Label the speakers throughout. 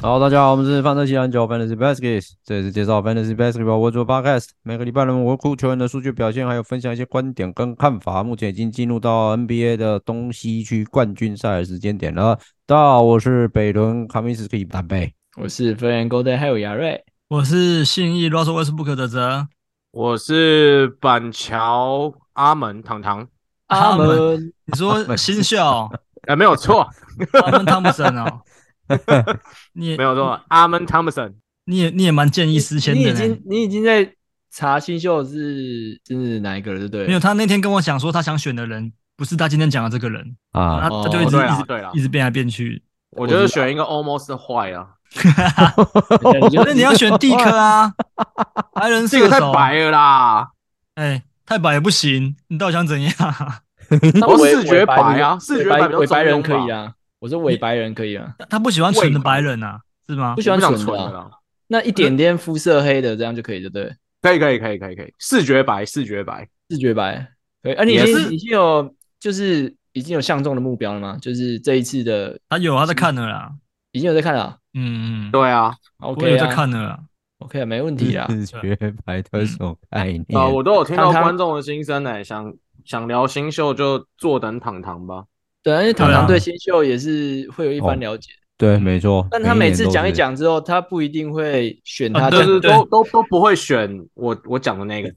Speaker 1: 好，大家好，我们是范特西篮球 Fantasy Baskets，这里是介绍 Fantasy Basketball 我做 Podcast，每个礼拜呢，我会顾球员的数据表现，还有分享一些观点跟看法。目前已经进入到 NBA 的东西区冠军赛的时间点了。大家好，我是北伦卡米斯基丹贝。
Speaker 2: 我是分员 Golden 还有亚瑞，
Speaker 3: 我是信义 Russell Westbrook 的哲，
Speaker 4: 我是板桥阿门糖糖，啊
Speaker 3: 阿门
Speaker 2: 们
Speaker 3: 你说新秀
Speaker 4: 呃，没有错，
Speaker 3: 阿门汤姆森 哦，你也
Speaker 4: 没有错，阿门汤姆森，
Speaker 3: 你也你也蛮见异思迁
Speaker 2: 你
Speaker 3: 的
Speaker 2: 已
Speaker 3: 呢
Speaker 2: 经。你已经在查新秀是是哪一个了，对不对？
Speaker 3: 没有，他那天跟我讲说，他想选的人不是他今天讲的这个人，他
Speaker 1: 啊，
Speaker 3: 他就一直
Speaker 4: 哦对
Speaker 3: 一
Speaker 4: 啦
Speaker 3: 直
Speaker 4: 对啦
Speaker 3: 一直变来变去。
Speaker 4: 我觉得选一个 almost white 啊，
Speaker 2: 等一下，
Speaker 3: 哎那你要选地科啊，白人
Speaker 4: 哦这个
Speaker 3: 射
Speaker 4: 太
Speaker 3: 手，
Speaker 2: 啊
Speaker 3: 啊
Speaker 4: 白了啦，
Speaker 3: 哎，太白也不行，你到底想怎样？
Speaker 4: 我
Speaker 2: 伪
Speaker 4: 视觉
Speaker 2: 伪白
Speaker 4: 白
Speaker 2: 人
Speaker 4: 啊，视
Speaker 2: 伪
Speaker 4: 觉白
Speaker 2: 白
Speaker 4: 比较
Speaker 2: 伪白人
Speaker 4: 中庸
Speaker 2: 可
Speaker 4: 吧
Speaker 2: 以，啊，我说伪白人可以啊，
Speaker 3: 他他不喜欢纯的白人啊，是吗
Speaker 2: 不？喜
Speaker 4: 我
Speaker 2: 欢
Speaker 4: 不想
Speaker 2: 纯
Speaker 4: 纯
Speaker 2: 的
Speaker 4: 的
Speaker 2: 啊，
Speaker 4: 啦，
Speaker 2: 那一点点肤色黑的这样就可以，对不对？
Speaker 4: 可以可以可以可以可以，视觉白视觉白，
Speaker 2: 视觉白，对，啊，你已
Speaker 4: 也
Speaker 2: 经
Speaker 4: 是
Speaker 2: 已经有就是已经有相中的目标了吗？就是这一次的
Speaker 3: 他有他在看的啦，
Speaker 2: 已经有在看了
Speaker 3: 嗯嗯，
Speaker 4: 对啊，
Speaker 3: 我
Speaker 2: ，OK
Speaker 3: 有在
Speaker 2: 啊
Speaker 3: 看的啦。
Speaker 2: ，OK 啊，没问题啊，
Speaker 1: 视觉白的手概念。
Speaker 4: 呃，我都有听到
Speaker 2: 糖糖
Speaker 4: 观众的心声呢，想想聊新秀就坐等糖糖吧，
Speaker 2: 对啊，因为糖
Speaker 3: 对啊
Speaker 2: 糖对新秀也是会有一番了解。
Speaker 1: 对，没错。
Speaker 2: 但他
Speaker 1: 每一
Speaker 2: 每
Speaker 1: 年
Speaker 2: 次
Speaker 1: 都
Speaker 2: 讲一
Speaker 1: 是，
Speaker 2: 讲之后，他不一定会选
Speaker 3: 啊
Speaker 2: 他
Speaker 4: 就
Speaker 2: 讲
Speaker 4: 是
Speaker 2: 的。
Speaker 3: 对
Speaker 4: 都都都不会选我我讲的那 个，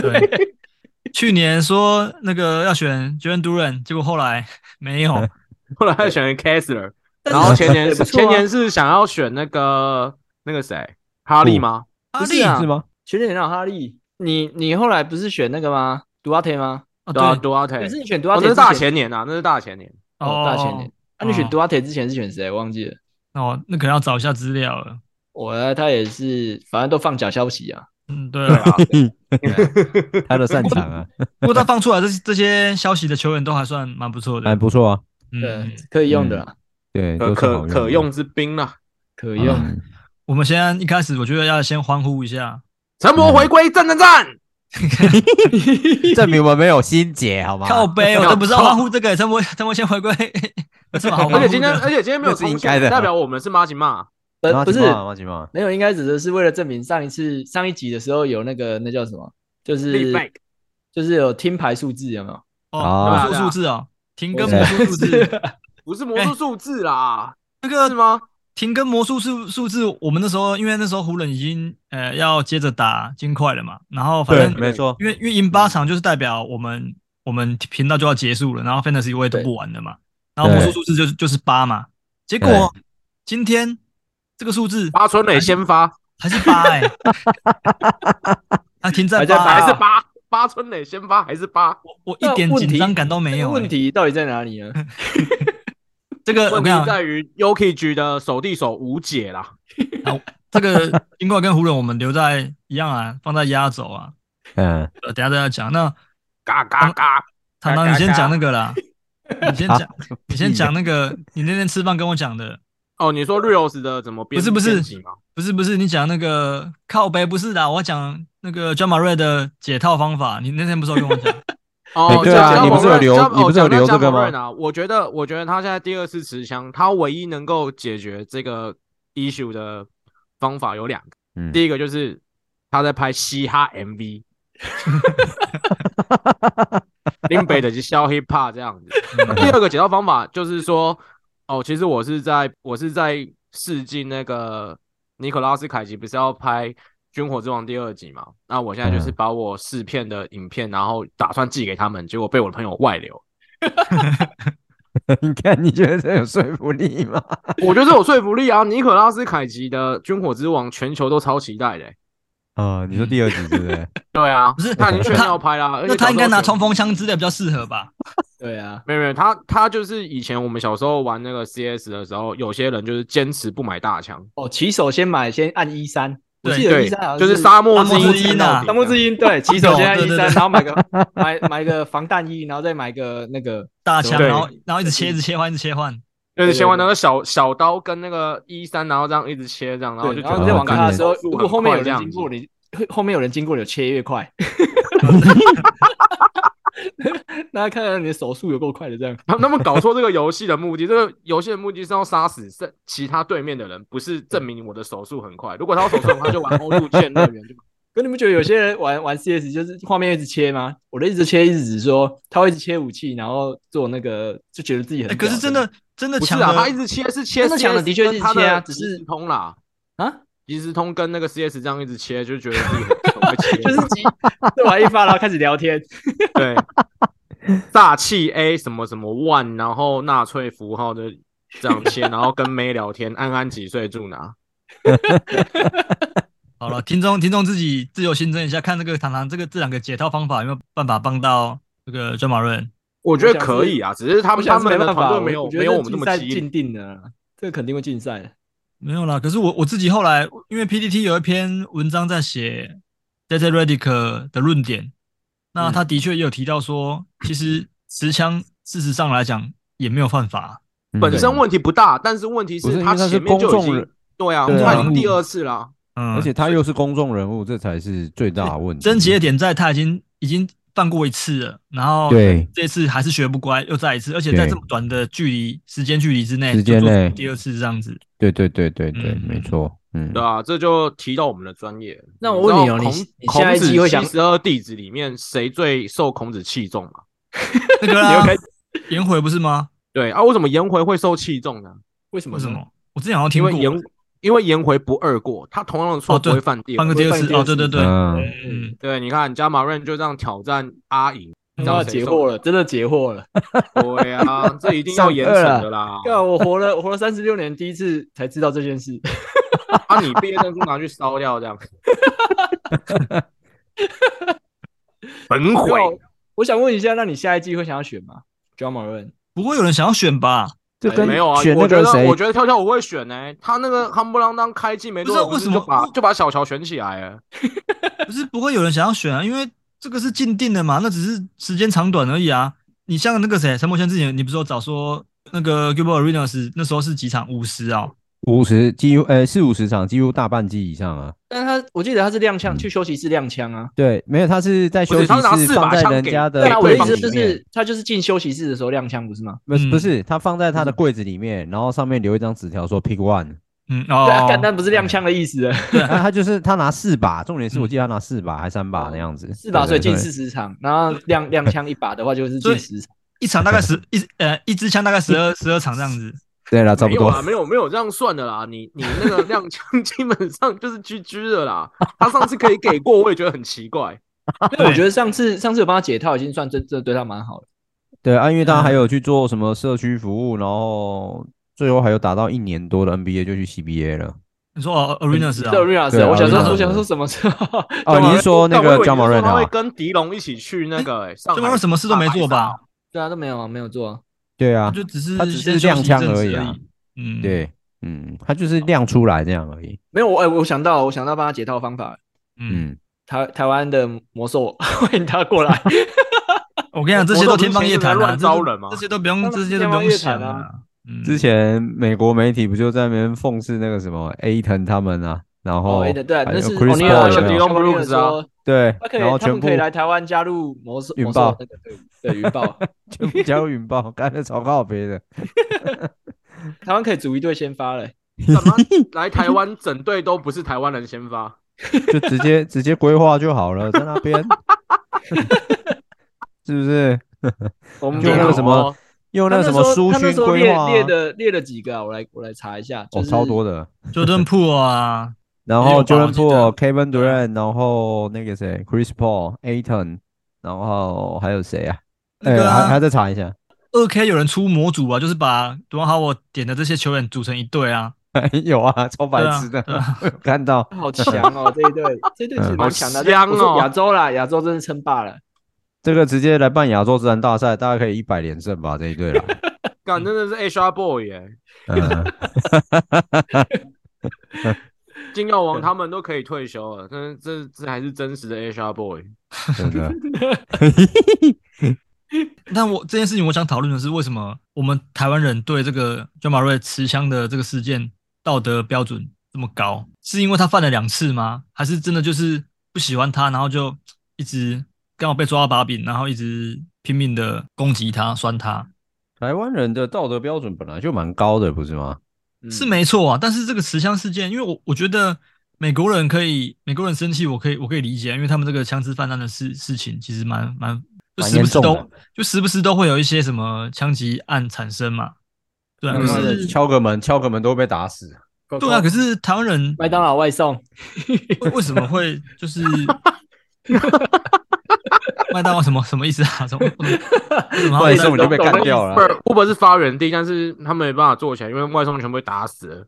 Speaker 3: 对， 去年说那个要选 j a n d u r a n 结果后来没有，
Speaker 4: 后来选了 Kessler，
Speaker 2: 但
Speaker 4: 然
Speaker 2: 是
Speaker 4: 后前年
Speaker 2: 也
Speaker 4: 是
Speaker 2: 不错啊
Speaker 4: 前年是想要选那个那个谁哈
Speaker 2: 哦
Speaker 4: 利吗？
Speaker 3: 阿
Speaker 2: 不
Speaker 3: 力
Speaker 2: 是啊
Speaker 1: 是吗？
Speaker 2: 前年让哈利，你你后来不是选那个吗？杜阿特吗？
Speaker 3: 啊
Speaker 4: 对啊，
Speaker 3: 对
Speaker 4: 杜阿特，
Speaker 2: 可是你选杜阿
Speaker 4: 哦，
Speaker 2: 特
Speaker 4: 那是大
Speaker 2: 之前
Speaker 4: 前年啊，那是大前年。
Speaker 2: 哦，大前年。那你选
Speaker 3: 哦
Speaker 2: 杜阿特之前是选谁？忘记了。
Speaker 3: 哦，那可能要找一下资料了。
Speaker 2: 我他也是，反正都放假消息啊。
Speaker 3: 嗯，对
Speaker 4: 对
Speaker 3: 啊。
Speaker 4: 啊，
Speaker 1: 他的擅长啊，
Speaker 3: 不过他放出来这这些消息的球员都还算蛮不错的
Speaker 1: 还，不错啊。
Speaker 3: 嗯
Speaker 2: 对，，可以用的啦，
Speaker 1: 对，
Speaker 4: 可
Speaker 1: 都是
Speaker 4: 可
Speaker 1: 好
Speaker 4: 可
Speaker 1: 用
Speaker 4: 用之兵啊！
Speaker 2: 可
Speaker 1: 的
Speaker 2: 以用。
Speaker 1: 嗯
Speaker 3: 我们现在一开始，我觉得要先欢呼一下，
Speaker 4: 陈博回归，赞赞赞！
Speaker 1: 证明我们没有心结，好吗？
Speaker 3: 靠背，我都不知道
Speaker 4: 靠
Speaker 3: 欢呼这个，陈博陈博先回归， 有什么好欢呼
Speaker 4: 而
Speaker 3: 的？
Speaker 4: 且今天，而且今天没有冲
Speaker 1: 嗯哦那是应
Speaker 4: 线
Speaker 1: 该的
Speaker 4: 代表我们是马吉骂。
Speaker 2: 呃，不是，
Speaker 1: 马吉嘛，
Speaker 2: 没有，应该只是是为了证明上一次上一集的时候有那个那叫什么，就是
Speaker 4: Feedback
Speaker 2: 就是有听牌数字有没有？
Speaker 3: 哦，
Speaker 1: 啊
Speaker 3: 魔术数字哦，停更魔术数字，
Speaker 4: 不是魔术数字啦，
Speaker 3: 那哎个
Speaker 4: 是吗？
Speaker 3: 停更魔术数数字，我们那时候因为那时候湖人已经呃要接着打金块了嘛，然后反
Speaker 1: 对，
Speaker 3: 正
Speaker 1: 没错，
Speaker 3: 因为因为赢八场就是代表我们我们频道就要结束了，然后 Fantasy 我也都
Speaker 2: 对
Speaker 3: 不玩了嘛，然后魔术数字就是就是八嘛，结果今天这个数字
Speaker 4: 八村垒先发，
Speaker 3: 还是八哎、欸，还停在
Speaker 2: 还在
Speaker 3: 八、啊
Speaker 4: 还
Speaker 2: 八
Speaker 4: 是八？八村垒先发还是八？
Speaker 3: 我一点紧张感都没有、欸。
Speaker 2: 问题到底在哪里呢？
Speaker 3: 这个我
Speaker 4: 问
Speaker 3: 跟
Speaker 4: 题
Speaker 3: 你讲，
Speaker 4: 在于 Yuki G 的手递手无解啦。
Speaker 3: 这个金块跟湖人我们留在一样啊，放在压轴啊，
Speaker 1: 嗯，
Speaker 3: 呃，等一下再讲。那
Speaker 4: 嘎嘎嘎！
Speaker 3: 唐唐，你先讲那个 啦，你先讲，你先讲
Speaker 1: 屁呀
Speaker 3: 那个，你那天吃饭跟我讲的，
Speaker 4: 哦，你说 Rios 的怎么变？
Speaker 3: 不是不是
Speaker 4: 变形吗
Speaker 3: 不是不是，你讲那个靠背不是的，啊我讲那个 j a m a r e 的解套方法，你那天不是有跟我 讲？
Speaker 4: 哦
Speaker 1: 哎，对啊
Speaker 4: 讲
Speaker 1: 你不是有留
Speaker 4: 讲
Speaker 1: 你不是有
Speaker 4: 哦讲到
Speaker 1: 留这个
Speaker 4: Jamal
Speaker 1: 吗
Speaker 4: Murray 呢我觉得，我觉得他现在第二次持枪，他唯一能够解决这个 issue 的方法有两个。
Speaker 1: 嗯
Speaker 4: 第一个就是他在拍嘻哈 MV，林北的就笑 hip hop 这样子。那第二个解套方法就是说，哦，其实我是在我是在试镜那个尼可拉斯凯奇，不是要拍《军火之王》第二集嘛？那我现在就是
Speaker 1: 嗯
Speaker 4: 把我试片的影片，然后打算寄给他们，结果被我的朋友外流。
Speaker 1: 你 看，你觉得这有说服力 吗？
Speaker 4: 我觉得这有说服力啊！ 尼可拉斯凯奇的《军火之王》全球都超期待的欸、
Speaker 1: 啊，你说第二集对不对？
Speaker 4: 对啊，
Speaker 3: 不是
Speaker 4: 他已经确定要拍啦，而
Speaker 3: 那
Speaker 4: 且
Speaker 3: 他应该拿
Speaker 4: 小时候
Speaker 3: 冲锋枪之类比较适合吧？
Speaker 2: 对啊，
Speaker 4: 没有没有，他他就是以前我们小时候玩那个 CS 的时候，有些人就是坚持不买大枪，
Speaker 2: 哦，骑手先买，先按一三，我
Speaker 3: 对
Speaker 2: 记得
Speaker 4: 对
Speaker 2: 一三好，像
Speaker 4: 就是
Speaker 2: 是
Speaker 4: 沙漠之
Speaker 3: 沙漠之
Speaker 4: 鹰
Speaker 3: 鹰啊
Speaker 2: 三木之音，对，骑手先按
Speaker 3: 对
Speaker 2: 一
Speaker 3: 对
Speaker 2: 三，
Speaker 3: 对
Speaker 2: 然后买个买买个防弹衣，然后再买个那个
Speaker 3: 大枪，
Speaker 4: 对
Speaker 3: 然后然后一直切，一直切换，一直切换。
Speaker 4: 就是先玩那个小小刀跟那个一三，然后这样一直切，这样，然后就
Speaker 2: 对，
Speaker 4: 觉得
Speaker 2: 然后你在往
Speaker 4: 哦干
Speaker 2: 他的时候，
Speaker 4: 速
Speaker 2: 如
Speaker 4: 度
Speaker 2: 果后
Speaker 4: 很快
Speaker 2: 面有
Speaker 4: 这
Speaker 2: 人
Speaker 4: 样
Speaker 2: 经
Speaker 4: 子
Speaker 2: 过你，后面有人经过你，有切越快。 那看来你的手速有够快的，这样
Speaker 4: 他们他们搞错这个游戏的目的，这个游戏的目的是要杀死是其他对面的人，不是证明我的手速很快。如果他要 手速很快，就玩欧陆剑乐园就
Speaker 2: 可你们觉得有些人玩玩 CS 就是画面一直切吗？我的一直切，一直指说他会一直切武器，然后做那个就觉得自己很
Speaker 3: 哎，
Speaker 2: 屌、
Speaker 3: 可是真的真的
Speaker 4: 啊不是
Speaker 3: 强
Speaker 4: 啊，他一
Speaker 3: 的，
Speaker 4: 直切是切，
Speaker 2: 真的抢的的确是
Speaker 4: 他
Speaker 2: 切啊
Speaker 4: 即
Speaker 2: 只是
Speaker 4: 时通啦，
Speaker 2: 啊，
Speaker 4: 即时通跟那个 CS 这样一直切，就觉得自己 很会切，
Speaker 2: 就是急对玩一发，然后开始聊天，
Speaker 4: 对，大气 A 什么什么 one，然后纳粹符号 的这样切，然后跟妹聊天，安安几岁住哪？
Speaker 3: 好了，听众听众自己自由新增一下，看这个糖糖这个这两个解套方法有没有办法帮到这个专马润？
Speaker 4: 我觉得可以啊，只是他
Speaker 2: 我
Speaker 4: 们
Speaker 2: 想
Speaker 4: 他
Speaker 2: 是没
Speaker 4: 们的
Speaker 2: 办
Speaker 4: 团
Speaker 2: 法，
Speaker 4: 队没有
Speaker 2: 我觉
Speaker 4: 没
Speaker 2: 得
Speaker 4: 有我们那
Speaker 2: 竞
Speaker 4: 么
Speaker 2: 赛
Speaker 4: 激烈
Speaker 2: 禁。定的啦，这个肯定会禁赛的。
Speaker 3: 没有啦，可是我我自己后来，因为 PPT 有一篇文章在写 j j Redick 的论点，那他的确也有提到说，其实持枪事实上来讲也没有犯法，
Speaker 1: 嗯
Speaker 4: 本身
Speaker 1: 对
Speaker 4: 问题不大，但是问题
Speaker 1: 不是因为
Speaker 4: 他
Speaker 1: 他是
Speaker 4: 前面就
Speaker 1: 公
Speaker 4: 已
Speaker 1: 众
Speaker 4: 经
Speaker 1: 人
Speaker 4: 对啊，
Speaker 1: 对
Speaker 3: 啊
Speaker 4: 他已经第二次啦。
Speaker 3: 嗯，
Speaker 1: 而且他又是公众人物，这才是最大的问题。
Speaker 3: 症结点在他已经已经犯过一次了，然后
Speaker 1: 对
Speaker 3: 这次还是学不乖，又再一次，而且在
Speaker 1: 对
Speaker 3: 这么短的距离时间距离之内，
Speaker 1: 时间
Speaker 3: 就做
Speaker 1: 内
Speaker 3: 第二次这样子，
Speaker 1: 对对对对对，
Speaker 3: 嗯
Speaker 1: 没错。嗯
Speaker 4: 对，啊，这就提到我们的专业。
Speaker 2: 那我问你哦
Speaker 4: 知道
Speaker 2: 你
Speaker 4: 孔
Speaker 2: 你下一季会想
Speaker 4: 孔子七十二弟子里面谁最受孔子器重啊嘛？
Speaker 3: 那个啦，颜回不是吗？
Speaker 4: 对啊，为什么颜回会受器重呢？
Speaker 2: 为什么
Speaker 3: 为
Speaker 2: 呢？
Speaker 3: 什么？我之前好像听
Speaker 4: 因
Speaker 3: 过
Speaker 4: 为颜因为颜回不二过，他同样的
Speaker 3: 哦
Speaker 4: 错不
Speaker 3: 对
Speaker 4: 会犯第二
Speaker 3: 犯个
Speaker 4: 次。
Speaker 3: 第二
Speaker 2: 犯
Speaker 3: 次
Speaker 2: 第二
Speaker 3: 哦，对对对，
Speaker 1: 嗯，
Speaker 3: 嗯，
Speaker 4: 对，你看加马润就这样挑战啊阿颖，你知
Speaker 2: 嗯，
Speaker 4: 道
Speaker 2: 要
Speaker 4: 谁
Speaker 2: 解
Speaker 4: 受
Speaker 2: 惑了，真的解惑 了。
Speaker 4: 对啊，这一定要严惩的啦。
Speaker 2: 干，啊我活了，我活了三十六年，第一次才知道这件事。
Speaker 4: 啊，你毕业证书拿去烧掉 这样。本毁
Speaker 2: 对啊我想问一下，那你下一季会想要选吗？John Moran，
Speaker 3: 不会有人想要选吧？
Speaker 1: 这
Speaker 2: 哎
Speaker 1: 跟
Speaker 4: 没有啊，
Speaker 1: 选
Speaker 4: 我
Speaker 1: 那
Speaker 4: 觉
Speaker 1: 个
Speaker 4: 得
Speaker 1: 谁
Speaker 4: 我觉得跳跳我会选呢、他那个夯不啷当开季没多久，
Speaker 3: 不是
Speaker 4: 就
Speaker 3: 为什么
Speaker 4: 把就把小乔选起来了？
Speaker 3: 不是不会有人想要选啊，因为这个是禁定的嘛，那只是时间长短而已啊。你像那个谁，陈柏轩之前你不是有找说那个 Gilbert Arenas 那时候是几场五十啊？
Speaker 1: 五十几乎呃四五十场，几乎大半季以上啊。
Speaker 2: 但他我记得他是踉跄
Speaker 1: 嗯
Speaker 2: 去休息室踉跄啊。
Speaker 1: 对，没有，他是在
Speaker 4: 不
Speaker 1: 休
Speaker 4: 是
Speaker 1: 息
Speaker 4: 他拿
Speaker 1: 室
Speaker 4: 四把
Speaker 1: 放在
Speaker 4: 枪
Speaker 1: 人
Speaker 4: 给
Speaker 1: 家的
Speaker 2: 对啊，我的
Speaker 1: 柜
Speaker 2: 意思
Speaker 1: 子
Speaker 2: 就
Speaker 1: 里面
Speaker 2: 是，他就是进休息室的时候踉跄，不是吗？
Speaker 1: 不是不
Speaker 3: 嗯
Speaker 1: 是，他放在他的柜子里面，然后上面留一张纸条说 pick one，
Speaker 3: 嗯
Speaker 2: 对啊，
Speaker 3: 哦，
Speaker 2: 干但不是踉跄的意思，
Speaker 1: 啊，他就是他拿四把，重点是我记得他拿四把还三把那样子，
Speaker 2: 四把所以进
Speaker 1: 对
Speaker 2: 四，十场，然后踉踉跄一把的话就是进十场。
Speaker 3: 一场大概十一呃一支枪大概十二十二场这样子，
Speaker 1: 对对了，差
Speaker 4: 没
Speaker 1: 不
Speaker 4: 有
Speaker 1: 多
Speaker 4: 啊，，没有没有这样算的啦。你你那个踉跄 基本上就是 GG 的啦。他上次可以给过，我也觉得很奇 怪。
Speaker 2: 因为我觉得上次上次有帮他解套，已经算真真的对他蛮好了。
Speaker 1: 对啊，因为他还有去做什么社区服务，然后最后还有打到一年多的 NBA 就去 CBA 了。
Speaker 3: 你说哦 Arenas
Speaker 2: 对
Speaker 3: 啊，
Speaker 2: ，Rina
Speaker 1: 嗯
Speaker 2: 是
Speaker 1: 对，
Speaker 2: 我想说
Speaker 1: Arenas
Speaker 2: 我想说什么时候？
Speaker 1: 哦，你是说那
Speaker 4: 但我以
Speaker 1: 个
Speaker 4: 为
Speaker 1: j a
Speaker 4: 你
Speaker 1: m a r
Speaker 4: 说
Speaker 1: a n
Speaker 4: 他会
Speaker 1: 啊？
Speaker 4: 跟狄龙一起去那个、欸、上
Speaker 3: 这
Speaker 4: 海，
Speaker 3: 帮人什么事都没做吧？
Speaker 2: 对啊，都没有啊，没有做啊。
Speaker 1: 对
Speaker 3: 他
Speaker 1: 啊，
Speaker 3: 就只是
Speaker 1: 他只是
Speaker 3: 先休息一阵子
Speaker 1: 踉跄而
Speaker 3: 而
Speaker 1: 已啊
Speaker 3: 嗯，，
Speaker 1: 对，嗯，他就是亮出来这样而已。
Speaker 2: 没有，我哎，我想到了，我想到帮他解套的方法了，
Speaker 3: 嗯，
Speaker 1: 嗯，
Speaker 2: 台台湾的魔兽 欢迎他过来。
Speaker 3: 我跟你讲，这些都天方夜谭
Speaker 4: 我
Speaker 3: 啊，
Speaker 4: 都不是乱招人吗
Speaker 3: 这些都不用，
Speaker 2: 当然
Speaker 3: 这
Speaker 2: 是
Speaker 3: 些都不用
Speaker 2: 天
Speaker 3: 想
Speaker 2: 方夜谭
Speaker 3: 啊。嗯
Speaker 1: 之前美国媒体不就在那边讽刺那个什么 Aton 他们啊，然后
Speaker 2: 哦，啊对，对，
Speaker 1: 还
Speaker 2: 那
Speaker 1: 有
Speaker 2: 是
Speaker 1: Chris
Speaker 4: 尼
Speaker 1: Paul
Speaker 4: 尔
Speaker 1: 有
Speaker 4: 像
Speaker 1: 没
Speaker 4: 迪
Speaker 1: 有
Speaker 4: 龙 Brooks
Speaker 2: 说，
Speaker 1: 对
Speaker 2: 他，可
Speaker 1: 然后
Speaker 2: 以，他
Speaker 1: 全
Speaker 2: 们
Speaker 1: 部
Speaker 2: 可以来台湾加入魔兽
Speaker 1: 云
Speaker 2: 魔
Speaker 1: 豹
Speaker 2: 兽那个队伍，对云豹，
Speaker 1: 全部加入云豹，干的超靠别的。
Speaker 2: 台湾可以组一队先发了。
Speaker 4: 干嘛来台湾整队都不是台湾人 先发？
Speaker 1: 就直接 直接规划就好了，在那 边，是不是？
Speaker 2: 我们
Speaker 1: 就那个什么
Speaker 4: 哦
Speaker 1: 用
Speaker 2: 他
Speaker 1: 那
Speaker 2: 那
Speaker 1: 个什么
Speaker 2: 时
Speaker 1: 苏
Speaker 2: 候他那
Speaker 1: 勋
Speaker 2: 时候
Speaker 1: 规划、啊
Speaker 2: 列列的列了几个啊？我来我来查一下，就
Speaker 1: 哦，
Speaker 2: 是
Speaker 1: 超多的。
Speaker 3: Jordan Poole 啊，
Speaker 1: 然
Speaker 3: 有
Speaker 1: 后
Speaker 3: 吧我
Speaker 1: Jordan
Speaker 3: 记得
Speaker 1: Poole、Kevin
Speaker 2: 啊
Speaker 1: Durant，然后那个谁，Chris Paul、Aton，然后还有谁啊？
Speaker 3: 那个
Speaker 1: 还
Speaker 3: 啊
Speaker 1: 还要再查一下。
Speaker 3: 二 K 有人出模组啊，就是把 d w a n Howard 点的这些球员组成一队啊。
Speaker 1: 有啊，超白
Speaker 3: 对啊
Speaker 1: 痴的，
Speaker 3: 对啊
Speaker 1: 我有 看到
Speaker 2: 好强哦，这一 队，这一队其实蛮强的。
Speaker 4: 好香哦
Speaker 2: 我说亚洲啦，亚洲真的称霸了。
Speaker 1: 这个直接来办亚洲自然大赛，大概可以一百连胜吧这一 队了。
Speaker 4: 干真的是 HR boy 耶、
Speaker 1: 嗯，
Speaker 4: 金耀王他们都可以退休了，但是这这还是真实的 HR boy。
Speaker 1: 真的，
Speaker 3: 但我这件事情我想讨论的是，为什么我们台湾人对这个 j o h n m a r 持枪的这个事件道德标准这么高？是因为他犯了两次吗？还是真的就是不喜欢他，然后就一直刚好被抓到把柄，然后一直拼命的攻击他、酸他？
Speaker 1: 台湾人的道德标准本来就蛮高的，不是吗？
Speaker 4: 嗯
Speaker 3: 是没错啊，但是这个持枪事件，因为我我觉得美国人可以，美国人生气，我可以我可以理解，因为他们这个枪支泛滥的事事情，其实蛮蛮就
Speaker 1: 蛮
Speaker 3: 时不时
Speaker 1: 严重的
Speaker 3: 都就时不时都会有一些什么枪击案产生嘛，对啊，
Speaker 2: 嗯
Speaker 3: 可
Speaker 1: 他妈的
Speaker 3: 是
Speaker 1: 敲个门，敲个门都被打死。
Speaker 3: 对啊，可是台湾人
Speaker 2: 麦当劳外送，
Speaker 3: 为为什么会就是麦当劳什么什么意思啊？什么为什么要
Speaker 1: 外送就被
Speaker 2: 懂了
Speaker 1: 干掉了。
Speaker 4: Uber 是发源地，但是他们没办法做起来，因为外送全部被打死了。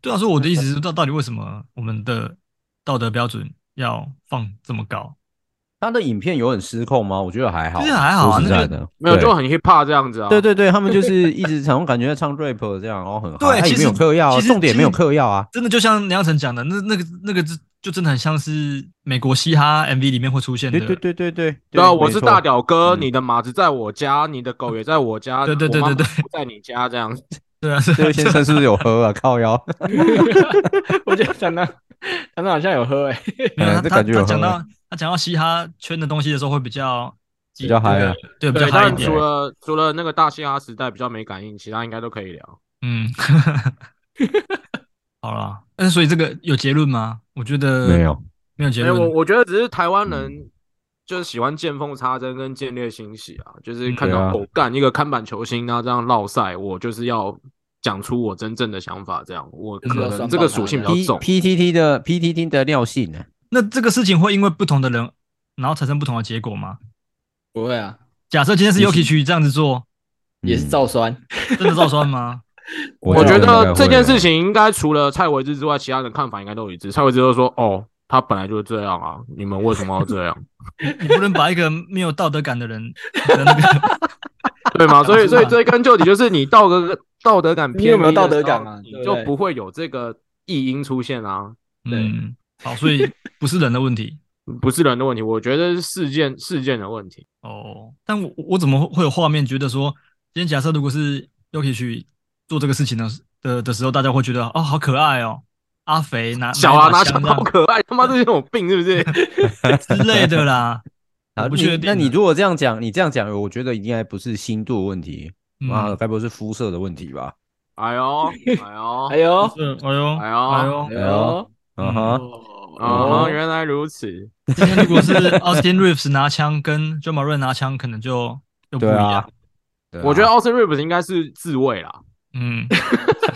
Speaker 3: 对啊，所以我的意思是，到到底为什么我们的道德标准要放这么高？
Speaker 1: 他的影片有很失控吗？我觉得还好，
Speaker 3: 其实还好啊
Speaker 1: 说实
Speaker 3: 那
Speaker 1: 在
Speaker 3: 个
Speaker 1: 的，
Speaker 4: 没有，
Speaker 1: 对
Speaker 4: 就很 hip hop 这样子啊。
Speaker 1: 对对对，他们就是一直常感觉在唱 rap 这样，然哦后很嗨
Speaker 3: 对
Speaker 1: 他
Speaker 3: 其
Speaker 1: 也没
Speaker 3: 实
Speaker 1: 有嗑药啊，
Speaker 3: 其实
Speaker 1: 重点也没有
Speaker 3: 其实
Speaker 1: 嗑药啊。
Speaker 3: 真的就像梁晨讲的，那那个那个就就真的很像是美国嘻哈 MV 里面会出现的，
Speaker 1: 对对对对对，
Speaker 4: 对啊，我
Speaker 1: 没
Speaker 4: 是
Speaker 1: 错
Speaker 4: 大屌哥，
Speaker 1: 嗯
Speaker 4: 你的马子在我家，你的狗也在我家，
Speaker 3: 对对对
Speaker 4: 我妈妈
Speaker 3: 对对
Speaker 4: 不在你家这样。
Speaker 3: 对啊，是
Speaker 1: 这位先生是不是有 喝啊？靠腰，
Speaker 2: 我觉得唐唐唐唐好像有喝
Speaker 4: 欸
Speaker 2: 哎，
Speaker 3: 没有
Speaker 1: 嗯
Speaker 3: 他
Speaker 1: 这
Speaker 3: 他
Speaker 1: 感觉有
Speaker 3: 他讲
Speaker 1: 合
Speaker 3: 到他讲到嘻哈圈的东西的时候会比较
Speaker 1: 比较嗨啊，
Speaker 3: 对比较
Speaker 4: 对，
Speaker 3: 嗨
Speaker 4: 但
Speaker 3: 一点
Speaker 4: 除，了除了那个大嘻哈时代比较没感应，其他应该都可以聊。
Speaker 3: 嗯，好啦，但是所以这个有结论吗？我觉得
Speaker 1: 没有，
Speaker 3: 没有结
Speaker 4: 因为哎我
Speaker 3: 论，
Speaker 4: 我觉得只是台湾人
Speaker 1: 嗯
Speaker 4: 就是喜欢见缝插针跟见猎欣喜啊，就是看
Speaker 1: 对
Speaker 4: 到
Speaker 1: 啊
Speaker 4: 狗干一个看板球星啊这样绕赛，我就是要讲出我真正的想法，这样我
Speaker 2: 就是
Speaker 4: 可
Speaker 2: 要
Speaker 4: 能
Speaker 2: 酸
Speaker 4: 这个
Speaker 2: 爆他
Speaker 3: 呃
Speaker 4: 属性比较
Speaker 2: 这
Speaker 1: P
Speaker 4: 重。
Speaker 1: P T T 的 P T T 的尿性呢？
Speaker 3: 那这个事情会因为不同的人，然后产生不同的结果吗？
Speaker 2: 不会啊，
Speaker 3: 假设今天是
Speaker 1: 也许
Speaker 3: Yuki 区这样子做，
Speaker 2: 也
Speaker 1: 嗯
Speaker 2: 是照酸。
Speaker 3: 真的照酸吗？
Speaker 4: 我觉
Speaker 1: 应该
Speaker 4: 得
Speaker 1: 会啊
Speaker 4: 这件事情应该除了蔡维志之外，其他人看法应该都一致。蔡维志就说：“哦，他本来就是这样啊，你们为什么要这样？
Speaker 3: 你不能把一个没有道德感的人 的那个，
Speaker 4: 对吗？”所以，所以追根究底就是你道德道德感
Speaker 2: 你
Speaker 4: 偏
Speaker 2: 有没有
Speaker 4: 低的
Speaker 2: 道德
Speaker 4: 时候
Speaker 2: 感啊对
Speaker 4: 你
Speaker 2: 不
Speaker 4: 就
Speaker 2: 对
Speaker 4: 不会有这个异音出现啊，
Speaker 3: 嗯，好，所以不是人的问题。
Speaker 4: 不是人的问题，我觉得是事件事件的问题。
Speaker 3: 哦，但我我怎么会有画面觉得说，今天假设如果是 Yuki 去做这个事情的时的的时候，大家会觉得哦，好可爱哦，阿肥拿
Speaker 4: 小啊，
Speaker 3: 拿
Speaker 4: 拿
Speaker 3: 一把
Speaker 4: 枪
Speaker 3: 枪这
Speaker 4: 好
Speaker 3: 样
Speaker 4: 可爱，他妈这是有病是不是？
Speaker 3: 之类的 啦。
Speaker 1: 啊，
Speaker 3: 我不
Speaker 1: 你
Speaker 3: 确定
Speaker 1: 那你
Speaker 3: 啊
Speaker 1: 如果这样讲，你这样讲，我觉得应该不是星度的问题，
Speaker 4: 啊
Speaker 1: 妈的，
Speaker 3: 嗯，
Speaker 1: 该不会是肤色的问题吧？
Speaker 4: 哎呦，哎呦，
Speaker 2: 哎呦，
Speaker 3: 是，哎呦，
Speaker 4: 哎呦
Speaker 3: 哎呦
Speaker 2: 哎，
Speaker 1: 哎呦
Speaker 2: 呦，
Speaker 1: 嗯
Speaker 4: 哦
Speaker 1: 哼，
Speaker 4: 哦，原来如此。
Speaker 3: 今天如果是 Austin Reeves 拿枪跟 j o h n Maron 拿枪，可能就又不一
Speaker 1: 对啊
Speaker 3: 样。
Speaker 1: 对啊
Speaker 4: 我觉得 Austin Rivers 应该是自卫啦，
Speaker 3: 嗯，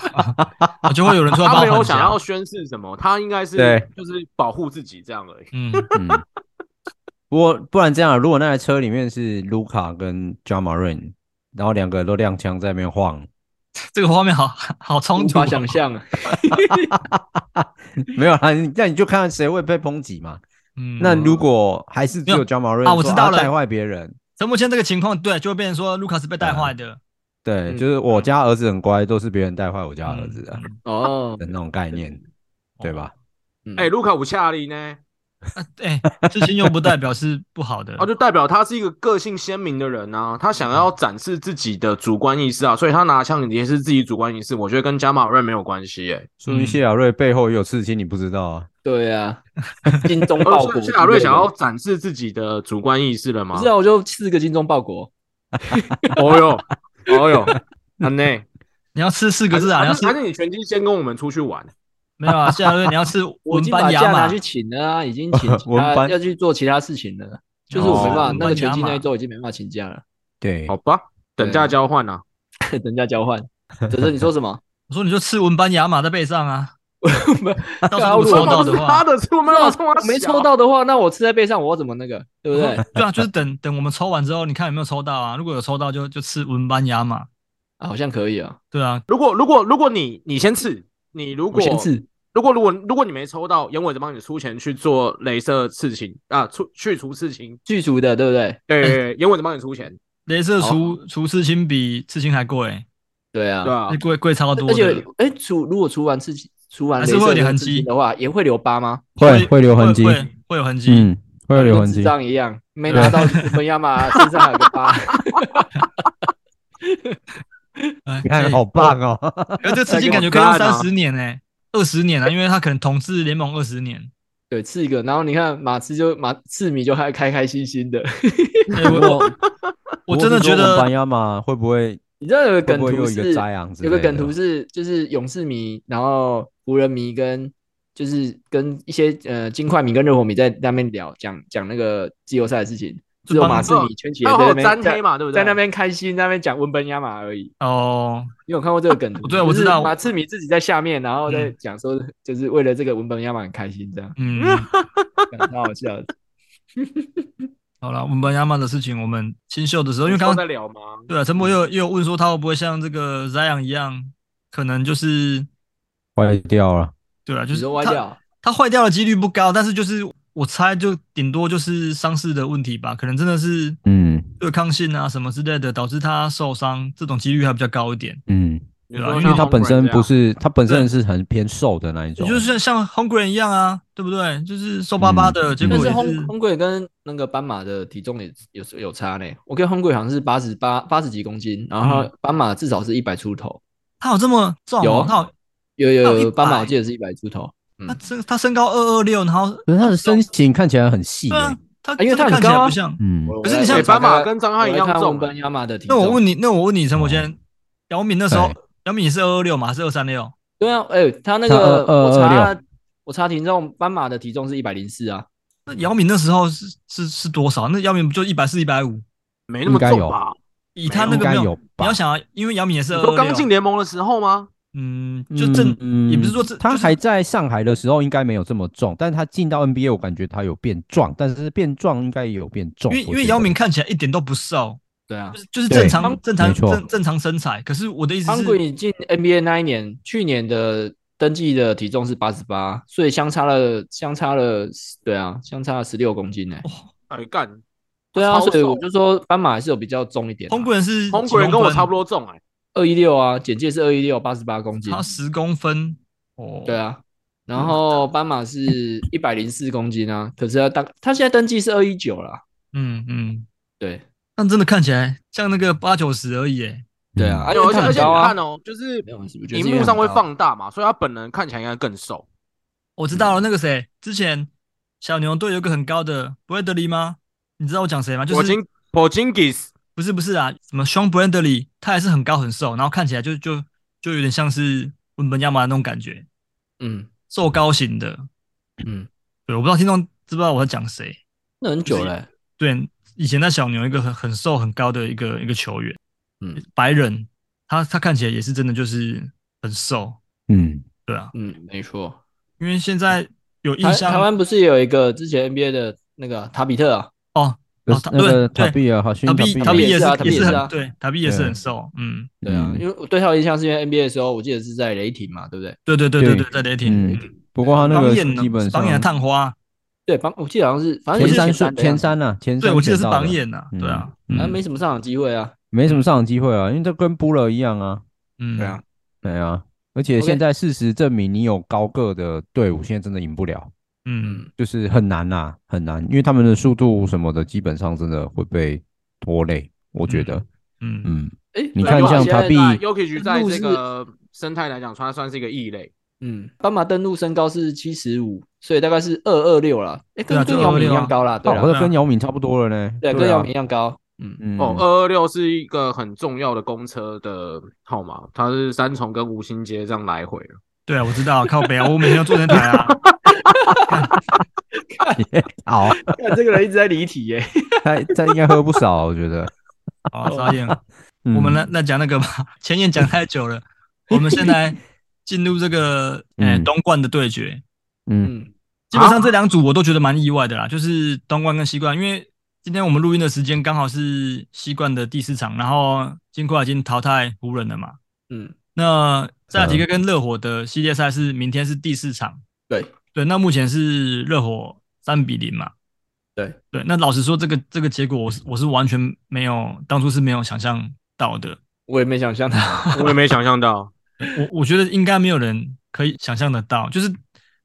Speaker 3: 我就会有人出来
Speaker 4: 他
Speaker 3: 帮
Speaker 4: 没
Speaker 3: 我
Speaker 4: 有
Speaker 3: 换
Speaker 4: 想要
Speaker 3: 枪。
Speaker 4: 宣誓什么，他应该是
Speaker 1: 对
Speaker 4: 就是保护自己这样而已。
Speaker 3: 嗯，
Speaker 1: 嗯，不过不然这样啊，如果那台车里面是卢卡跟 John Marin，然后两个都踉跄在那边晃，
Speaker 3: 这个画面好好冲
Speaker 2: 无
Speaker 3: 突哦
Speaker 2: 法。想象 啊，
Speaker 1: 没有啦，你那你就看谁会被抨击嘛。
Speaker 3: 嗯，
Speaker 1: 那如果还是只
Speaker 3: 没
Speaker 1: 有
Speaker 3: 有
Speaker 1: John Marin
Speaker 3: 啊我
Speaker 1: 说
Speaker 3: 知道了
Speaker 1: 带坏别人，
Speaker 3: 陈柏谦这个情况，对，就会变成说 Lucas 被带坏的。
Speaker 1: 对，
Speaker 2: 嗯
Speaker 1: 就是我家儿子很乖，都是别人带坏我家儿子的
Speaker 3: 嗯嗯
Speaker 2: 哦，嗯
Speaker 1: 的那种概念，啊对吧？
Speaker 4: 哎，卢卡武恰利呢？
Speaker 3: 啊，哎、事情又不代表是不好的。
Speaker 4: 啊，就代表他是一个个性鲜明的人啊，他想要展示自己的主观意识啊，所以他拿枪也是自己主观意识，我觉得跟加马瑞没有关 系耶。
Speaker 1: 说明谢亚啊瑞背后也有刺青，你不知道啊？
Speaker 2: 对啊，精忠
Speaker 4: 哦
Speaker 2: 报
Speaker 4: 所
Speaker 2: 国。
Speaker 4: 以加马瑞想要展示自己的主观意识了
Speaker 2: 不
Speaker 4: 吗
Speaker 2: 是？啊，我就四个精忠报国。
Speaker 4: 哦哟，哦 哟，啊内，
Speaker 3: 你要吃四个
Speaker 4: 还是
Speaker 3: 字啊，你
Speaker 4: 还
Speaker 3: 要
Speaker 4: 是
Speaker 3: 吃
Speaker 4: 还是你拳击先跟我们出去玩？
Speaker 3: 没有啊？夏瑞，你要吃
Speaker 2: 我已
Speaker 3: 文
Speaker 2: 经把
Speaker 3: 班
Speaker 2: 假
Speaker 3: 牙
Speaker 2: 拿
Speaker 3: 嘛
Speaker 2: 去？请了啊，已 经请
Speaker 1: 文
Speaker 2: 他
Speaker 1: 班
Speaker 2: 要去做其他事情了，就是我没办法，
Speaker 3: 哦
Speaker 2: 那个拳击
Speaker 3: 文班牙马
Speaker 2: 那一周已经没办法请假了，
Speaker 1: 对
Speaker 4: 好，吧，等价
Speaker 2: 对
Speaker 4: 交换啊。
Speaker 2: 等价交换。哲哲，你说什么？
Speaker 3: 我说你就吃文班牙马在背上啊，到时候如果抽到的
Speaker 4: 他
Speaker 3: 话，
Speaker 4: 的出门我冲他
Speaker 2: 没
Speaker 4: 小
Speaker 2: 抽，到的话，那我吃在背上，我要怎么那个，对 不对？
Speaker 3: 对啊，就是等等我们抽完之后，你看有没有抽到啊？如果有抽到就，就吃文班鸭嘛。
Speaker 2: 啊好像可以啊，
Speaker 3: 对啊，
Speaker 4: 如果如果如果你你先刺，你如
Speaker 2: 我
Speaker 4: 果
Speaker 2: 先吃。
Speaker 4: 如果如果如果你没抽到，严伟子帮你出钱去做镭射刺青啊，出去除刺青，
Speaker 2: 剧组的，对不对？
Speaker 4: 对对对，严伟子帮你出钱，
Speaker 3: 镭射
Speaker 2: 好
Speaker 3: 除除刺青比刺青还贵，哎
Speaker 2: 对啊
Speaker 4: 对，吧、啊？
Speaker 3: 贵贵超多
Speaker 2: 而且
Speaker 3: 的。
Speaker 2: 哎，除如果除完刺激，除完
Speaker 3: 还是
Speaker 2: 镭
Speaker 3: 会有
Speaker 2: 射
Speaker 3: 点
Speaker 2: 的
Speaker 3: 痕
Speaker 2: 刺激
Speaker 3: 迹
Speaker 2: 的话，也会留疤吗？
Speaker 1: 会会留痕迹，
Speaker 3: 会会有痕迹。
Speaker 1: 嗯，会有留痕迹
Speaker 2: 跟智。障一样，没拿到本亚马身上还有个疤，
Speaker 3: 哎
Speaker 1: 你看，
Speaker 3: 哎
Speaker 1: 好棒哦！
Speaker 3: 可是这刺青感觉可以用三十年哎、二十年啊，因为他可能统治联盟二十年。
Speaker 2: 对，刺一个，然后你看马刺就马刺迷就还开开心心的，
Speaker 3: 哎我我真的觉
Speaker 1: 班
Speaker 3: 得，
Speaker 1: 亚马会不会
Speaker 2: 你知道有个
Speaker 1: 会
Speaker 2: 梗
Speaker 1: 不会
Speaker 2: 图
Speaker 1: 又一个啊
Speaker 2: 是
Speaker 1: 扎样子？
Speaker 2: 有个梗图是就是勇士迷，然后湖人迷跟就是跟一些呃金块迷跟热火迷在那边聊讲讲那个季后赛的事情，只有
Speaker 3: 帮哦
Speaker 2: 马刺迷圈起来
Speaker 4: 还有还有
Speaker 2: 在那边
Speaker 4: 沾黑
Speaker 2: 在
Speaker 4: 嘛，对不对？
Speaker 2: 在那边开心，在那边讲温本亚马而已。
Speaker 3: 哦，
Speaker 2: 你有看过这个梗图吗？
Speaker 3: 对啊
Speaker 2: 就是
Speaker 3: 我知道
Speaker 2: 马刺迷自己在下面，然后在
Speaker 3: 嗯
Speaker 2: 讲说，就是为了这个文本亚马很开心，这样
Speaker 3: 嗯，
Speaker 2: 讲超好笑的。
Speaker 3: 好了，我们亚马的事情，我们新秀的时候，因为
Speaker 4: 你
Speaker 3: 刚
Speaker 4: 在
Speaker 3: 刚
Speaker 4: 聊吗？
Speaker 3: 对啊，陈博又又有问说他会不会像这个 Zion 一样，可能就是
Speaker 1: 坏掉了？
Speaker 3: 对啊，就
Speaker 2: 你
Speaker 3: 是
Speaker 2: 说歪
Speaker 3: 他
Speaker 2: 掉，
Speaker 3: 他坏掉的几率不高，但是就是我猜就顶多就是伤势的问题吧，可能真的是
Speaker 1: 嗯
Speaker 3: 对抗性啊什么之类的导致他受伤，这种几率还比较高一点。
Speaker 1: 嗯，
Speaker 4: 你
Speaker 3: 对啊
Speaker 4: 说
Speaker 3: 因
Speaker 1: 因为
Speaker 4: 像
Speaker 1: 他本
Speaker 4: Holmgren
Speaker 1: 身
Speaker 4: 这样
Speaker 1: 不是，他本身是很偏瘦的那一
Speaker 3: 也
Speaker 1: 种，
Speaker 3: 就是像 h u n g r e n 一样啊，对不对？就是瘦巴巴的，
Speaker 1: 嗯
Speaker 3: 结
Speaker 2: 但
Speaker 3: 果
Speaker 2: 是
Speaker 3: 也
Speaker 2: 红红鬼跟那个斑马的体重也有有差呢。我跟红鬼好像是八十八八十几公斤，然
Speaker 3: 嗯
Speaker 2: 后斑马至少是一百出头。
Speaker 3: 他有这么重
Speaker 2: 有
Speaker 3: 哦，他有
Speaker 2: 有
Speaker 3: 到
Speaker 4: 哦
Speaker 2: 有有，
Speaker 3: 100
Speaker 2: 斑马我记得是一百出头，嗯
Speaker 3: 他身他身高二二六，然后
Speaker 1: 可是他的身形看起来很细
Speaker 3: 对啊
Speaker 1: 耶。，
Speaker 3: 他
Speaker 2: 因为他
Speaker 3: 真的
Speaker 2: 很
Speaker 3: 看起来
Speaker 2: 高啊
Speaker 3: 不像。
Speaker 1: 嗯，
Speaker 2: 我
Speaker 4: 可
Speaker 3: 是
Speaker 2: 来
Speaker 3: 你像
Speaker 2: 哎我来查
Speaker 4: 哎斑马
Speaker 2: 看
Speaker 4: 跟张翰一样重啊
Speaker 2: 我来看啊温班亚马的体
Speaker 3: 那
Speaker 2: 重。
Speaker 3: 我问你，那我问你，陈伯谦，姚明那时候
Speaker 1: 对，
Speaker 3: 姚明也是二二六嘛，还是二三六？
Speaker 2: 对啊，哎，他
Speaker 3: 呃
Speaker 2: 那
Speaker 1: 他
Speaker 2: 个
Speaker 1: 二
Speaker 2: 我
Speaker 1: 226
Speaker 2: 查我查体重，斑马的体重是一百零四啊，
Speaker 3: 那姚明那时候是是是多少？那姚明不就一百四、一百五？
Speaker 4: 没那么
Speaker 1: 应该有
Speaker 4: 重吧？
Speaker 3: 以他那
Speaker 1: 应
Speaker 3: 个没
Speaker 1: 该
Speaker 3: 有，
Speaker 1: 有
Speaker 3: 你
Speaker 1: 吧
Speaker 3: 要？想啊，因为姚明也是
Speaker 4: 你
Speaker 3: 二
Speaker 4: 说
Speaker 3: 二
Speaker 4: 刚进
Speaker 3: 六，啊
Speaker 4: 联盟的时候吗？
Speaker 3: 嗯，就正、也不是说正，
Speaker 1: 他
Speaker 3: 就是
Speaker 1: 还在上海的时候应该没有这么重，但他进到 NBA 我感觉他有变壮，但是变壮应该也有变重。
Speaker 3: 因为
Speaker 1: 我
Speaker 3: 因为
Speaker 1: 觉
Speaker 3: 姚
Speaker 1: 得
Speaker 3: 明看起来一点都不瘦，
Speaker 2: 对啊
Speaker 3: 就。是就是
Speaker 1: 对
Speaker 3: 正常正常
Speaker 1: 没错
Speaker 3: 正正常身材。可是我的意思
Speaker 2: 汤
Speaker 3: 是，
Speaker 2: 鬼进 NBA 那一年，去年的登记的体重是八十八，所以相差了相差了，对啊，相差了十六公斤呢、
Speaker 4: 哎干，
Speaker 2: 对啊，
Speaker 4: 超瘦
Speaker 2: 所以我就说斑马还是有比较重一点、啊
Speaker 3: 红人是
Speaker 4: 红鬼人跟我差不
Speaker 3: 多，
Speaker 4: 多重哎，
Speaker 2: 二一六啊，简介是二一六，八十八公斤
Speaker 3: 差，十公分哦。
Speaker 2: 对，啊。然后斑马是一百零四公斤啊，可是他当他现在登记是二一九啦，
Speaker 3: 嗯嗯，
Speaker 2: 对
Speaker 3: 但真的看起来像那个八九十而已诶。
Speaker 2: 对啊，
Speaker 4: 哎
Speaker 2: 而
Speaker 4: 呦而
Speaker 2: 且
Speaker 4: 且
Speaker 2: 他
Speaker 4: 而
Speaker 2: 很
Speaker 4: 且
Speaker 2: 高
Speaker 4: 你
Speaker 2: 啊
Speaker 4: 看，哦，就是
Speaker 2: 没有我觉得是因
Speaker 4: 荧
Speaker 2: 为
Speaker 4: 幕
Speaker 2: 很
Speaker 4: 上会
Speaker 2: 高啊
Speaker 4: 放大嘛，所以他本人看起来应该更瘦。
Speaker 3: 我知
Speaker 4: 嗯
Speaker 3: 道了，那个谁，之前小牛队有一个很高的布莱德利吗？你知道我讲谁吗？就
Speaker 4: 我
Speaker 3: 是
Speaker 4: 今我今 g i s
Speaker 3: 不是不是啊，什么 Sean Bradley，他也是很高很瘦，然后看起来就就就有点像是文本亚马的那种感觉，
Speaker 2: 嗯
Speaker 3: 瘦高型的。
Speaker 2: 嗯，
Speaker 3: 对，我不知道听众知不知道我在讲谁。
Speaker 2: 那很久了欸、
Speaker 3: 对，以前在小牛一个很很瘦很高的一个一个球员，
Speaker 2: 嗯
Speaker 3: 白人，他他看起来也是真的就是很瘦，
Speaker 1: 嗯，
Speaker 3: 对啊，
Speaker 2: 嗯，没错。
Speaker 3: 因为现在有印
Speaker 2: 台
Speaker 3: 象
Speaker 2: 台湾不是有一个之前 NBA 的那个塔比特啊，
Speaker 3: 哦，
Speaker 1: 就
Speaker 3: 哦
Speaker 1: 是
Speaker 3: 他
Speaker 1: 嗯那个
Speaker 3: 对
Speaker 1: 塔比尔好
Speaker 3: 塔
Speaker 1: 像
Speaker 3: 比
Speaker 2: 塔
Speaker 3: 塔比
Speaker 2: 比
Speaker 3: 也是
Speaker 2: 也是啊塔
Speaker 3: 也
Speaker 2: 比也是
Speaker 3: 很
Speaker 2: 啊
Speaker 3: 对，塔比也是
Speaker 1: 对
Speaker 3: 很瘦，嗯，
Speaker 2: 对啊，
Speaker 1: 嗯
Speaker 2: 因为我对他的印象是因为 NBA 的时候，我记得是在雷霆嘛，对不对？
Speaker 3: 对对对对
Speaker 1: 对
Speaker 3: 对，在雷霆，
Speaker 1: 嗯，不过他那
Speaker 3: 榜
Speaker 1: 个
Speaker 3: 眼呢
Speaker 1: 基本
Speaker 3: 榜眼的
Speaker 1: 上
Speaker 3: 探花，
Speaker 2: 对，榜我记得好像是，反正
Speaker 1: 前
Speaker 2: 也是
Speaker 1: 三顺
Speaker 2: 三的样
Speaker 1: 前三呐，前
Speaker 2: 子，
Speaker 1: 三
Speaker 3: 啊对我记得是
Speaker 1: 选到的
Speaker 3: 榜，眼呐，对啊，
Speaker 1: 嗯
Speaker 2: 反正没什么上场机会啊。
Speaker 1: 没什么上场机会啊，因为这跟布勒一样啊，
Speaker 3: 嗯，
Speaker 2: 对啊，
Speaker 1: 对啊，而且
Speaker 2: OK
Speaker 1: 现在事实证明，你有高个的队伍，现在真的赢不了，
Speaker 3: 嗯，
Speaker 1: 就是很难呐、很难，因为他们的速度什么的，基本上真的会被拖累，我觉得，
Speaker 3: 嗯嗯，
Speaker 1: 嗯，
Speaker 2: 哎，
Speaker 1: 你
Speaker 2: 对
Speaker 1: 看
Speaker 2: 啊
Speaker 1: 像
Speaker 2: 现在
Speaker 1: 塔比
Speaker 4: Yuki 在
Speaker 2: 路
Speaker 4: 这
Speaker 2: 是
Speaker 4: 个生态来讲，它算是一个异类。
Speaker 2: 嗯，斑马登陆身高是七十五，所以大概是二二六啦，哎，
Speaker 3: 对啊
Speaker 2: 跟
Speaker 3: 就
Speaker 2: 跟姚明
Speaker 3: 226
Speaker 2: 一
Speaker 3: 啊
Speaker 2: 样高啦，对
Speaker 1: 哦，
Speaker 2: 啦，
Speaker 1: 这跟姚明差不多了呢，
Speaker 2: 对，
Speaker 1: 对，啊
Speaker 2: 跟姚明一，样高。嗯，
Speaker 1: 嗯，
Speaker 4: 哦，二二六是一个很重要的公车的号码，它是三重跟吴兴街这样来回。
Speaker 3: 对啊，我知道，靠北啊，我每天要坐那台 啊，
Speaker 1: 好，
Speaker 2: 看这个人一直在离题耶。
Speaker 1: 他他应该喝不少，我觉得，
Speaker 3: 好啊，傻眼。
Speaker 1: 嗯
Speaker 3: 我们来，来讲那个吧，前言讲太久了，我们先来进入这个呃
Speaker 1: 嗯
Speaker 3: 东冠的对决。
Speaker 1: 嗯
Speaker 2: 嗯，
Speaker 3: 基本上这两组我都觉得蛮意外的啦，就是东冠跟西冠，因为今天我们录音的时间刚好是西冠的第四场，然后金块已经淘汰湖人了嘛。
Speaker 2: 嗯，
Speaker 3: 那塞尔提克跟热火的系列赛是明天是第四场，
Speaker 2: 对
Speaker 3: 对，那目前是热火三比零嘛。
Speaker 2: 对
Speaker 3: 对，那老实说，这个这个结果我是我是完全没有当初是没有想象到的，
Speaker 2: 我也没想象到，
Speaker 4: 我也没想象 到，
Speaker 3: 我我觉得应该没有人可以想象得到，就是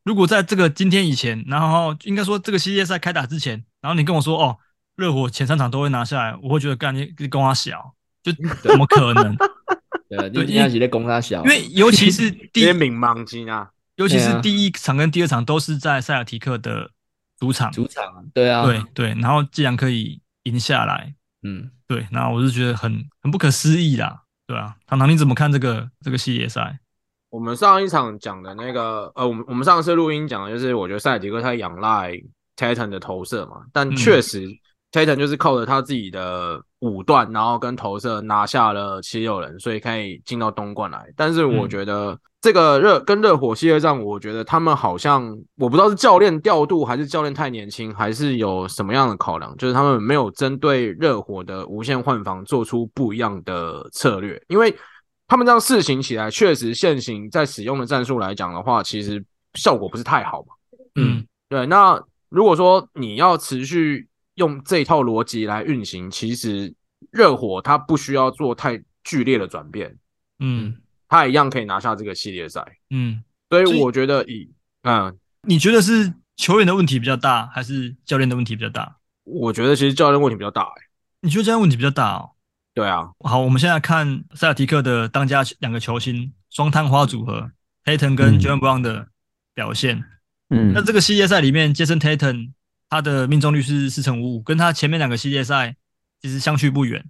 Speaker 3: 如果在这个今天以前，然后应该说这个系列赛开打之前，然后你跟我说哦，热火前三场都会拿下来，我会觉得干你你跟我小，就
Speaker 2: 啊
Speaker 3: 怎么可能？
Speaker 2: 对，
Speaker 3: 对
Speaker 2: 你
Speaker 3: 因为
Speaker 2: 那起在攻他小，
Speaker 3: 因 为尤其是第
Speaker 4: 因为
Speaker 3: 一，
Speaker 4: 冥盲机啊，
Speaker 3: 尤其
Speaker 2: 对
Speaker 3: 是
Speaker 2: 啊
Speaker 3: 第一场跟第二场都是在塞尔提克的主场，
Speaker 2: 主场啊，对啊，
Speaker 3: 对，对，然后既然可以赢下来，
Speaker 2: 嗯，
Speaker 3: 对，那我是觉得很很不可思议啦，对啊，糖糖你怎么看这个这个系列赛？
Speaker 4: 我们上一场讲的那个，呃，我们我们上次录音讲的就是，我觉得塞尔迪克他仰赖 Tatum 的投射嘛，但
Speaker 3: 嗯
Speaker 4: 确实、Tatum 就是靠着他自己的武断，然后跟投射拿下了七六人，所以可以进到东冠来。但是我
Speaker 3: 嗯
Speaker 4: 觉得这个热跟热火系列战，我觉得他们好像我不知道是教练调度，还是教练太年轻，还是有什么样的考量，就是他们没有针对热火的无限换防做出不一样的策略，因为。他们这样试行起来，确实现行在使用的战术来讲的话，其实效果不是太好嘛。
Speaker 3: 嗯，
Speaker 4: 对，那如果说你要持续用这套逻辑来运行，其实热火它不需要做太剧烈的转变，
Speaker 3: 嗯
Speaker 4: 它一样可以拿下这个系列赛。
Speaker 3: 嗯，
Speaker 4: 所
Speaker 3: 所以
Speaker 4: 以我觉得以嗯，
Speaker 3: 你觉得是球员的问题比较大，还是教练的问题比较大？
Speaker 4: 我觉得其实教练问题比较大、欸。
Speaker 3: 你觉得教练问题比较大哦？
Speaker 4: 对啊，
Speaker 3: 好，我们现在看塞尔提克的当家两个球星双探花组合 Tatum 跟
Speaker 1: 嗯
Speaker 3: j o h n Brown 的表现。
Speaker 1: 嗯
Speaker 3: 那这个系列赛里面，Jason Tatum 他的命中率是四成五五，跟他前面两个系列赛其实相去不远。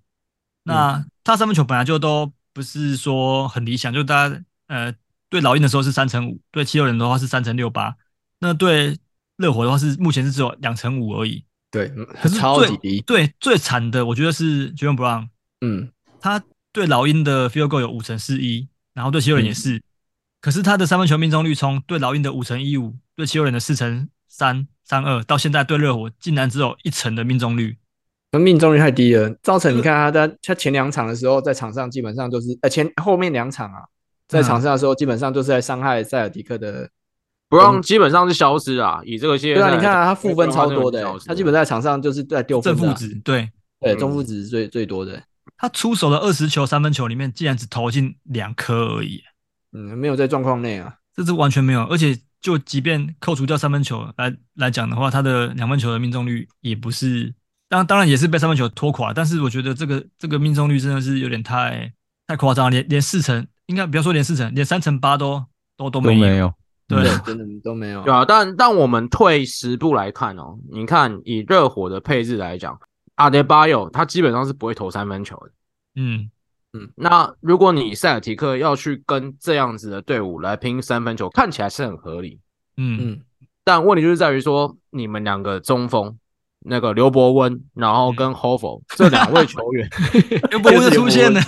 Speaker 3: 那
Speaker 2: 嗯
Speaker 3: 他三分球本来就都不是说很理想，就大家呃对老鹰的时候是三成五，对七六人的话是三成六八，那对热火的话是目前是只有两成五而已。
Speaker 2: 对，
Speaker 3: 可是
Speaker 2: 超级
Speaker 3: 最
Speaker 2: 低，
Speaker 3: 对，最惨的我觉得是 j o h n Brown，
Speaker 2: 嗯，
Speaker 3: 他对老鹰的 field goal 有五成四一，然后对七六
Speaker 2: 嗯
Speaker 3: 人也是，可是他的三分球命中率从对老鹰的五成一五，对七六人的四成三三二，到现在对热火竟然只有一成的命中率。
Speaker 2: 那命中率太低了，造成你看他的他前两场的时候在场上基本上就是，呃前后面两场啊，在场上的时候基本上就是在伤害塞尔迪克的，
Speaker 4: 不让基本上是消失啊，以这个系列
Speaker 2: 对
Speaker 4: 赛
Speaker 2: 啊，
Speaker 4: 来
Speaker 2: 你
Speaker 4: 讲，
Speaker 2: 看啊，他负分超多的
Speaker 4: 基本上
Speaker 2: 欸
Speaker 4: 是消，失
Speaker 2: 他基本上在场上就是在丢分
Speaker 3: 正
Speaker 2: 的
Speaker 3: 负
Speaker 2: 啊，
Speaker 3: 值对
Speaker 2: 对，
Speaker 4: 嗯
Speaker 2: 中负值是最最多的，
Speaker 3: 他出手的二十球三分球里面，竟然只投进两颗而已，
Speaker 2: 嗯，没有在状况内啊，
Speaker 3: 这是完全没有。而且就即便扣除掉三分球来来讲的话，他的两分球的命中率也不是，当当然也是被三分球拖垮，但是我觉得这个这个命中率真的是有点太太夸张了，连连四成应该不要说连四成，连三成八都都都
Speaker 1: 都
Speaker 3: 没
Speaker 1: 没
Speaker 3: 有。
Speaker 1: 有，
Speaker 3: 对，
Speaker 2: 对， 真的都没有
Speaker 4: 对，啊，但但我们退十步来看哦，你看以热火的配置来讲，阿德巴友他基本上是不会投三分球的。
Speaker 3: 嗯
Speaker 4: 那如果你塞尔提克要去跟这样子的队伍来拼三分球，看起来是很合理，
Speaker 3: 嗯
Speaker 2: 嗯，
Speaker 4: 但问题就是在于说你们两个中锋。那个刘伯温，然后跟 h o f o 这两位球员，
Speaker 3: 嗯，又不会出现了。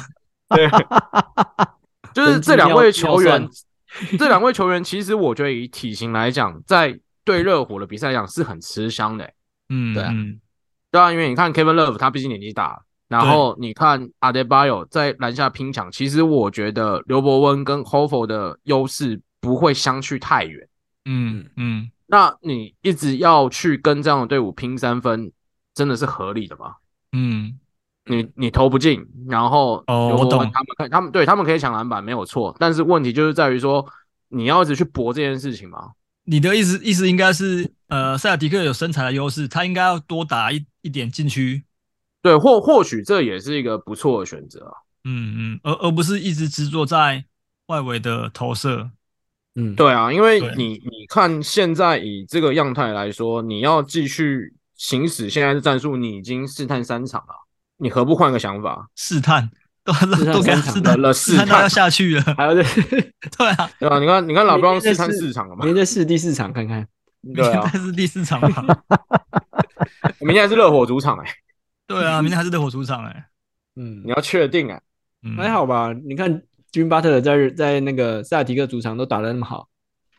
Speaker 4: 就是这两位球员
Speaker 2: 神，
Speaker 4: 这两位球员其实我觉得以体型来讲，在对热火的比赛来讲是很吃香的欸、
Speaker 3: 嗯，
Speaker 2: 对啊
Speaker 3: 嗯
Speaker 4: 对啊，因为你看 Kevin Love 他毕竟年纪大了，然后你看 Adebayo 在篮下拼抢，其实我觉得刘伯温跟 h o f o 的优势不会相去太远。
Speaker 3: 嗯嗯，
Speaker 4: 那你一直要去跟这样的队伍拼三分，真的是合理的吗？
Speaker 3: 嗯
Speaker 4: 你你投不进，然后
Speaker 3: 哦
Speaker 4: 刘伯
Speaker 3: 我懂
Speaker 4: 温他们看他们对他们可以抢篮板没有错，但是问题就是在于说你要一直去搏这件事情嘛。
Speaker 3: 你的意思意思应该是，呃，塞尔迪克有身材的优势，他应该要多打一一点禁区，
Speaker 4: 对，或或许这也是一个不错的选择啊。
Speaker 3: 嗯嗯，而而不是一直执着在外围的投射。
Speaker 2: 嗯，
Speaker 4: 对啊，因为
Speaker 3: 对
Speaker 4: 你你看现在以这个样态来说，你要继续行使现在的战术，你已经试探三场了，你何不换个想法？
Speaker 3: 试探，都
Speaker 2: 探
Speaker 3: 都给他
Speaker 2: 三场呃
Speaker 3: 试探
Speaker 4: 了了
Speaker 3: 试探
Speaker 4: 试探
Speaker 3: 到要下去了，
Speaker 2: 啊还有这
Speaker 3: 对啊，
Speaker 4: 对啊，你看你看老布朗
Speaker 2: 明天
Speaker 4: 试
Speaker 2: 再
Speaker 4: 探
Speaker 2: 试
Speaker 4: 四场了嘛
Speaker 2: 明，天再试第四场看看，
Speaker 4: 对啊
Speaker 3: 明天，是第四场嘛，
Speaker 4: 明天还是热火主场哎、
Speaker 3: 对啊，明天还是热火主场哎、
Speaker 2: 嗯
Speaker 4: 你，要确定哎、
Speaker 3: 嗯
Speaker 2: 还，好吧？你看军巴特勒在在那个萨尔提克主场都打得那么好，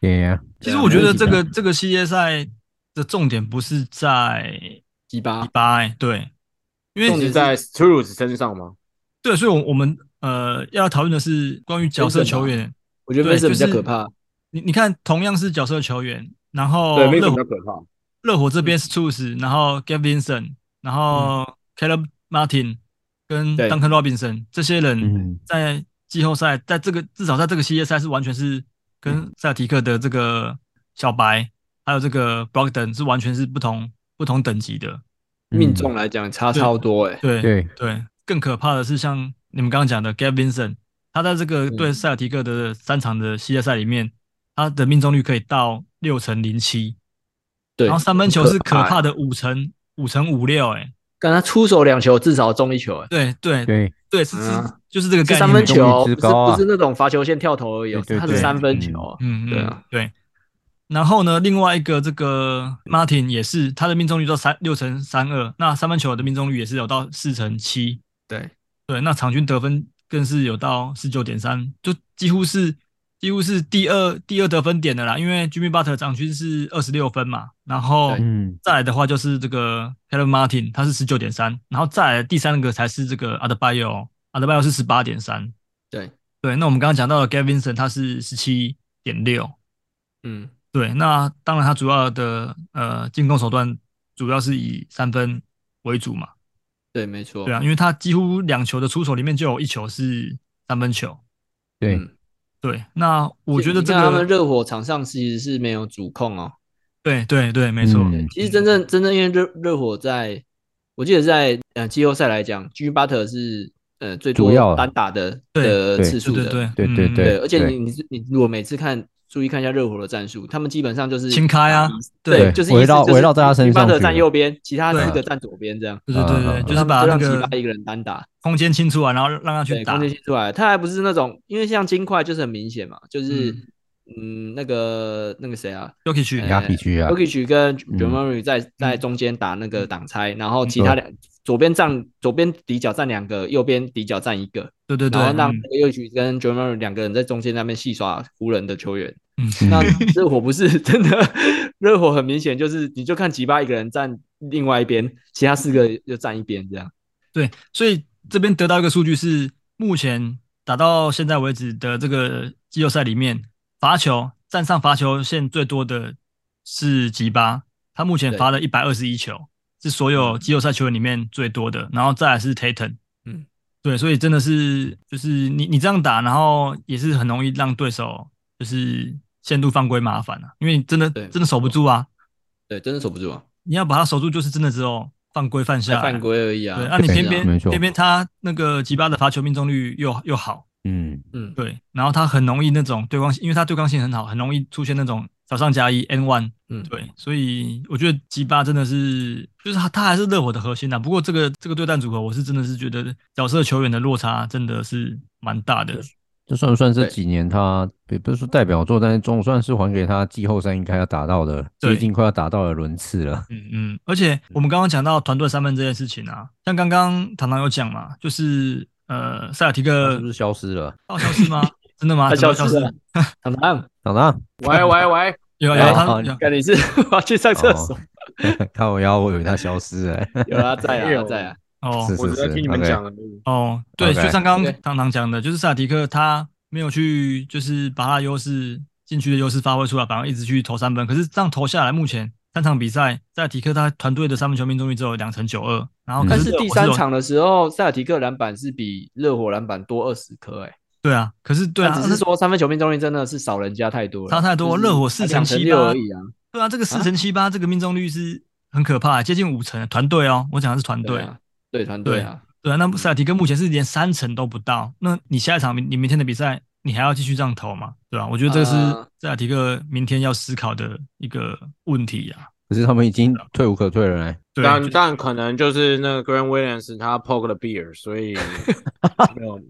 Speaker 1: 对呀，
Speaker 3: 其实我觉得这
Speaker 2: 啊没
Speaker 3: 个这个系列赛的重点不是在
Speaker 2: 几
Speaker 3: 迪
Speaker 2: 巴
Speaker 3: 巴、欸，对，因为
Speaker 2: 重点
Speaker 4: 是在 t r u s 身上吗？
Speaker 3: 对，所以，我我们呃要讨论的是关于角色
Speaker 2: Vincent 吧
Speaker 3: 球员。
Speaker 2: 我觉得
Speaker 3: 对
Speaker 2: Vincent 比较
Speaker 3: 就是
Speaker 2: 可怕。
Speaker 3: 你你看，同样是角色球员，然后
Speaker 4: 对，没
Speaker 3: 热
Speaker 4: 什么
Speaker 3: 火
Speaker 4: 可怕。
Speaker 3: 热火这边是 t u s 然后 Gavinson，然后 Caleb Martin 跟
Speaker 2: 对
Speaker 3: Duncan Robinson 这些人
Speaker 1: 嗯，
Speaker 3: 在季后赛，在这个至少在这个系列赛是完全是跟塞尔提克的这个小白还有这个 Brogdon 是完全是不同不同等级的。
Speaker 2: 命中来讲差
Speaker 3: 对
Speaker 2: 超多哎、
Speaker 3: 对
Speaker 1: 嗯对，
Speaker 3: 对，更可怕的是像你们刚刚讲的 Gavinson，他在这个对塞尔提克的三场的系列赛里面，他的命中率可以到六成零七，
Speaker 2: 对
Speaker 3: 然后，三分球是
Speaker 4: 可
Speaker 3: 可
Speaker 4: 怕
Speaker 3: 怕的五成五成五六，哎，
Speaker 2: 刚他出手两球至少中一球哎、
Speaker 3: 对对
Speaker 1: 对，
Speaker 3: 对，是是
Speaker 4: 嗯
Speaker 3: 就是这个概念。
Speaker 2: 是三分
Speaker 1: 命中
Speaker 2: 球，不
Speaker 1: 率
Speaker 2: 是
Speaker 1: 之高啊
Speaker 2: 不是那种罚球线跳投而已哦，
Speaker 1: 对对
Speaker 2: 是他的
Speaker 3: 对
Speaker 2: 三分球。
Speaker 3: 嗯，嗯
Speaker 2: 对啊
Speaker 3: 对。然后呢，另外一个这个 Martin 也是他的命中率到三六成三二，那三分球的命中率也是有到四成七，
Speaker 2: 对
Speaker 3: 对，那场均得分更是有到十九点三，就几乎是几乎是第二第二得分点的啦，因为 Jimmy Butler 场均是二十六分嘛，然后
Speaker 2: 对
Speaker 1: 嗯，
Speaker 3: 再来的话就是这个 Caleb Martin 他是十九点三，然后再来第三个才是这个 Adebayo，Adebayo 是十八点三，
Speaker 2: 对，
Speaker 3: 对，那我们刚刚讲到的 Gavinson 他是十七点六，
Speaker 2: 嗯，
Speaker 3: 对，那当然他主要的呃进攻手段主要是以三分为主嘛，
Speaker 2: 对，没错。
Speaker 3: 对啊，因为他几乎两球的出手里面就有一球是三分球。
Speaker 1: 对，
Speaker 2: 嗯
Speaker 3: 对，那我觉得
Speaker 2: 你
Speaker 3: 这
Speaker 2: 看他们
Speaker 3: 个
Speaker 2: 热火场上其实是没有主控哦。
Speaker 3: 对对对，没错，
Speaker 1: 嗯
Speaker 2: 其实真正真正因为热热火在，我记得在呃季后赛来讲，G Butter 是呃最
Speaker 1: 主要
Speaker 2: 多
Speaker 1: 的
Speaker 2: 单打的
Speaker 3: 对
Speaker 2: 的
Speaker 1: 对
Speaker 2: 次数
Speaker 3: 对
Speaker 2: 的。
Speaker 3: 对对
Speaker 1: 对对
Speaker 3: 嗯
Speaker 1: 对
Speaker 2: 而且你你你如果每次看注意看一下热火的战术，他们基本上就是
Speaker 3: 清开啊，
Speaker 2: 对，
Speaker 3: 对
Speaker 2: 就是
Speaker 1: 围绕围绕在他身上
Speaker 2: G Butter
Speaker 1: 去啊
Speaker 2: 站右边，其他
Speaker 3: 对
Speaker 2: 四个站左边这样。
Speaker 3: 对对对对，
Speaker 1: 嗯
Speaker 3: 就是把那
Speaker 2: 就让吉
Speaker 3: 个
Speaker 2: 巴一个人单打，
Speaker 3: 空间清出来，然后让他去
Speaker 2: 对，
Speaker 3: 打
Speaker 2: 空。间清出来，他还不是那种，因为像金块就是很明显嘛，就是
Speaker 3: 嗯
Speaker 2: 嗯那个那个谁啊
Speaker 3: y o k i c
Speaker 2: 呃
Speaker 1: 亚皮区啊
Speaker 2: o，k i c 跟 j o
Speaker 1: 嗯
Speaker 2: m a r y 在在中间打那
Speaker 3: 嗯
Speaker 2: 个挡拆，然后其他两左边站左边底角站两个，右边底角站一个，
Speaker 3: 对对对，
Speaker 2: 然后让
Speaker 3: 嗯
Speaker 2: 那个 o k i 跟 j o m a r y 两个人在中间那边戏耍湖人的球员。
Speaker 3: 嗯
Speaker 2: 那热火不是真的，热火很明显就是你就看吉巴一个人站另外一边，其他四个就站一边这样。
Speaker 3: 对，所以这边得到一个数据是，目前打到现在为止的这个季后赛里面，罚球站上罚球线最多的是吉巴，他目前
Speaker 2: 对
Speaker 3: 罚了一百二十一球，是所有季后赛球员里面最多的，然后再来是 Tatum，
Speaker 2: 嗯，
Speaker 3: 对，所以真的是就是你你这样打，然后也是很容易让对手就是限度犯规麻烦啊，因为你真的
Speaker 2: 对
Speaker 3: 真的守不住啊，
Speaker 2: 对，真的守不住啊，
Speaker 3: 你要把他守住，就是真的只有犯规犯下
Speaker 2: 才
Speaker 3: 来
Speaker 2: 犯规而已啊。
Speaker 3: 对，那、你
Speaker 1: 对
Speaker 3: 偏
Speaker 2: 是啊
Speaker 3: 偏
Speaker 1: 没错
Speaker 3: 偏偏他那个吉巴的罚球命中率又又好，
Speaker 1: 嗯，
Speaker 2: 嗯，
Speaker 3: 对，然后他很容易那种对抗性，因为他对抗性很好，很容易出现那种早上加一 N one，
Speaker 2: 嗯
Speaker 3: 对，所以我觉得吉巴真的是，就是他他还是热火的核心啊。不过这个这个对战组合，我是真的是觉得角色球员的落差真的是蛮大的，
Speaker 1: 这算不算这
Speaker 2: 对
Speaker 1: 几年他也不是说代表作，但是总算是还给他季后赛应该要达到的，
Speaker 3: 对
Speaker 1: 接近快要达到的轮次了。
Speaker 3: 嗯嗯，而且我们刚刚讲到团队三分这件事情啊，像刚刚糖糖有讲嘛，就是呃塞尔提
Speaker 1: 他
Speaker 3: 克
Speaker 1: 哦是不是消失了？
Speaker 3: 要消失吗？真的吗？
Speaker 2: 他
Speaker 3: 怎么
Speaker 2: 消失了。 糖糖，
Speaker 1: 长大，
Speaker 4: 喂喂喂，
Speaker 3: 有
Speaker 1: 哎
Speaker 3: 有
Speaker 2: 哦
Speaker 3: 他哦
Speaker 1: 好
Speaker 3: 有
Speaker 2: 感觉是我要去上厕所，
Speaker 1: 看我腰，我以为他消失了。
Speaker 2: 有啦， 在
Speaker 4: 哎
Speaker 2: 啊，
Speaker 4: 呦
Speaker 2: 他在啊，
Speaker 3: 哦
Speaker 1: 是
Speaker 4: 我只在听你们
Speaker 1: OK
Speaker 4: 讲而已。
Speaker 3: 哦，对，就
Speaker 1: OK
Speaker 3: 像刚
Speaker 2: OK
Speaker 3: 刚糖糖讲的，就是萨迪克他没有去，就是把他的优势禁区的优势发挥出来，反而一直去投三分。可是这样投下来，目前三场比赛，萨迪克他团队的三分球命中率只有两成九二，然后
Speaker 1: 嗯
Speaker 3: 可
Speaker 2: 但
Speaker 3: 是
Speaker 2: 是第三，场的时候，塞尔提克篮板是比热火篮板多二十颗，哎，
Speaker 3: 对啊，可是对啊，
Speaker 2: 但只是说三分球命中率真的是少人家太多了，
Speaker 3: 差太多
Speaker 2: 就是
Speaker 3: 热火四
Speaker 2: 两
Speaker 3: 成
Speaker 2: 成
Speaker 3: 七
Speaker 2: 六
Speaker 3: 八
Speaker 2: 而已啊，
Speaker 3: 对啊，这个四成七八这个命中率是很可怕，接近五成，团队哦，我讲的是团
Speaker 2: 对
Speaker 3: 队。
Speaker 2: 啊，对团队啊，
Speaker 3: 对啊，那塞尔提克目前是连三成都不到，那你下一场明你明天的比赛，你还要继续这样投吗？对吧、我觉得这个
Speaker 2: 啊
Speaker 1: 呃
Speaker 3: 是塞尔提克明天要思考的一个问题啊。
Speaker 1: 可是他们已经退无可退了嘞。
Speaker 3: 对，
Speaker 4: 但
Speaker 3: 就
Speaker 4: 但可能就是那个 Grant Williams 他 poke 了 beer，所以没有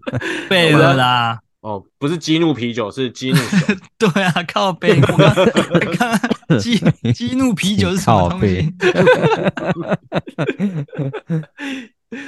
Speaker 3: 背了啦。
Speaker 4: 哦，不是激怒啤酒，是激怒熊。
Speaker 3: 对啊，靠背。我刚刚激 激怒啤酒是什么东西？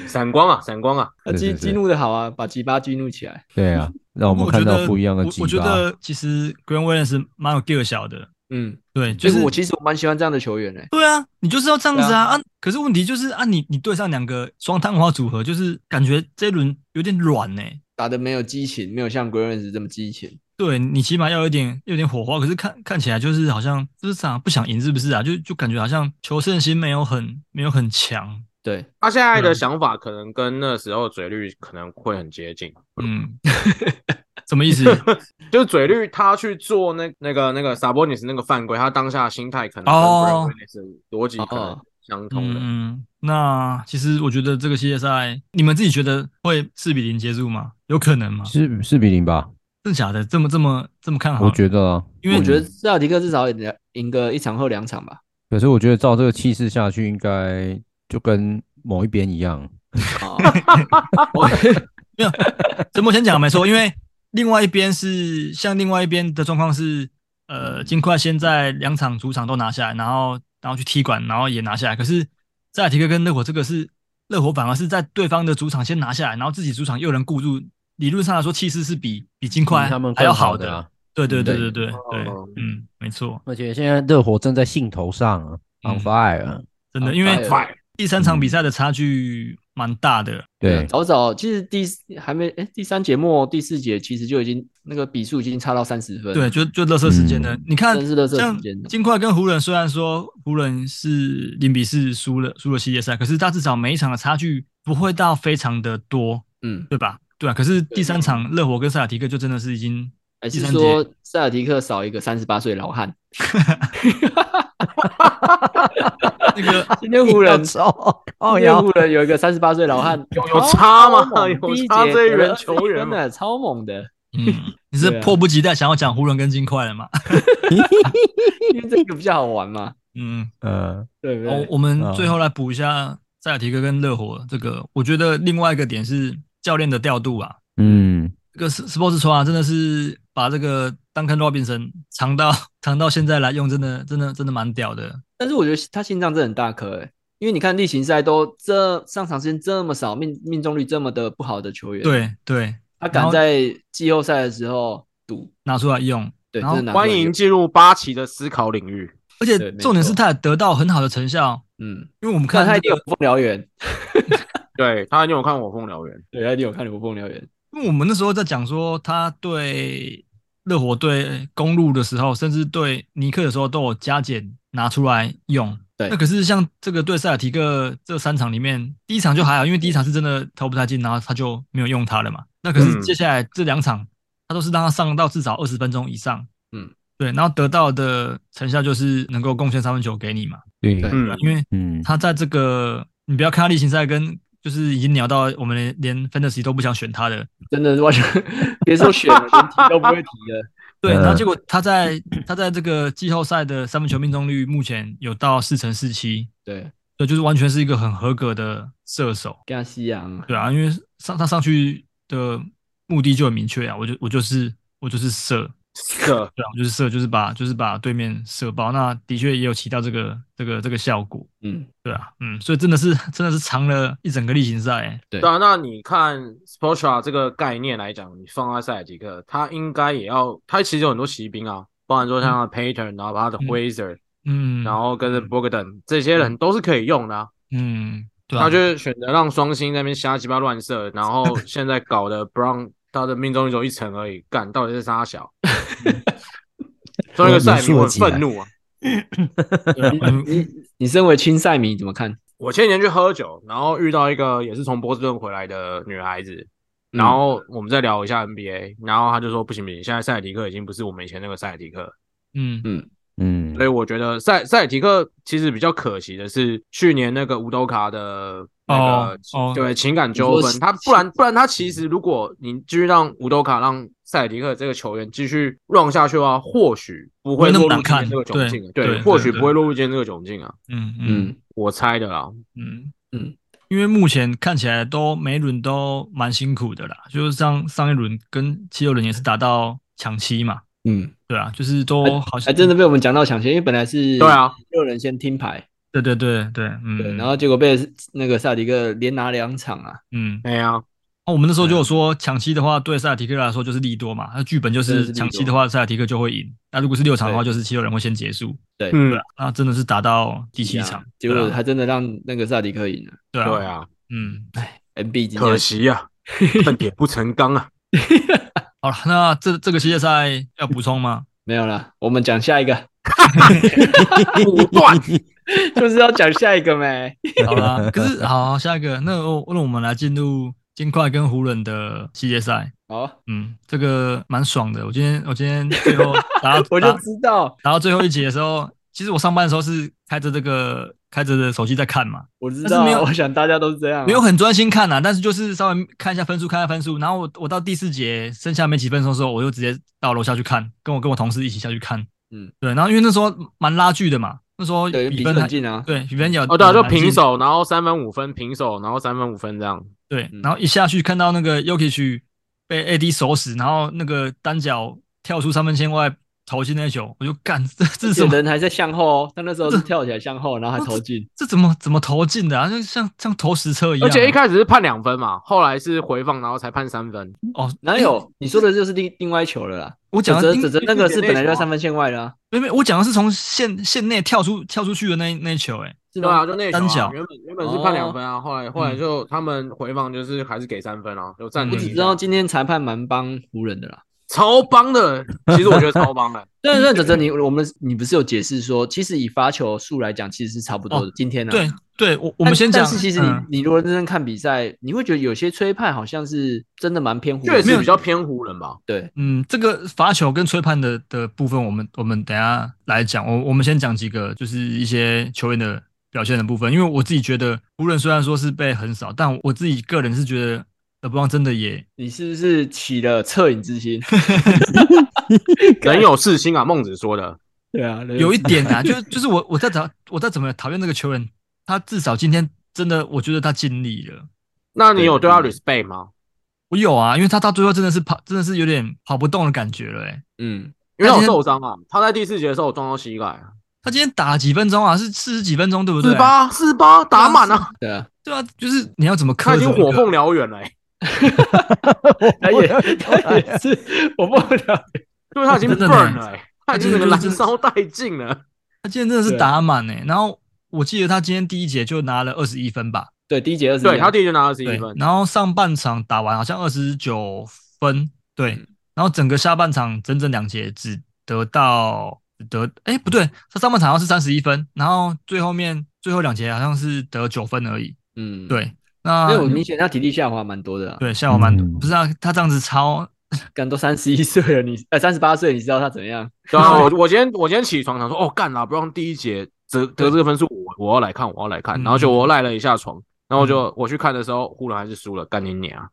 Speaker 4: 闪光啊，闪光啊，
Speaker 2: 那
Speaker 1: 是
Speaker 2: 激
Speaker 1: 是是
Speaker 4: 啊
Speaker 2: 啊激怒的好啊，把吉巴激怒起来，
Speaker 1: 对啊，让我们
Speaker 3: 我
Speaker 1: 看
Speaker 3: 觉
Speaker 1: 到
Speaker 3: 得
Speaker 1: 不一样的
Speaker 3: 我
Speaker 1: 激
Speaker 3: 我觉
Speaker 1: 发。
Speaker 3: 得其实 Grant Williams 蛮有 skill 小的，
Speaker 2: 嗯，
Speaker 3: 对，就
Speaker 2: 就是是我其实我蛮喜欢这样的球员欸诶、
Speaker 3: 对啊，你就是要这样子
Speaker 2: 对
Speaker 3: 啊啊可是问题就是啊，你你对上两个双探花组合，就是感觉这一轮有点软欸呢、
Speaker 2: 打的没有激情，没有像 g r e n s 这么激情。
Speaker 3: 对你起码要有点有点火花，可是看看起来就是好像就是想不想赢是不是啊？就就感觉好像求胜心没有很没有很强，
Speaker 2: 对，
Speaker 4: 他现在
Speaker 3: 对
Speaker 4: 的想法可能跟那时候嘴绿可能会很接近，
Speaker 3: 嗯，什么意思？
Speaker 4: 就是嘴绿他去做那那个那个萨博尼斯那个犯规，他当下心态可能
Speaker 3: 哦
Speaker 4: 跟 Brandon Williams 逻辑可能
Speaker 2: 哦
Speaker 4: 相同
Speaker 3: 嗯
Speaker 4: 的。
Speaker 3: 嗯，那其实我觉得这个系列赛，你们自己觉得会四比零结束吗？有可能吗？
Speaker 1: 是四比零吧？
Speaker 3: 真的假的？这么这么这么看好？
Speaker 1: 我觉得啊，
Speaker 3: 因为
Speaker 2: 我觉得塞尔迪克至少也得赢个一场或两场吧。
Speaker 1: 可是我觉得照这个气势下去，应该就跟某一边一样。
Speaker 2: 哦，
Speaker 3: 没有，这目前讲没错，因为另外一边是像另外一边的状况是，呃，金块先在两场主场都拿下来，然后然后去踢馆，然后也拿下来。可是塞尔提克跟热火这个是热火反而是在对方的主场先拿下来，然后自己主场又能固住，理论上来说气势是比比金块
Speaker 1: 他们
Speaker 3: 还要
Speaker 1: 更好
Speaker 3: 好
Speaker 1: 的啊
Speaker 3: 对对对对
Speaker 1: 对
Speaker 3: 对对
Speaker 4: 哦，
Speaker 3: 嗯，没错，
Speaker 1: 而且现在热火正在兴头上啊
Speaker 3: 嗯
Speaker 1: ，on fire 啊。
Speaker 3: 真的，
Speaker 2: 好
Speaker 3: 因为
Speaker 2: 快
Speaker 4: 哦
Speaker 3: 第三场比赛的差距蛮大的，
Speaker 1: 对，
Speaker 2: 早早其实第四还没哎、第三节末第四节其实就已经那个比数已经差到三十分。
Speaker 3: 对，，就就热射时间的
Speaker 1: 嗯，
Speaker 3: 你看
Speaker 2: 真是垃圾时
Speaker 3: 像
Speaker 2: 间
Speaker 3: 金块跟湖人，虽然说湖人是零比四输了输了系列赛，可是他至少每一场的差距不会到非常的多，
Speaker 2: 嗯，
Speaker 3: 对吧？对啊，可是第三场热火跟塞尔提克就真的是已经
Speaker 2: 还
Speaker 3: 第
Speaker 2: 是
Speaker 3: 三
Speaker 2: 说
Speaker 3: 节
Speaker 2: 塞尔迪克少一个三十八岁老汉？
Speaker 3: 那个
Speaker 2: 今天湖人，今
Speaker 1: 哦，哦
Speaker 2: 天湖人有一个三十八岁 老汉，
Speaker 4: 有差吗
Speaker 2: 超猛
Speaker 4: 有
Speaker 2: 第一
Speaker 4: 差
Speaker 2: 节
Speaker 4: 这一
Speaker 2: 得
Speaker 4: 员
Speaker 2: 了
Speaker 4: 球
Speaker 2: 21
Speaker 4: 员
Speaker 2: 分
Speaker 4: 吗
Speaker 2: 的超猛的，
Speaker 3: 嗯，你是
Speaker 2: 啊
Speaker 3: 迫不及待想要讲湖人跟金块了嘛？
Speaker 2: 因为这个比较好玩嘛，
Speaker 3: 嗯，
Speaker 1: 嗯，
Speaker 2: 对不
Speaker 3: 我
Speaker 2: 对？
Speaker 3: 我们最后来补一下塞尔提克跟热火这个，我觉得另外一个点是教练的调度啊，
Speaker 1: 嗯，
Speaker 3: 这个 s- Sports 川啊，真的是把这个 Duncan Robinson 藏到藏到现在来用，真的真的真的蛮屌的。
Speaker 2: 但是我觉得他心脏真的很大颗哎、因为你看例行赛都这上场时间这么少，命命中率这么的不好的球员，，
Speaker 3: 对对，
Speaker 2: 他
Speaker 3: 然
Speaker 2: 敢
Speaker 3: 后
Speaker 2: 在季后赛的时候赌，
Speaker 3: 拿出来用，
Speaker 2: 对，
Speaker 3: 然后
Speaker 2: 真的拿出来
Speaker 4: 欢迎
Speaker 2: 用
Speaker 4: 进入八旗的思考领域。
Speaker 3: 而且
Speaker 2: 对没
Speaker 3: 重点是
Speaker 2: 错
Speaker 3: 他也得到很好的成效，
Speaker 2: 嗯，
Speaker 3: 因为我们
Speaker 2: 看
Speaker 3: 看
Speaker 2: 他一
Speaker 3: 这
Speaker 2: 定有
Speaker 3: 个，
Speaker 2: 风燎原，
Speaker 4: 对他，你有看《火凤燎原》？
Speaker 2: 对，他一定有看过风燎原，
Speaker 3: 因为我们那时候在讲说他对热火队公路的时候，甚至对尼克的时候都有加减拿出来用。
Speaker 2: 对
Speaker 3: 那可是像这个对塞尔提克这三场里面，第一场就还好，因为第一场是真的投不太进，然后他就没有用他了嘛。那可是
Speaker 4: 嗯
Speaker 3: 接下来这两场，他都是让他上到至少二十分钟以上。
Speaker 2: 嗯，
Speaker 3: 对，然后得到的成效就是能够贡献三分球给你嘛。
Speaker 1: 对，
Speaker 2: 对
Speaker 4: 嗯，
Speaker 3: 因为
Speaker 1: 嗯，
Speaker 3: 他在这个，你不要看他例行赛跟就是已经鸟到我们连连 fantasy 都不想选他的，
Speaker 2: 真的是完全 别说选了，连提都不会提了。
Speaker 3: 对，
Speaker 1: 嗯
Speaker 3: 然后结果他在 他在这个季后赛的三分球命中率目前有到四成四七，
Speaker 2: 对，
Speaker 3: 对，就是完全是一个很合格的射手，
Speaker 2: 跟他西洋，
Speaker 3: 对啊，因为上他上去的目的就很明确啊，我就我就是我就是射，
Speaker 4: 是
Speaker 3: 对啊，我就是射，就是把就是把对面射爆，那的确也有起到这个这个这个效果，
Speaker 2: 嗯，
Speaker 3: 对啊，嗯，所以真的是 真的是藏了一整个例行赛、欸
Speaker 2: 对
Speaker 4: 对啊，那你看 Sportra 这个概念来讲，你放在塞尔吉克，他应该也要，他其实有很多骑兵啊，包含说像他的 Pater，然后他的 Wazer，、
Speaker 3: 嗯，
Speaker 4: 然后跟着 Bogdan 这些人都是可以用的、啊。
Speaker 3: 嗯，对啊，
Speaker 4: 他就是选择让双星在那边瞎鸡巴乱射，然后现在搞的 Brown 他的命中率只有一成而已，干到底是啥小？嗯所以那个赛迷我很愤怒啊！
Speaker 2: 嗯
Speaker 3: 啊
Speaker 2: 你你你身为青赛迷怎么看？
Speaker 4: 我前几天去喝酒，然后遇到一个也是从波士顿回来的女孩子，然
Speaker 3: 嗯
Speaker 4: 后我们再聊一下 NBA，然后她就说不行不行，现在塞尔提克已经不是我们以前那个塞尔提克了，
Speaker 3: 嗯
Speaker 1: 嗯
Speaker 4: 所以我觉得塞塞尔提克其实比较可惜的是去年那个乌斗卡的那个
Speaker 3: 哦哦
Speaker 4: 对情感纠
Speaker 2: 你
Speaker 4: 纷，
Speaker 2: 说
Speaker 4: 他不然不然他其实如果你继续让乌斗卡让塞尔提克这个球员继续 run 下去的话，或许不
Speaker 3: 没
Speaker 4: 会
Speaker 3: 那么
Speaker 4: 落入
Speaker 3: 难
Speaker 4: 今天
Speaker 3: 看
Speaker 4: 这个窘境啊，
Speaker 3: 对对
Speaker 4: 或许
Speaker 3: 对
Speaker 4: 不会落入今天这个窘境啊，
Speaker 3: 嗯嗯
Speaker 2: 嗯，
Speaker 4: 我猜的啦，
Speaker 3: 嗯嗯
Speaker 2: 嗯，
Speaker 3: 因为目前看起来都每一轮都蛮辛苦的啦，就是上上一轮跟七六人也是打到抢七嘛，
Speaker 2: 嗯嗯，
Speaker 3: 对啊，就是都好像
Speaker 2: 还真的被我们讲到抢先，因为本来是
Speaker 4: 对啊，
Speaker 2: 六人先听牌，
Speaker 3: 对对对对，嗯，
Speaker 2: 对，然后结果被那个萨迪克连拿两场啊，
Speaker 3: 嗯
Speaker 4: 哎呀，
Speaker 3: 哦，我们那时候就有说，抢七的话对塞尔提克来说就是利多嘛，那剧本就
Speaker 2: 真的是
Speaker 3: 是
Speaker 2: 利多
Speaker 3: 抢七的话塞尔提克就会赢，那如果是六场的话，
Speaker 2: 对
Speaker 3: 就是七六人会先结束，
Speaker 4: 嗯
Speaker 3: 对，啊，那真的是打到第七
Speaker 2: 呀
Speaker 3: 场，
Speaker 2: 结果
Speaker 3: 对啊
Speaker 2: 他真的让那个萨迪克赢了
Speaker 3: 对
Speaker 4: 对
Speaker 3: 啊，
Speaker 4: 啊，
Speaker 3: 嗯，
Speaker 2: ，MB 已经
Speaker 4: 可惜 呀、啊，恨铁不成钢啊。
Speaker 3: 好了，那这这个系列赛要补充吗？
Speaker 2: 没有了。我们讲下 一个，
Speaker 4: 不断，
Speaker 2: 就是要讲下一个没？
Speaker 3: 好啦，可是好，下一个，那我那我们来进入金块跟湖人的系列赛。
Speaker 2: 好，
Speaker 3: 嗯，这个蛮爽的。我今天我今天最 后打到
Speaker 2: 我就
Speaker 3: 打
Speaker 2: 知道，
Speaker 3: 打到最后一节的时候，其实我上班的时候是开着这个开着的手机在看嘛，
Speaker 2: 我知
Speaker 3: 但是
Speaker 2: 道
Speaker 3: 没有，
Speaker 2: 我想大家都是这样啊，
Speaker 3: 没有很专心看呐、但是就是稍微看一下分数，看一下分数。然后我我到第四节剩下没几分钟的时候，我就直接到楼下去看，跟我跟我同事一起下去看。
Speaker 2: 嗯，
Speaker 3: 对。然后因为那时候蛮拉锯的嘛，那时候
Speaker 2: 对比
Speaker 3: 比
Speaker 2: 分
Speaker 3: 分
Speaker 2: 很
Speaker 3: 还
Speaker 2: 近啊，
Speaker 3: 对比分也有
Speaker 4: 哦，对啊，就
Speaker 3: 蛮近
Speaker 4: 平手，然后三分五分，平手，然后三分五分这样。
Speaker 3: 对
Speaker 2: 嗯，
Speaker 3: 然后一下去看到那个 Yuki 去被 AD 手死，然后那个单脚跳出三分线外投进那球，我就干这这是
Speaker 2: 这
Speaker 3: 什么？
Speaker 2: 人还在向后哦，他那时候是跳起来向后，然后还投进，
Speaker 3: 这怎么怎么投进的啊？就像像投石车一样啊、
Speaker 4: 而且一开始是判两分嘛，后来是回放，然后才判三分。
Speaker 3: 哦，
Speaker 2: 哪有？你说的就是另另外一球了啦。
Speaker 3: 我
Speaker 2: 指
Speaker 3: 讲的
Speaker 2: 责
Speaker 3: 因
Speaker 2: 指责
Speaker 4: 因
Speaker 2: 那个是
Speaker 4: 因为
Speaker 2: 本来就在
Speaker 4: 那球啊
Speaker 2: 三分线外的啊，
Speaker 3: 没没，我讲的是从线线内跳出跳出去的那那一球、欸，
Speaker 2: 是
Speaker 4: 对啊，
Speaker 2: 吗？
Speaker 4: 就那一
Speaker 3: 单
Speaker 4: 球啊、
Speaker 3: 脚
Speaker 4: 原本原本是判两分啊，后来后来就他们回放就是还是给三分啊，有暂
Speaker 3: 嗯
Speaker 4: 停
Speaker 2: 我
Speaker 4: 一下。
Speaker 2: 只知道今天裁判蛮帮湖人的啦。
Speaker 4: 超帮 的，其实我觉得超 帮的。
Speaker 2: 但是哲哲你我们你不是有解释说，其实以罚球数来讲，其实是差不多的。今天呢、啊，
Speaker 3: 对
Speaker 2: 但，
Speaker 3: 对，我我们先讲，
Speaker 2: 但是其实你、
Speaker 3: 嗯
Speaker 2: 你如果认真看比赛，你会觉得有些吹判好像是真的蛮偏湖人
Speaker 4: 确
Speaker 2: 的，
Speaker 4: 实比较偏湖人吧。
Speaker 2: 对。
Speaker 3: 嗯，这个罚球跟吹判的的部分，我们我们等一下来讲。我我们先讲几个，就是一些球员的表现的部分。因为我自己觉得，湖人虽然说是被很少，但我自己个人是觉得勒布朗真的也
Speaker 2: 你是不是起了恻隐之心？
Speaker 4: 人有四心啊，孟子说的。
Speaker 2: 对啊，
Speaker 3: 有一点啊，就就是我我在讨我在怎么讨厌这个球员，他至少今天真的，我觉得他尽力了。
Speaker 4: 那你有对他
Speaker 2: 对
Speaker 4: respect 吗？
Speaker 3: 我有啊，因为他到最后真的是跑，真的是有点跑不动的感觉了、欸。
Speaker 2: 嗯，
Speaker 4: 因为
Speaker 3: 那
Speaker 4: 他
Speaker 3: 今
Speaker 4: 有
Speaker 3: 天
Speaker 4: 受伤啊，他在第四节的时候我撞到膝盖，啊
Speaker 3: 他今天打了几分钟啊？是四十几分钟，对不对？
Speaker 4: 四八四八打满啊，
Speaker 2: 对啊，
Speaker 3: 对啊，就是你要怎么
Speaker 4: 他
Speaker 3: 克
Speaker 4: 已
Speaker 3: 制
Speaker 4: 经
Speaker 3: 一个？
Speaker 4: 火凤燎原了欸，
Speaker 2: 他也 他也是，我不了。
Speaker 4: 对他已经
Speaker 3: 真的呢
Speaker 4: burn 了欸，他已经整个
Speaker 3: 他
Speaker 4: 燃
Speaker 3: 就是
Speaker 4: 烧殆尽了。
Speaker 3: 他今天真的是
Speaker 2: 对
Speaker 3: 打满哎、然后我记得他今天第一节就拿了二十一分吧，
Speaker 2: 对，第一节二十，
Speaker 4: 对他第一节拿二十一
Speaker 3: 对
Speaker 4: 分，，
Speaker 3: 然后上半场打完好像二十九分，对，
Speaker 2: 嗯
Speaker 3: 然后整个下半场整整两节只得到只得哎、不对，他上半场好像是三十一分，然后最后面最后两节好像是得九分而已，
Speaker 2: 嗯，，
Speaker 3: 对，啊那
Speaker 2: 因为我明显他体力下滑蛮多的、啊，
Speaker 3: 对下午蛮、
Speaker 1: 嗯
Speaker 3: 不是啊，他这样子超
Speaker 2: 干都三十一岁了，你呃三十八岁，你知道他怎样？
Speaker 4: 对啊，我我今天我今天起床想说，哦干啦，不让第一节得得这个分数，我我要来看，我要来看，
Speaker 3: 嗯
Speaker 4: 然后就我赖了一下床，然后就我去看的时候，湖人还是输了，干你娘！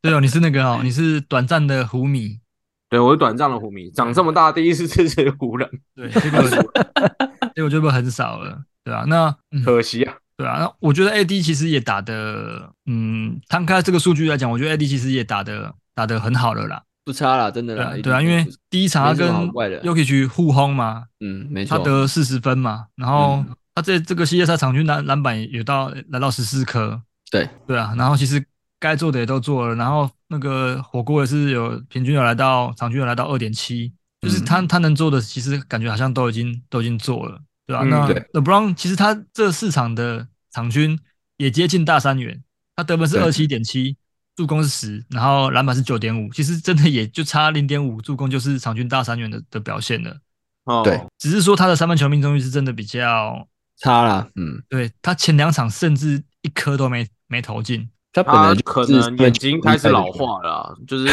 Speaker 3: 对哦，你是那个哦，你是短暂的胡米，
Speaker 4: 对我是短暂的湖迷，长这么大第一次支持湖人，
Speaker 3: 对，结 果结果就被很少了，对啊，那嗯。
Speaker 4: 可惜啊。
Speaker 3: 对啊，那我觉得 AD 其实也打的，嗯，摊开这个数据来讲，我觉得 AD 其实也打的打的很好了啦。
Speaker 2: 不差啦，真的
Speaker 3: 对啊
Speaker 2: 啦，，
Speaker 3: 对啊，因为第一场他
Speaker 2: 没什
Speaker 3: 跟
Speaker 2: 么好怪的
Speaker 3: Yuki 去互轰嘛，
Speaker 2: 嗯，没
Speaker 3: 他
Speaker 2: 错，
Speaker 3: 得四十分嘛，然后
Speaker 2: 嗯
Speaker 3: 他在这个系列赛场均篮篮板也有到来到十四颗。
Speaker 2: 对
Speaker 3: 对啊，然后其实该做的也都做了，然后那个火锅也是有平均有来到场均有来到二点七，就是
Speaker 2: 嗯
Speaker 3: 他他能做的，其实感觉好像都已经都已经做了，对吧、
Speaker 4: 嗯
Speaker 3: 那
Speaker 2: 对
Speaker 3: LeBron 其实他这四场的场均也接近大三元，他得分是二
Speaker 2: 对
Speaker 3: 七点七，助攻是十，然后篮板是九点五，其实真的也就差零点五助攻，就是场均大三元的的表现了。
Speaker 4: 哦，
Speaker 2: 对
Speaker 3: 只是说他的三分球命中率是真的比较，
Speaker 2: 差啦，嗯，
Speaker 3: 对他前两场甚至一颗都没没投进，
Speaker 2: 他本
Speaker 4: 他
Speaker 2: 来就
Speaker 4: 可
Speaker 2: 是
Speaker 4: 能眼睛开始老，化了啊，就是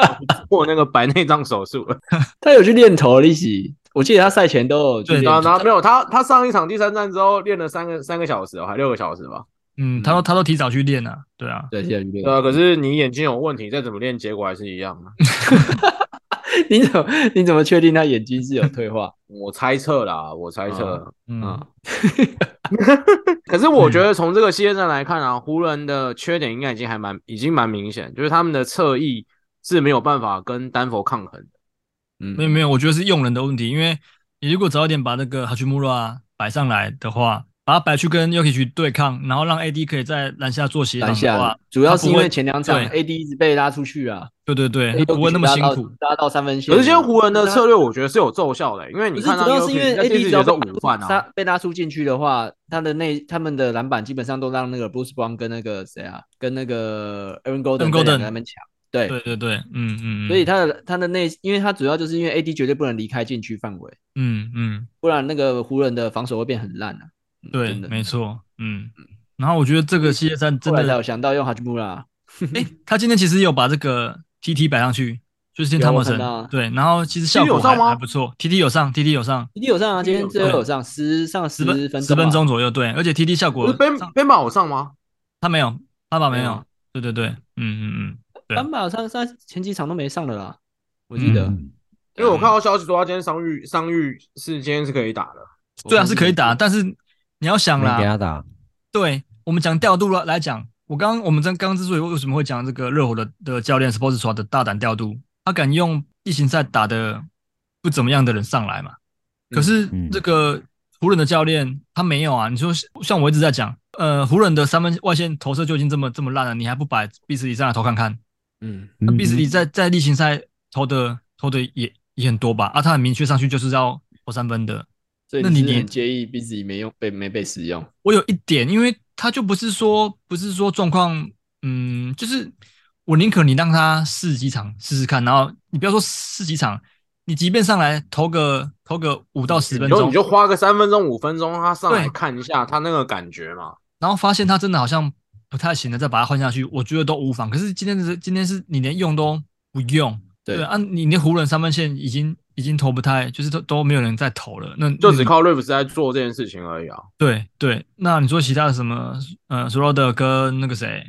Speaker 4: 做那个白内障手术了。
Speaker 2: 他有去练头利息，我记得他赛前都有去
Speaker 3: 对
Speaker 2: 练
Speaker 4: 然后，
Speaker 2: 头，
Speaker 4: 然后没有他，他上一场第三站之后练了三个三个小时哦，还六个小时吧。
Speaker 3: 嗯，他都他都提早去练了，对啊，
Speaker 2: 对，现在去练
Speaker 4: 对。啊，可是你眼睛有问题，再怎么练，结果还是一样啊。
Speaker 2: 你怎么你怎么确定他眼睛 是有退化？
Speaker 4: 我猜测啦，我猜测。
Speaker 3: 嗯
Speaker 2: 嗯，
Speaker 4: 可是我觉得从这个系列战来看啊，湖人的缺点应该已经还蛮已经蛮明显，就是他们的侧翼是没有办法跟丹佛抗衡的。
Speaker 2: 嗯
Speaker 3: 没有没有，我觉得是用人的问题，因为你如果早一点把那个哈奇穆拉摆上来的话，把把他摆去跟 Yuki 去对抗，然后让 AD 可以在篮下做协
Speaker 2: 篮
Speaker 3: 防的话
Speaker 2: 下，主要是
Speaker 3: 啊他
Speaker 2: 因
Speaker 3: 不
Speaker 2: 为
Speaker 3: 会
Speaker 2: 前两场
Speaker 3: 对
Speaker 2: AD 一直被拉出去啊，
Speaker 3: 对对对，他
Speaker 2: 又
Speaker 3: 不会那么辛苦。
Speaker 2: 拉到三分线。啊
Speaker 4: 可是今天湖人的策略，我觉得是有奏效的、因为
Speaker 2: 不
Speaker 4: 你
Speaker 2: 是
Speaker 4: 看到
Speaker 2: 主要是因为 AD 只要
Speaker 4: 节奏
Speaker 2: 被
Speaker 4: 午饭
Speaker 2: 他
Speaker 4: 啊，
Speaker 2: 被拉出禁区的话，他的那他们的篮板基本上都让那个 Bruce Brown 跟那个谁啊，跟那个 Aaron Golden 这
Speaker 3: Golden
Speaker 2: 两个他们抢。对，
Speaker 3: 对对对，嗯嗯，嗯
Speaker 2: 所以他的他的内，因为他主要就是因为 AD 绝对不能离开禁区范围，
Speaker 3: 嗯嗯，
Speaker 2: 不然那个湖人的防守会变很烂啊。嗯
Speaker 3: 对，
Speaker 2: 真的
Speaker 3: 没。错，嗯。然后我觉得这个系列赛真
Speaker 2: 后来才有
Speaker 3: 的，
Speaker 2: 想到用啊哈吉穆拉，
Speaker 3: 哎，他今天其实有把这个 TT 摆上去，就是今天汤姆
Speaker 2: 有我看
Speaker 3: 森
Speaker 2: 到啊
Speaker 3: 对，然后其实效
Speaker 4: TT 有
Speaker 3: 果
Speaker 4: 上
Speaker 3: 还
Speaker 4: 吗
Speaker 3: 还不错，TT 有上，TT 有上
Speaker 2: 一定有上啊，今天最后有上十上
Speaker 3: 十
Speaker 2: 十
Speaker 3: 分
Speaker 2: 分钟，啊
Speaker 3: 十分，钟左右，对，而且 TT 效
Speaker 4: 不
Speaker 3: 果
Speaker 4: 是边边马有上吗？
Speaker 3: 他没有，爸爸没
Speaker 2: 没
Speaker 3: 有
Speaker 2: 有，
Speaker 3: 对对对，嗯嗯嗯，对
Speaker 2: 班马上上前几场都没上了啦，我记得。
Speaker 1: 嗯
Speaker 4: 因为我看到消息说他今天伤愈伤愈是今天是可以打的，嗯
Speaker 3: 虽啊然是可以打，但是你要想
Speaker 1: 没给
Speaker 3: 啦，
Speaker 1: 他打，
Speaker 3: 对我们讲调度了来讲，我刚我们刚刚之所以为什么会讲这个热火的的教练 Sports 的大胆调度，他敢用地形赛打的不怎么样的人上来嘛？可是
Speaker 1: 嗯
Speaker 3: 这个湖人的教练他没有啊，你说像我一直在讲，呃，湖人的三分外线投射就已经这么这么烂了，你还不把比斯利上来投看看？
Speaker 2: 嗯，
Speaker 3: 那比斯利在在例行赛投的投的也也很多吧？啊，他很明确上去就是要投三分的。
Speaker 2: 所以
Speaker 3: 那你
Speaker 2: 是不是
Speaker 3: 连
Speaker 2: 很介意 B 自己没用被没被使用？
Speaker 3: 我有一点，因为他就不是说不是说状况，嗯，就是我宁可你让他试几场试试看，然后你不要说试几场，你即便上来投个投个五到十分
Speaker 4: 然后
Speaker 3: 钟
Speaker 4: 你，就花个三分钟五分钟，他上来
Speaker 3: 对
Speaker 4: 看一下他那个感觉嘛。
Speaker 3: 然后发现他真的好像不太行了，再把他换下去，我觉得都无妨。可是今天的是今天是你连用都不用，
Speaker 2: 对
Speaker 3: 啊，你连湖人三分线已经已经投不太，就是都都没有人在投了，那
Speaker 4: 就只
Speaker 3: 那
Speaker 4: 靠瑞弗斯在做这件事情而已啊。
Speaker 3: 对对。那你说其他的什么，呃，索罗德跟那个谁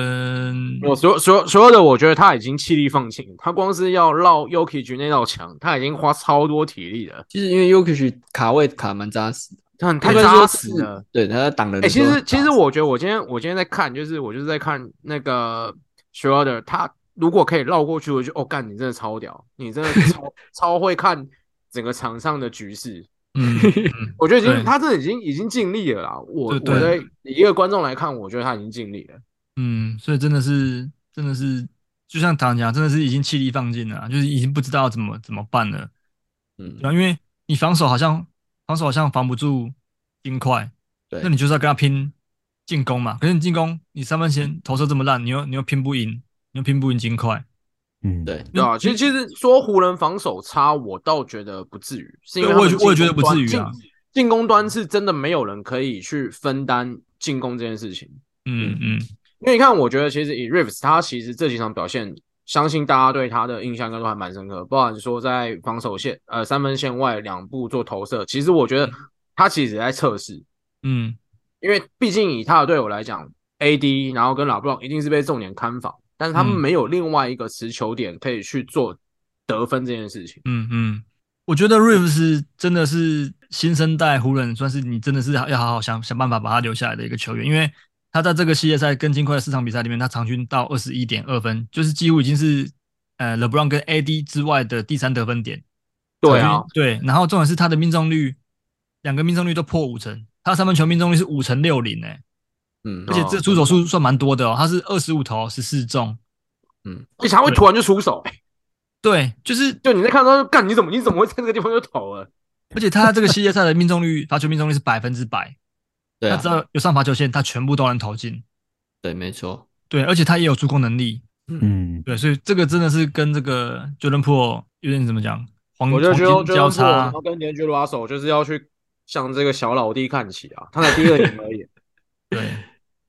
Speaker 3: 跟
Speaker 4: 我所有所有所有的，我觉得他已经气力放尽，他光是要绕 Yuki 局那道墙，他已经花超多体力了，
Speaker 2: 其实因为 y o k i c 卡位卡蛮扎实的，
Speaker 4: 他很太
Speaker 2: 应该说
Speaker 4: 扎
Speaker 2: 是
Speaker 4: 实了。
Speaker 2: 对，他挡人
Speaker 4: 哎、
Speaker 2: 的时
Speaker 4: 其
Speaker 2: 候
Speaker 4: 实
Speaker 2: 很扎
Speaker 4: 其
Speaker 2: 实。
Speaker 4: 实我觉得我今天我今天在看，就是我就是在看那个 Schroeder，他如果可以绕过去，我就哦干，你真的超屌，你真的超超会看整个场上的局势。
Speaker 3: 嗯，嗯
Speaker 4: 我觉得已
Speaker 3: 对
Speaker 4: 经他真的已经已经尽力了啦。我
Speaker 3: 对对
Speaker 4: 我的以一个观众来看，我觉得他已经尽力了。
Speaker 3: 嗯，所以真的是真的是，就像唐讲，真的是已经气力放尽了啊，就是已经不知道怎么怎么办了。
Speaker 2: 嗯
Speaker 3: 对，啊，因为你防守好像防守好像防不住冰块，
Speaker 2: 对
Speaker 3: 那你就是要跟他拼进攻嘛。可是你进攻，你三分线投射这么烂，你又你又拼不赢，你又拼不赢金块。
Speaker 1: 嗯，
Speaker 2: 对，
Speaker 4: 对啊，其实其实说湖人防守差，我倒觉得不至于，是因为
Speaker 3: 对我也
Speaker 4: 他们
Speaker 3: 觉我也觉得
Speaker 4: 进
Speaker 3: 不
Speaker 4: 攻端
Speaker 3: 至于啊
Speaker 4: 进。进攻端是真的没有人可以去分担进攻这件事情，
Speaker 3: 嗯嗯
Speaker 4: 因为你看，我觉得其实以 Rives 他其实这几场表现，相信大家对他的印象应该都还蛮深刻，包含说在防守线呃三分线外两步做投射，其实我觉得他其实也在测试，
Speaker 3: 嗯
Speaker 4: 因为毕竟以他的队友来讲，AD 然后跟拉布朗一定是被重点看防，但是他们
Speaker 3: 嗯
Speaker 4: 没有另外一个持球点可以去做得分这件事情。
Speaker 3: 嗯嗯，我觉得 Reeves 真的是新生代湖人，算是你真的是要好好想想办法把他留下来的一个球员，因为他在这个系列赛跟金块的四场比赛里面，他场均到二十一点二分，就是几乎已经是呃 LeBron 跟 AD 之外的第三得分点。
Speaker 4: 对啊，
Speaker 3: 对，然后重点是他的命中率，两个命中率都破五成，他三分球命中率是五成六零哎，
Speaker 2: 嗯
Speaker 3: 而，且这出手数算蛮多的哦，他是二十五投十四中，
Speaker 4: 嗯而且他会突然就出手，哎
Speaker 3: 对，就是
Speaker 4: 就你在看到就干你怎么你怎么会在这个地方就投了？
Speaker 3: 而且他这个系列赛的命中率，罚球命中率是百分之百，
Speaker 2: 对
Speaker 3: 他
Speaker 2: 啊
Speaker 3: 只，要有上罚球线，他全部都能投进，
Speaker 2: 对，没错，
Speaker 3: 对，而且他也有助攻能力，
Speaker 1: 嗯，
Speaker 3: 对，所以这个真的是跟这个 Jordan p o o 有点怎么讲，嗯黄
Speaker 4: 我就觉
Speaker 3: 黄
Speaker 4: 得
Speaker 3: 金
Speaker 4: 觉
Speaker 3: 交
Speaker 4: 得说，
Speaker 3: 叉
Speaker 4: 然，后跟联军拉手就是要去向这个小老弟看齐啊，他才第二名而已。
Speaker 3: 对。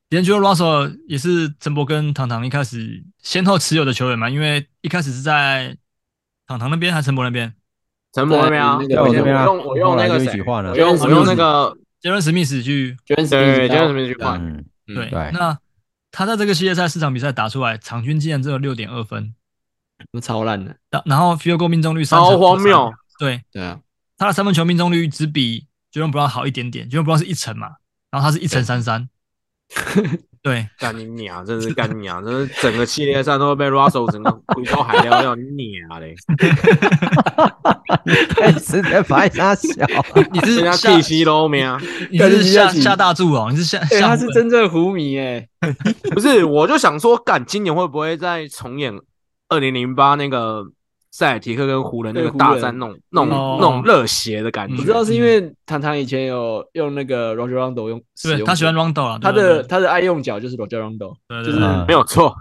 Speaker 3: 连 j o Russell 也是陈博跟唐唐一开始先后持有的球员嘛，因为一开始是在唐唐那边还是陈博那边，
Speaker 4: 陈博那边啊，
Speaker 2: 在那个
Speaker 1: 在
Speaker 4: 我
Speaker 1: 我这
Speaker 4: 用
Speaker 1: 边啊，
Speaker 4: 我用那
Speaker 1: 后
Speaker 4: 个
Speaker 1: 来就一
Speaker 4: 谁
Speaker 1: 起，换了嗯
Speaker 4: 我，用我用那个
Speaker 3: 杰伦史密斯去
Speaker 2: 觉得
Speaker 4: 对，杰伦史密斯去换，
Speaker 1: 嗯，
Speaker 3: 对，
Speaker 1: 对
Speaker 3: 那他在这个系列赛四场比赛打出来，场均竟然只有六点二分，
Speaker 2: 超烂的，
Speaker 3: 然然后 field goal 命中率三
Speaker 4: 超荒谬。
Speaker 3: 对，
Speaker 2: 对啊，
Speaker 3: 他的三分球命中率只 比 j o r d a n Brown 好一点点 j o r d a n Brown 是一成嘛，然后他是一成三三，对，
Speaker 4: 干你娘，真是干你娘，真是整个系列赛都会被 Russell 整个回头海撩掉，你娘嘞！
Speaker 1: 看你是在拍他笑啊，
Speaker 3: 你
Speaker 4: 人
Speaker 3: 是
Speaker 4: 家
Speaker 3: 下
Speaker 4: 气息都没啊，
Speaker 3: 你是下
Speaker 2: 但是
Speaker 3: 下大柱哦，你是下
Speaker 2: 对，
Speaker 3: 下
Speaker 2: 他是真正胡迷哎、
Speaker 4: 不是，我就想说，干今年会不会再重演二零零八那个塞尔提克跟湖人那个
Speaker 2: 对湖人嗯
Speaker 4: 大战那种那种
Speaker 3: 哦
Speaker 4: 那种热血的感
Speaker 3: 嗯
Speaker 4: 觉？
Speaker 2: 你知道是因为糖糖以前有用那个 Roger Rondo 用，使
Speaker 3: 对
Speaker 2: 用
Speaker 3: 他喜欢
Speaker 2: 过
Speaker 3: Rondo 啊，
Speaker 2: 他
Speaker 3: 对
Speaker 2: 的他的爱用脚就是 Roger Rondo，
Speaker 3: 对啊
Speaker 2: 就
Speaker 3: 对
Speaker 2: 是
Speaker 3: 对，
Speaker 4: 没有错，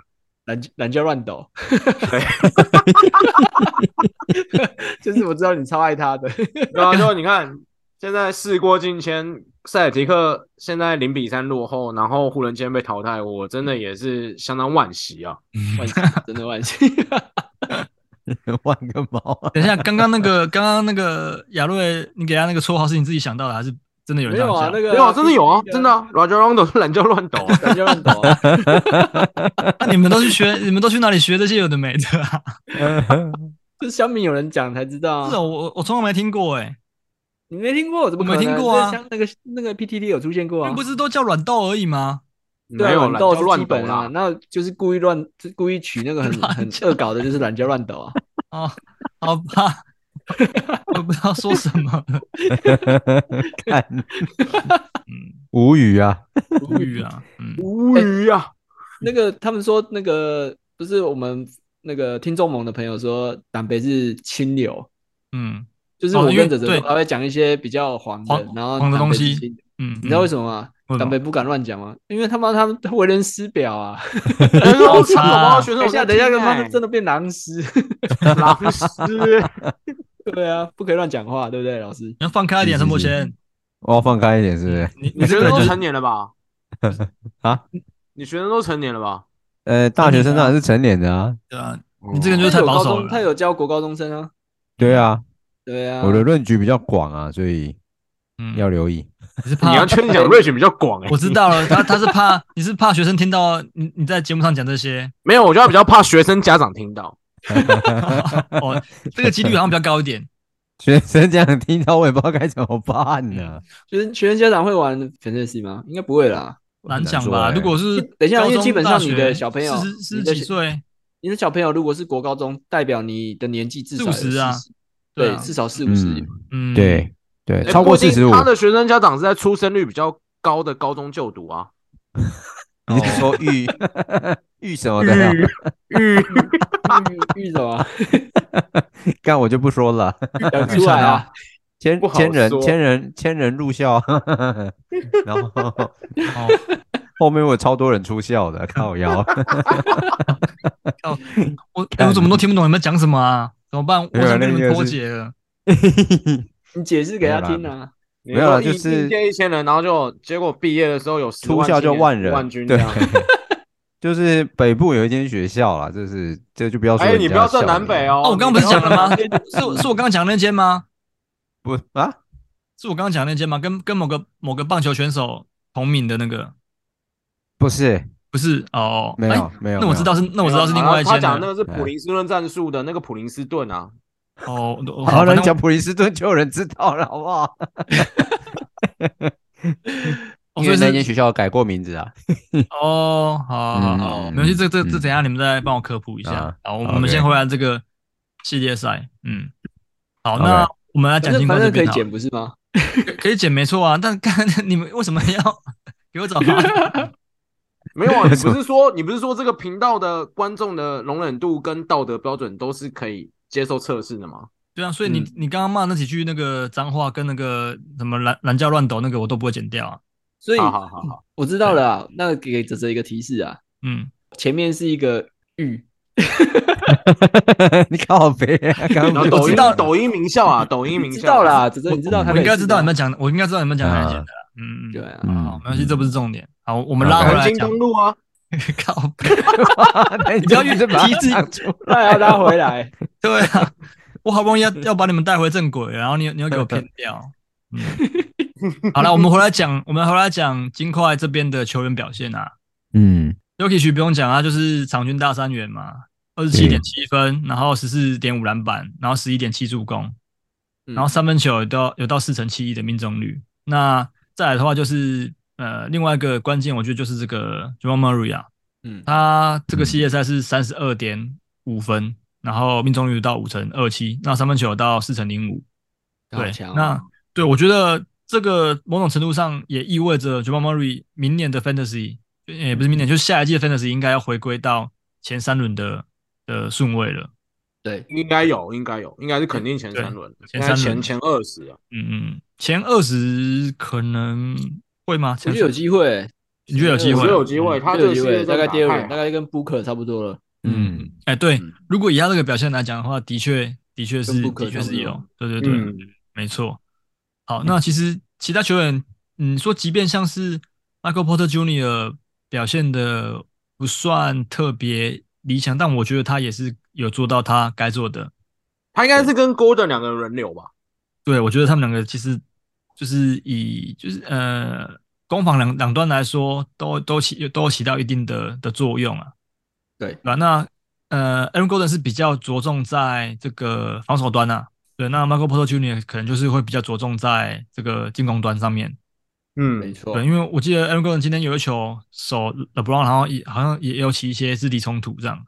Speaker 2: 懒懒叫乱抖，
Speaker 4: 对，
Speaker 2: 就是我知道你超爱他的，
Speaker 4: 对啊，就你看现在事过境迁，塞尔提克现在零比三落后，然后湖人今天被淘汰，我真的也是相当惋惜啊。
Speaker 2: 万幸，真的万幸。
Speaker 1: 换个毛 啊！
Speaker 3: 等一下，刚刚那个刚刚那个亚瑞，你给他那个绰号是你自己想到的，还是真的有人
Speaker 2: 没
Speaker 3: 这样
Speaker 2: 有啊，
Speaker 3: 叫
Speaker 2: 那？个
Speaker 4: 没有啊，真的有啊，真的
Speaker 2: 啊，
Speaker 4: 啊，Roger Rondo 是懒觉乱抖啊。
Speaker 2: 懒叫乱抖啊，
Speaker 3: 那啊你们都去学，你们都去哪里学这些有的没的啊？
Speaker 2: 就是小米有人讲才知道
Speaker 3: 是
Speaker 2: 啊
Speaker 3: 哦，，我我我从来没听过哎，
Speaker 2: 你没听过，怎么可能
Speaker 3: 我没听过啊
Speaker 2: 这像那个那个 PTT 有出现过
Speaker 3: 那
Speaker 2: 啊
Speaker 3: 不，是都叫软豆而已吗？
Speaker 4: 没
Speaker 2: 对啊，
Speaker 4: 有
Speaker 2: 懒
Speaker 4: 懒
Speaker 2: 豆
Speaker 4: 觉
Speaker 2: 是基
Speaker 4: 乱抖
Speaker 2: 本啊
Speaker 4: 啦，，
Speaker 2: 那就是故意乱，就故意取 那个很很恶搞的，就是懒叫乱抖啊。
Speaker 3: 哦，好 吧，我不知道说什么了，
Speaker 1: 看，
Speaker 4: 嗯
Speaker 1: 无语啊！
Speaker 3: 无语啊，嗯，
Speaker 4: 无语啊。
Speaker 2: 那个他们说那个不是我们那个听众盟的朋友说，党北是清流，
Speaker 3: 嗯
Speaker 2: 就是
Speaker 3: 哦
Speaker 2: 我
Speaker 3: 因为
Speaker 2: 跟哲哲
Speaker 3: 对
Speaker 2: 他会讲一些比较黄的
Speaker 3: 黄，
Speaker 2: 然后
Speaker 3: 黄的
Speaker 2: 党
Speaker 3: 东
Speaker 2: 北
Speaker 3: 西
Speaker 2: 是清流
Speaker 3: 嗯，
Speaker 2: 你知道为
Speaker 3: 么？
Speaker 2: 什么吗
Speaker 3: 为什么？
Speaker 2: 党北不敢乱讲吗？因为他妈他们他为人师 表啊！ 哎
Speaker 4: 哎呦
Speaker 3: 好
Speaker 4: 我
Speaker 3: 惨
Speaker 4: 操！
Speaker 3: 啊
Speaker 4: 选手
Speaker 2: 等一下，
Speaker 4: 在
Speaker 2: 等一下，
Speaker 4: 听
Speaker 2: 他妈
Speaker 4: 欸
Speaker 2: 的真的变狼师，
Speaker 4: 狼师，
Speaker 2: 对啊，不可以乱讲话，对不对，老师？
Speaker 3: 嗯你要放开一点，
Speaker 1: 是
Speaker 3: 陈柏
Speaker 1: 是是
Speaker 3: 谦，
Speaker 1: 我要放开一点，是不是？
Speaker 3: 你
Speaker 4: 你学
Speaker 3: 这
Speaker 4: 生
Speaker 3: 个
Speaker 4: 都
Speaker 3: 就是
Speaker 4: 成年了吧？
Speaker 1: 啊？
Speaker 4: 你学生都成年了吧？嗯
Speaker 1: 呃，大学生当然是成年的啊。
Speaker 3: 对啊，你这个人
Speaker 4: 哦
Speaker 3: 就是
Speaker 2: 他
Speaker 3: 太
Speaker 2: 有
Speaker 3: 保
Speaker 2: 高
Speaker 3: 守
Speaker 2: 中，他
Speaker 3: 了，
Speaker 2: 有教国高中生啊，
Speaker 1: 对啊，
Speaker 2: 对
Speaker 4: 嗯
Speaker 2: 啊。
Speaker 1: 我的论据比较广啊，所以
Speaker 3: 嗯，
Speaker 1: 要留意。
Speaker 3: 你是
Speaker 4: 你
Speaker 3: 怕
Speaker 4: 要圈讲 r i 比较广哎、
Speaker 3: 我知道了，他他是怕你是怕学生听到你你在节目上讲这些，
Speaker 4: 没有，我就要比较怕学生家长听到。
Speaker 3: 哦，这个几率好像比较高一点。
Speaker 1: 学生这样听到，我也不知道该怎么办
Speaker 4: 嗯
Speaker 1: 呢。
Speaker 2: 学生学生家长会玩 fantasy 吗？应该不会啦。
Speaker 3: 难讲
Speaker 1: 很难
Speaker 3: 吧？
Speaker 1: 说欸
Speaker 3: 如果是
Speaker 2: 等一下
Speaker 3: 高中
Speaker 2: 因为基本上你的
Speaker 3: 大学
Speaker 2: 小朋友
Speaker 3: 四十四
Speaker 2: 你
Speaker 3: 十
Speaker 2: 的
Speaker 3: 几岁，
Speaker 2: 你的小朋友如果是国高中，代表你的年纪至少有
Speaker 3: 40啊
Speaker 2: 40，
Speaker 3: 对
Speaker 2: 对，
Speaker 3: 啊
Speaker 2: 至少四五十。
Speaker 1: 嗯，
Speaker 3: 嗯，
Speaker 1: 对对，
Speaker 4: 欸
Speaker 1: 超过
Speaker 4: 不一
Speaker 1: 四
Speaker 4: 定
Speaker 1: 十五，
Speaker 4: 他的学生家长是在出生率比较高的高中就读啊。
Speaker 1: 你
Speaker 4: 哦
Speaker 1: 是说 玉玉什么的呀？
Speaker 4: 嗯，
Speaker 2: 啊 玉玉什么？
Speaker 1: 干我就不说了。
Speaker 2: 讲出来啊！
Speaker 1: 千
Speaker 4: 不好
Speaker 1: 千人
Speaker 4: 说
Speaker 1: 千人千人入校，然 后
Speaker 3: 哦，
Speaker 1: 后面我有超多人出校的，靠 腰。
Speaker 3: 我哎我怎么都听不懂你们讲什么啊？怎么办？我
Speaker 1: 没有
Speaker 3: 想跟
Speaker 1: 那
Speaker 3: 你们
Speaker 1: 个
Speaker 3: 脱
Speaker 1: 是
Speaker 3: 节了。
Speaker 2: 你解释给他
Speaker 1: 没有啦
Speaker 2: 听啊！
Speaker 4: 没
Speaker 1: 没有啦就是
Speaker 4: 一千人，然后就结果毕业的时候有10
Speaker 1: 出校就
Speaker 4: 青年
Speaker 1: 万人，
Speaker 4: 万军这
Speaker 1: 对
Speaker 4: 样。，
Speaker 1: 就是北部有一间学校啦，就是这就不要说。
Speaker 4: 哎、你不要算南北，哦。
Speaker 3: 哦，我刚刚不是讲了吗？是我是我刚刚讲的那间吗？
Speaker 1: 不啊，
Speaker 3: 是我刚刚讲的那间吗？跟跟某个某个棒球选手同名的那个，
Speaker 1: 不是，
Speaker 3: 不是哦？
Speaker 1: 没
Speaker 3: 哎
Speaker 1: 有没有，
Speaker 3: 那我知道是那
Speaker 4: 没
Speaker 3: 我知
Speaker 4: 有啦，
Speaker 3: 道是另外一
Speaker 4: 啊他
Speaker 3: 间
Speaker 4: 讲那
Speaker 3: 的
Speaker 4: 个是普林斯顿战术的那个普林斯顿啊。
Speaker 3: 哦。我
Speaker 1: 好了，
Speaker 3: 反
Speaker 1: 你
Speaker 3: 正
Speaker 1: 讲普林斯顿就有人知道了，好不好？
Speaker 3: 哦所以是
Speaker 1: 学校改过名字啊。
Speaker 3: 哦，好好好，
Speaker 1: 嗯
Speaker 3: 没关系，这这这等
Speaker 1: 嗯
Speaker 3: 一下你们再帮我科普一下
Speaker 1: 啊。
Speaker 3: 好，我
Speaker 1: OK
Speaker 3: 们先回来这个系列赛。嗯，好，那
Speaker 1: OK
Speaker 3: 我们来
Speaker 2: 反
Speaker 3: 讲
Speaker 2: 正
Speaker 3: 情况
Speaker 2: 反
Speaker 3: 这
Speaker 2: 正
Speaker 3: 边
Speaker 2: 可以
Speaker 3: 好了。
Speaker 2: 剪不是吗？
Speaker 3: 可以剪没错啊，但看你们为什么 要给我找麻烦？
Speaker 4: 没有啊，你
Speaker 1: 什
Speaker 4: 不
Speaker 1: 么
Speaker 4: 是说你不是说这个频道的观众的容忍度跟道德标准都是可以接受测试的吗？
Speaker 3: 对啊，所以你、
Speaker 2: 嗯
Speaker 3: 你刚刚骂那几句那个脏话跟那个什么蓝蓝教乱抖那个我都不会剪掉啊。
Speaker 2: 所以
Speaker 4: 好好好好，
Speaker 2: 我知道了啊。那给哲哲一个提示啊，
Speaker 3: 嗯，
Speaker 2: 前面是一个玉，
Speaker 1: 你靠北，啊刚刚
Speaker 4: 然后
Speaker 1: 不
Speaker 4: 抖
Speaker 1: 是
Speaker 4: 音
Speaker 3: 知道了
Speaker 4: 抖音名校啊，抖音名
Speaker 2: 知
Speaker 4: 校
Speaker 2: 道啦，哲哲你知道他
Speaker 3: 我应该知道你们讲，我应该知道你们讲哪一
Speaker 1: 啊
Speaker 3: 件的啦。嗯，嗯
Speaker 2: 啊对。啊，
Speaker 3: 嗯，好，没关系，这不是重点。好，我们
Speaker 1: 好
Speaker 3: 拉回
Speaker 4: 南
Speaker 3: 来
Speaker 4: 京
Speaker 3: 讲
Speaker 4: 东。路啊，
Speaker 3: 靠北，
Speaker 2: 啊
Speaker 1: 你
Speaker 3: 不要
Speaker 1: 一直
Speaker 3: 越
Speaker 1: 把
Speaker 3: 提
Speaker 1: 它
Speaker 3: 自己
Speaker 1: 讲出来。
Speaker 2: 那要拉回来。
Speaker 3: 对啊，我好不容易要要把你们带回正轨，然后你你又给我偏掉。嗯，好了，我们回来讲，我们回来讲金块这边的球员表现啊。
Speaker 1: 嗯
Speaker 3: Yuki 不用讲啊，就是场均大三元嘛，二十七点七分，然后十四点五篮板，然后十一点七助攻，
Speaker 4: 嗯
Speaker 3: 然后三分球有到有到四成七一的命中率。那再来的话就是呃，另外一个关键，我觉得就是这个啊 j o a n Maria，
Speaker 4: 嗯
Speaker 3: 他这个系列赛是三十二点五分，然后命中率到五成二七，那三分球到四成零五。对
Speaker 4: 好强哦，
Speaker 3: 那对我觉得这个某种程度上也意味着 j a m a Murray 明年的 Fantasy，呃也不是
Speaker 4: 嗯
Speaker 3: 明年，就是下一季的 Fantasy 应该要回归到前三轮的的顺位了。
Speaker 4: 应该有，应该有，应该是肯定前三轮，
Speaker 3: 对
Speaker 4: 应该
Speaker 3: 前三
Speaker 4: 前
Speaker 3: 轮
Speaker 4: 前二十啊。
Speaker 3: 嗯嗯，前二十可能会吗？
Speaker 2: 我
Speaker 3: 前
Speaker 2: 觉得有机会、
Speaker 3: 你觉得有机
Speaker 4: 我
Speaker 3: 会？嗯
Speaker 4: 觉得有机会，他
Speaker 2: 我
Speaker 4: 这
Speaker 2: 觉得
Speaker 4: 个
Speaker 2: 有机
Speaker 4: 系
Speaker 2: 会，
Speaker 4: 列
Speaker 2: 大概第二轮，大
Speaker 4: 轮，
Speaker 2: 概跟 Booker 差不多了。
Speaker 1: 嗯，
Speaker 3: 哎、对
Speaker 2: 嗯，
Speaker 3: 如果以他这个表现来讲的话，的确，的确是，
Speaker 2: 跟 Booker
Speaker 3: 的确
Speaker 2: 差
Speaker 3: 是
Speaker 2: 不多
Speaker 3: 有，对对对，
Speaker 4: 嗯，
Speaker 3: 没错。好，那其实其他球员，嗯，说即便像是 Michael Porter Jr. 表现的不算特别理想，但我觉得他也是有做到他该做的。
Speaker 4: 他应该是跟 Golden 两个人轮流吧？
Speaker 3: 对我觉得他们两个其实就是以就是呃攻防两两端来说，都都起都有起到一定的的作用啊。
Speaker 2: 对
Speaker 3: 吧？那呃，Aaron Golden 是比较着重在这个防守端啊，对，那 Michael Porter Jr. 可能就是会比较着重在这个进攻端上面。
Speaker 2: 没
Speaker 4: 嗯，
Speaker 2: 错
Speaker 3: 对，，因为我记得 Aaron Gordon 今天有一球手 LeBron，然后也好像也有起一些肢体冲突这样，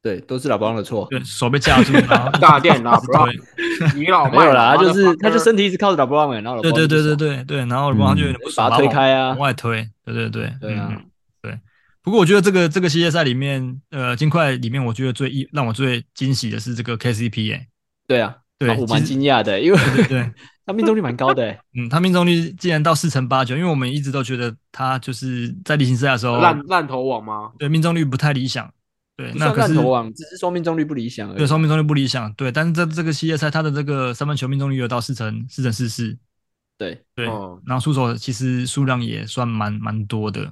Speaker 2: 对，都是老帮的错。
Speaker 3: 对手被架住，然后
Speaker 4: 大电啦，
Speaker 3: 对
Speaker 4: 你老
Speaker 2: 没有
Speaker 4: 麦
Speaker 2: 啦，他就是他就
Speaker 4: 生
Speaker 2: 身体一直靠着 LeBron，欸然后
Speaker 3: 对
Speaker 2: LeBron
Speaker 3: 对对
Speaker 2: 就
Speaker 3: 对对
Speaker 2: 爽
Speaker 3: 对，然后 LeBron 就有点不爽，
Speaker 2: 把他推开啊
Speaker 3: 往往外推，对对对，
Speaker 2: 对
Speaker 3: 嗯
Speaker 2: 啊，
Speaker 3: 不过我觉得这个这个系列赛里面，呃，金块里面，我觉得最意让我最惊喜的是这个 KCP 哎、
Speaker 2: 对啊，
Speaker 3: 对
Speaker 2: 啊，我
Speaker 3: 其
Speaker 2: 蛮
Speaker 3: 实
Speaker 2: 惊讶的，因为
Speaker 3: 对对，
Speaker 2: 他命中率蛮 高的欸，
Speaker 3: 嗯，他命中率竟然到四成八九，因为我们一直都觉得他就是在例行赛的时候，
Speaker 4: 烂烂头网吗？
Speaker 3: 对命中率不太理想，对，
Speaker 2: 不
Speaker 3: 那
Speaker 2: 算
Speaker 3: 可
Speaker 2: 烂
Speaker 3: 是
Speaker 2: 头啊王，只是说命中率不理想而
Speaker 3: 对，
Speaker 2: 已。
Speaker 3: 双命中率不理想，对，但是这这个系列赛他的这个三分球命中率有到四成四成四四，
Speaker 2: 对，
Speaker 3: 对，
Speaker 2: 哦
Speaker 4: 嗯
Speaker 3: 然后出手其实数量也算蛮蛮多的，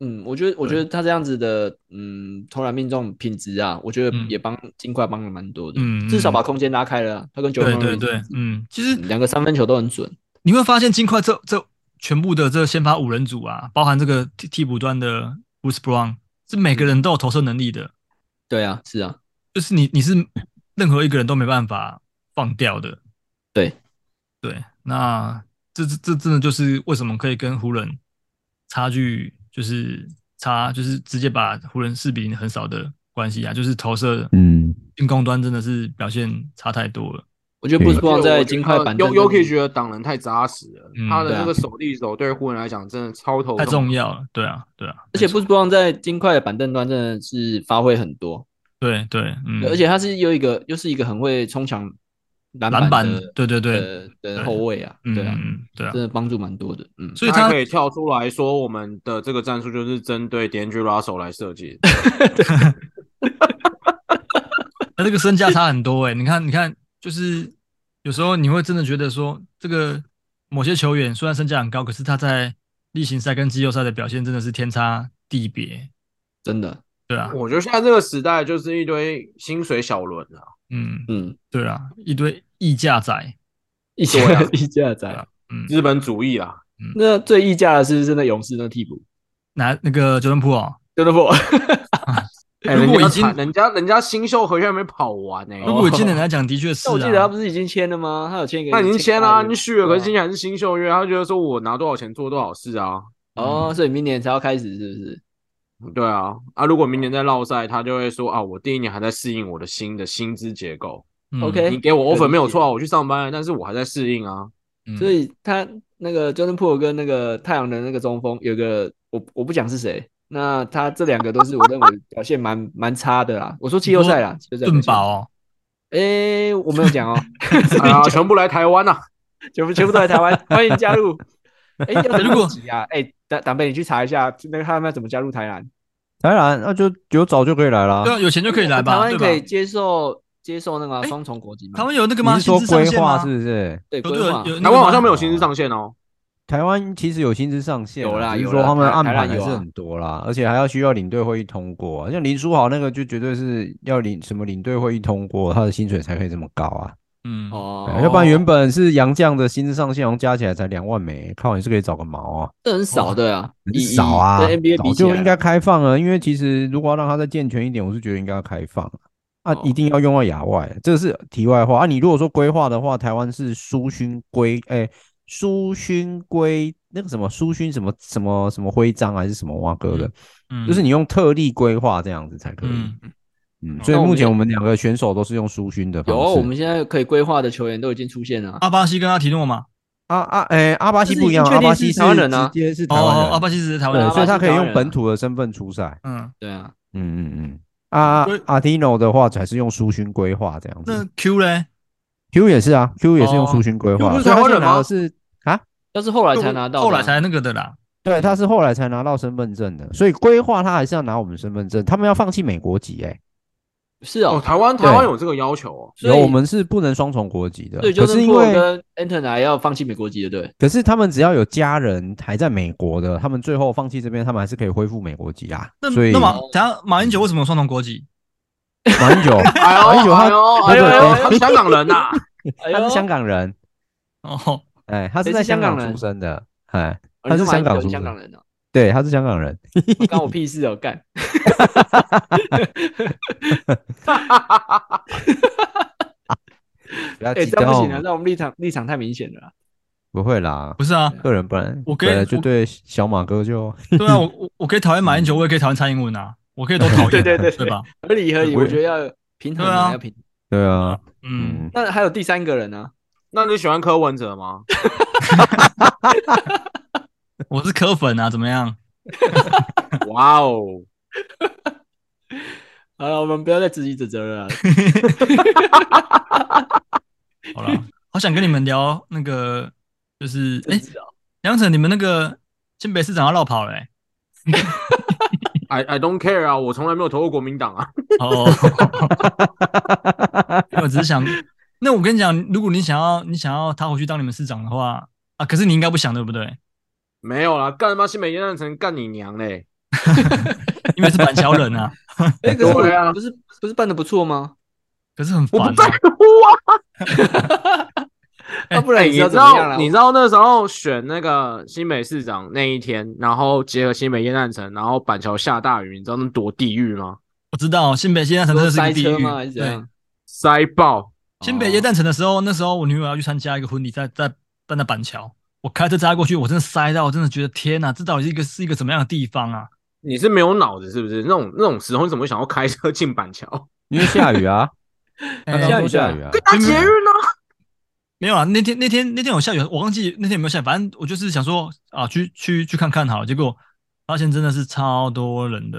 Speaker 2: 嗯，我觉得我觉得他这样子的嗯投篮命中品质啊，我觉得
Speaker 3: 嗯
Speaker 2: 也帮金块帮了蛮多的
Speaker 3: 嗯，
Speaker 2: 至少
Speaker 3: 嗯
Speaker 2: 把空间拉开了啊。他跟九
Speaker 3: 对对对，嗯，其实
Speaker 2: 两个三分球都很准。
Speaker 3: 你会发现金块这这全部的这先发五人组啊，包含这个替替补端的 Bruce Brown，是每个人都有投射能力的，
Speaker 2: 对啊，是啊，
Speaker 3: 就是你你是任何一个人都没办法放掉的。
Speaker 2: 对
Speaker 3: 对，那这这这真的就是为什么可以跟湖人差距就是差，就是直接把湖人四比零很少的关系啊，就是投射
Speaker 1: 嗯，
Speaker 3: 进攻端真的是表现差太多了。
Speaker 2: 我觉得布斯
Speaker 1: 对
Speaker 2: 邦在金块板凳
Speaker 4: U U 呃 K 觉得挡人太扎实了，
Speaker 3: 嗯
Speaker 4: 他的
Speaker 2: 对啊
Speaker 4: 那个手递手对湖人来讲真的超头
Speaker 3: 太重
Speaker 4: 要。
Speaker 3: 要了，对啊，对啊，
Speaker 2: 而且布斯邦在金块的板凳端真的是发挥很多，
Speaker 3: 对对，嗯，
Speaker 2: 而且他是又一个又是一个很会冲抢篮
Speaker 3: 篮板
Speaker 2: 的，
Speaker 3: 对对对，
Speaker 2: 的的后卫啊，
Speaker 3: 嗯
Speaker 2: 对啊，
Speaker 3: 嗯对啊
Speaker 2: 真，的帮助蛮多的，嗯，
Speaker 3: 所以
Speaker 4: 他
Speaker 3: 他
Speaker 4: 可以跳出来说，我们的这个战术就是针对 d a n g e r o s s e 来设计的。
Speaker 3: 那这个身价差很多哎、 你看，你看，就是有时候你会真的觉得说，这个某些球员虽然身价很高，可是他在例行赛跟季后赛的表现真的是天差地别。
Speaker 2: 真的，
Speaker 3: 对啊，
Speaker 4: 我觉得现在这个时代就是一堆薪水小轮啊，
Speaker 3: 嗯，
Speaker 2: 嗯，
Speaker 3: 对啊，一堆溢价仔，
Speaker 2: 一
Speaker 4: 对啊
Speaker 2: 家 一家仔啊。
Speaker 3: 嗯，
Speaker 4: 资本主义啊啦。
Speaker 2: 那最溢价的是真的勇士那替补，
Speaker 3: 拿那个九人铺哦，
Speaker 2: 真的不，
Speaker 4: 啊哎
Speaker 3: 如果
Speaker 4: 人家
Speaker 3: 已经
Speaker 4: 才人家人家新秀回去还没跑完呢、
Speaker 3: 如果以 今年来讲，的确是、啊，
Speaker 2: 那我记得他不是已经签了吗？他有签一个，
Speaker 4: 他已经签了、
Speaker 2: 了，
Speaker 4: 啊，你续了，可是今
Speaker 2: 对啊
Speaker 4: 年还是新秀约，他觉得说我拿多少钱做多少事啊，
Speaker 2: 哦，所以明年才要开始，是不是？
Speaker 4: 对啊，啊，如果明年再落赛，他就会说啊，我第一年还在适应我的新的薪资结构，
Speaker 3: 嗯
Speaker 2: OK
Speaker 4: 你给我
Speaker 2: 可以
Speaker 4: offer
Speaker 2: 理
Speaker 4: 没有
Speaker 2: 解
Speaker 4: 错啊，我去上班了，但是我还在适应啊，
Speaker 3: 嗯
Speaker 2: 所以他那个 Jordan p o o 跟那个太阳的那个中锋有个我我不讲是谁，那他这两个都是我认为表现蛮蛮差的啦。我说季后赛啦，季后赛
Speaker 3: 盾
Speaker 2: 表
Speaker 3: 宝哦，
Speaker 2: 现，诶，我没有讲哦，
Speaker 4: 啊，全部来台湾啊，
Speaker 2: 全部 全部都在台湾，欢迎加 入。哎，要怎么
Speaker 3: 如果
Speaker 2: 晋级啊，哎，党党贝，你去查一下那个他们要怎么加入台南？
Speaker 1: 当然，那就有早就可以来啦
Speaker 3: 对。啊，有钱就可以来
Speaker 2: 台
Speaker 3: 吧，
Speaker 2: 湾
Speaker 3: 对
Speaker 2: 可以
Speaker 3: 吧？
Speaker 2: 接受接受那个
Speaker 3: 哎
Speaker 2: 双重国籍吗？
Speaker 3: 台湾有那个
Speaker 1: 你
Speaker 3: 吗？
Speaker 1: 是说
Speaker 3: 薪资上
Speaker 1: 规
Speaker 3: 限
Speaker 1: 划
Speaker 3: 吗？
Speaker 1: 是不是？
Speaker 2: 对
Speaker 3: 有
Speaker 2: 规
Speaker 3: 有
Speaker 2: 划
Speaker 3: 有那个
Speaker 4: 台湾好
Speaker 3: 吗
Speaker 4: 像没有薪资上限哦，
Speaker 1: 台湾其实有薪资上限啊，
Speaker 2: 有啦
Speaker 1: 只是
Speaker 2: 有
Speaker 1: 说
Speaker 2: 啦
Speaker 1: 他们
Speaker 2: 台
Speaker 1: 安
Speaker 2: 台
Speaker 1: 排
Speaker 2: 湾
Speaker 1: 还
Speaker 2: 有
Speaker 1: 是
Speaker 2: 啊
Speaker 1: 很多啦，而且还要需要领队会议通过啊。像林书豪那个就绝对是要领什么领队会议通过，他的薪水才可以这么高啊。
Speaker 3: 嗯，
Speaker 2: 哦
Speaker 1: 对，要不然原本是杨绛的薪资上限，好像加起来才两万美，靠，你是可以找个毛啊，
Speaker 2: 这很少的啊，
Speaker 1: 很
Speaker 2: 以
Speaker 1: 少啊，
Speaker 2: 以跟 NBA
Speaker 1: 早
Speaker 2: 比起
Speaker 1: 就
Speaker 2: 来
Speaker 1: 应该开放了。因为其实如果要让他再健全一点，我是觉得应该要开放啊。啊
Speaker 2: 哦，
Speaker 1: 一定要用到亚外，这个是题外话啊。你如果说规划的话，台湾是苏勋规，哎、苏勋规那个什么苏勋什么什么什么徽章还是什么蛙哥的，
Speaker 3: 嗯，
Speaker 1: 就是你用特例规划这样子才可以。
Speaker 3: 嗯
Speaker 1: 嗯，所以
Speaker 2: 那我
Speaker 1: 目
Speaker 2: 们
Speaker 1: 前
Speaker 2: 也
Speaker 1: 我们两个选手都是用苏勋的方
Speaker 2: 有
Speaker 1: 式。
Speaker 2: 我们现在可以规划的球员都已经出现了啊，
Speaker 3: 阿巴西跟阿提诺嘛，
Speaker 1: 阿阿啊诶阿巴西
Speaker 2: 但是
Speaker 1: 不一
Speaker 2: 已
Speaker 1: 样，
Speaker 2: 经确
Speaker 1: 阿巴
Speaker 2: 定
Speaker 1: 西
Speaker 2: 是台湾人啊
Speaker 1: 直接是
Speaker 3: 哦
Speaker 1: 台湾
Speaker 3: 哦
Speaker 1: 人，，
Speaker 3: 阿巴西只是台湾
Speaker 1: 对，
Speaker 3: 人
Speaker 2: 阿，
Speaker 1: 所以
Speaker 2: 巴
Speaker 1: 他
Speaker 2: 西
Speaker 1: 可以
Speaker 2: 台湾
Speaker 1: 用
Speaker 2: 人
Speaker 1: 本
Speaker 2: 啊
Speaker 1: 土的身份出赛。
Speaker 3: 嗯，
Speaker 2: 对啊，
Speaker 1: 嗯嗯嗯，阿
Speaker 3: 所以
Speaker 1: 阿蒂诺的话才是用苏勋规划这样
Speaker 3: 那
Speaker 1: 子
Speaker 3: Q 嘞，
Speaker 1: ，Q 也是啊，Q 也是用
Speaker 3: 哦
Speaker 1: 苏勋规
Speaker 4: Q
Speaker 1: 划，
Speaker 4: 不是
Speaker 1: 所以他
Speaker 4: 台湾
Speaker 1: 现在
Speaker 4: 人
Speaker 1: 拿
Speaker 4: 吗
Speaker 1: 的是啊，
Speaker 2: 要是后来才拿到的啊，
Speaker 3: 后来才那个的啦，
Speaker 1: 对，他是后来才拿到身份证的，所以规划他还是要拿我们身份证，他们要放弃美国籍哎、
Speaker 2: 是哦
Speaker 4: 哦，，台湾台湾有这个要求哦，
Speaker 2: 所
Speaker 1: 有
Speaker 2: 以
Speaker 1: 我们是不能双重国籍的，
Speaker 2: 对，就
Speaker 1: 可
Speaker 2: 是
Speaker 1: 是因
Speaker 2: 布尔
Speaker 1: 为
Speaker 2: 跟 Anton 还要放弃美国籍的，对，
Speaker 1: 可是他们只要有家人还在美国的，他们最后放弃这边，他们还是可以恢复美国籍啦
Speaker 3: 那。
Speaker 1: 所以
Speaker 3: 那马等下马英九为什么有双重国籍？
Speaker 1: 马英九
Speaker 4: 哎呦
Speaker 1: 哎呦
Speaker 4: 哎呦
Speaker 1: 他
Speaker 4: 哎呦
Speaker 1: 对
Speaker 4: 哎
Speaker 1: 哎
Speaker 4: 呦，他是香港人啊呐，
Speaker 2: 哎
Speaker 1: 他
Speaker 2: 呦
Speaker 1: 是香港人，
Speaker 3: 哦，
Speaker 1: 哎，他是
Speaker 2: 谁
Speaker 1: 在
Speaker 2: 是
Speaker 1: 香
Speaker 2: 香
Speaker 1: 港
Speaker 2: 港人
Speaker 1: 出生的，哎，
Speaker 2: 哦
Speaker 1: 他
Speaker 2: 你
Speaker 1: 是
Speaker 2: 说马
Speaker 1: 香
Speaker 2: 英
Speaker 1: 港
Speaker 2: 九
Speaker 1: 出
Speaker 2: 是香港
Speaker 1: 生，
Speaker 2: 人哦，
Speaker 1: 对，他是香港人。
Speaker 2: 哦干我屁事哦，干，
Speaker 1: 不要
Speaker 2: 哎，
Speaker 1: 激
Speaker 2: 这样不行啊，
Speaker 1: 动，
Speaker 2: 这样我们立场立场太明显了啊，
Speaker 1: 不会啦
Speaker 3: 不，是啊，
Speaker 1: 个人本来
Speaker 3: 我跟
Speaker 1: 本来就
Speaker 3: 我
Speaker 1: 对小马哥就
Speaker 3: 对啊，我我我可以讨厌马英
Speaker 1: 嗯
Speaker 3: 九，我也可以讨厌蔡英文啊，我可以都讨厌，
Speaker 2: 对对对对
Speaker 3: 对吧？
Speaker 2: 合理合理，
Speaker 1: 我
Speaker 2: 我
Speaker 1: 也
Speaker 2: 觉得要平衡
Speaker 3: 对
Speaker 2: 啊，
Speaker 3: 啊
Speaker 2: 要平衡。
Speaker 1: 对啊，
Speaker 3: 嗯，
Speaker 1: 嗯，
Speaker 2: 那还有第三个人啊呢？
Speaker 4: 那你喜欢柯文哲吗？
Speaker 3: 我是柯粉啊，怎么样？
Speaker 4: 哇哦，
Speaker 2: 好了，我们不要再自己指责 了啊。
Speaker 3: 好了，好想跟你们聊那个，就是哎
Speaker 2: 政，治哦
Speaker 3: 杨晨，你们那个新北市长要绕跑嘞、欸？
Speaker 4: I I don't care 啊，我从来没有投过国民党啊。
Speaker 3: 哦， 我只是想，那我跟你讲，如果你想要你想要他回去当你们市长的话啊，可是你应该不想对不对？
Speaker 4: 没有啦，干他妈新北烟城干你娘嘞！
Speaker 3: 因为是板桥人啊，
Speaker 2: 哎，可是
Speaker 4: 对啊
Speaker 2: 我不是不是办的不错吗？
Speaker 3: 可是很
Speaker 4: 我
Speaker 3: 烦、
Speaker 4: 不
Speaker 3: 啊。
Speaker 4: 在乎
Speaker 2: 那不
Speaker 4: 啊！
Speaker 2: 然
Speaker 4: 哎你
Speaker 2: 知道
Speaker 4: 知
Speaker 2: 怎么样
Speaker 4: 道
Speaker 2: 了？
Speaker 4: 你知道那时候选那个新北市长那一天，然后结合新北烟城，然后板桥下大雨，你知道那多地狱吗？
Speaker 3: 我知道新北耶诞城真的
Speaker 2: 说
Speaker 3: 是一
Speaker 2: 塞
Speaker 3: 个地
Speaker 2: 车吗？还
Speaker 3: 狱。
Speaker 2: 是怎
Speaker 3: 对，
Speaker 2: 样？
Speaker 4: 塞爆！
Speaker 3: 新北耶诞城的时候，那时候我女友要去参加一个婚礼，在在办在板桥，我开车扎过去，我真的塞到，我真的觉得天哪、这到底是一个是一个怎么样的地方啊？
Speaker 4: 你是没有脑子是不是？那种那种时候你怎么会想要开车 进板桥？
Speaker 1: 因为下雨 啊，
Speaker 3: 哎
Speaker 1: 刚刚说下雨啊，
Speaker 4: 搭捷运呢？
Speaker 3: 没有啊，那天那天那天有下雨，我忘记那天有没有下雨，反正我就是想说啊，去去去看看好了，结果发现真的是超多人的，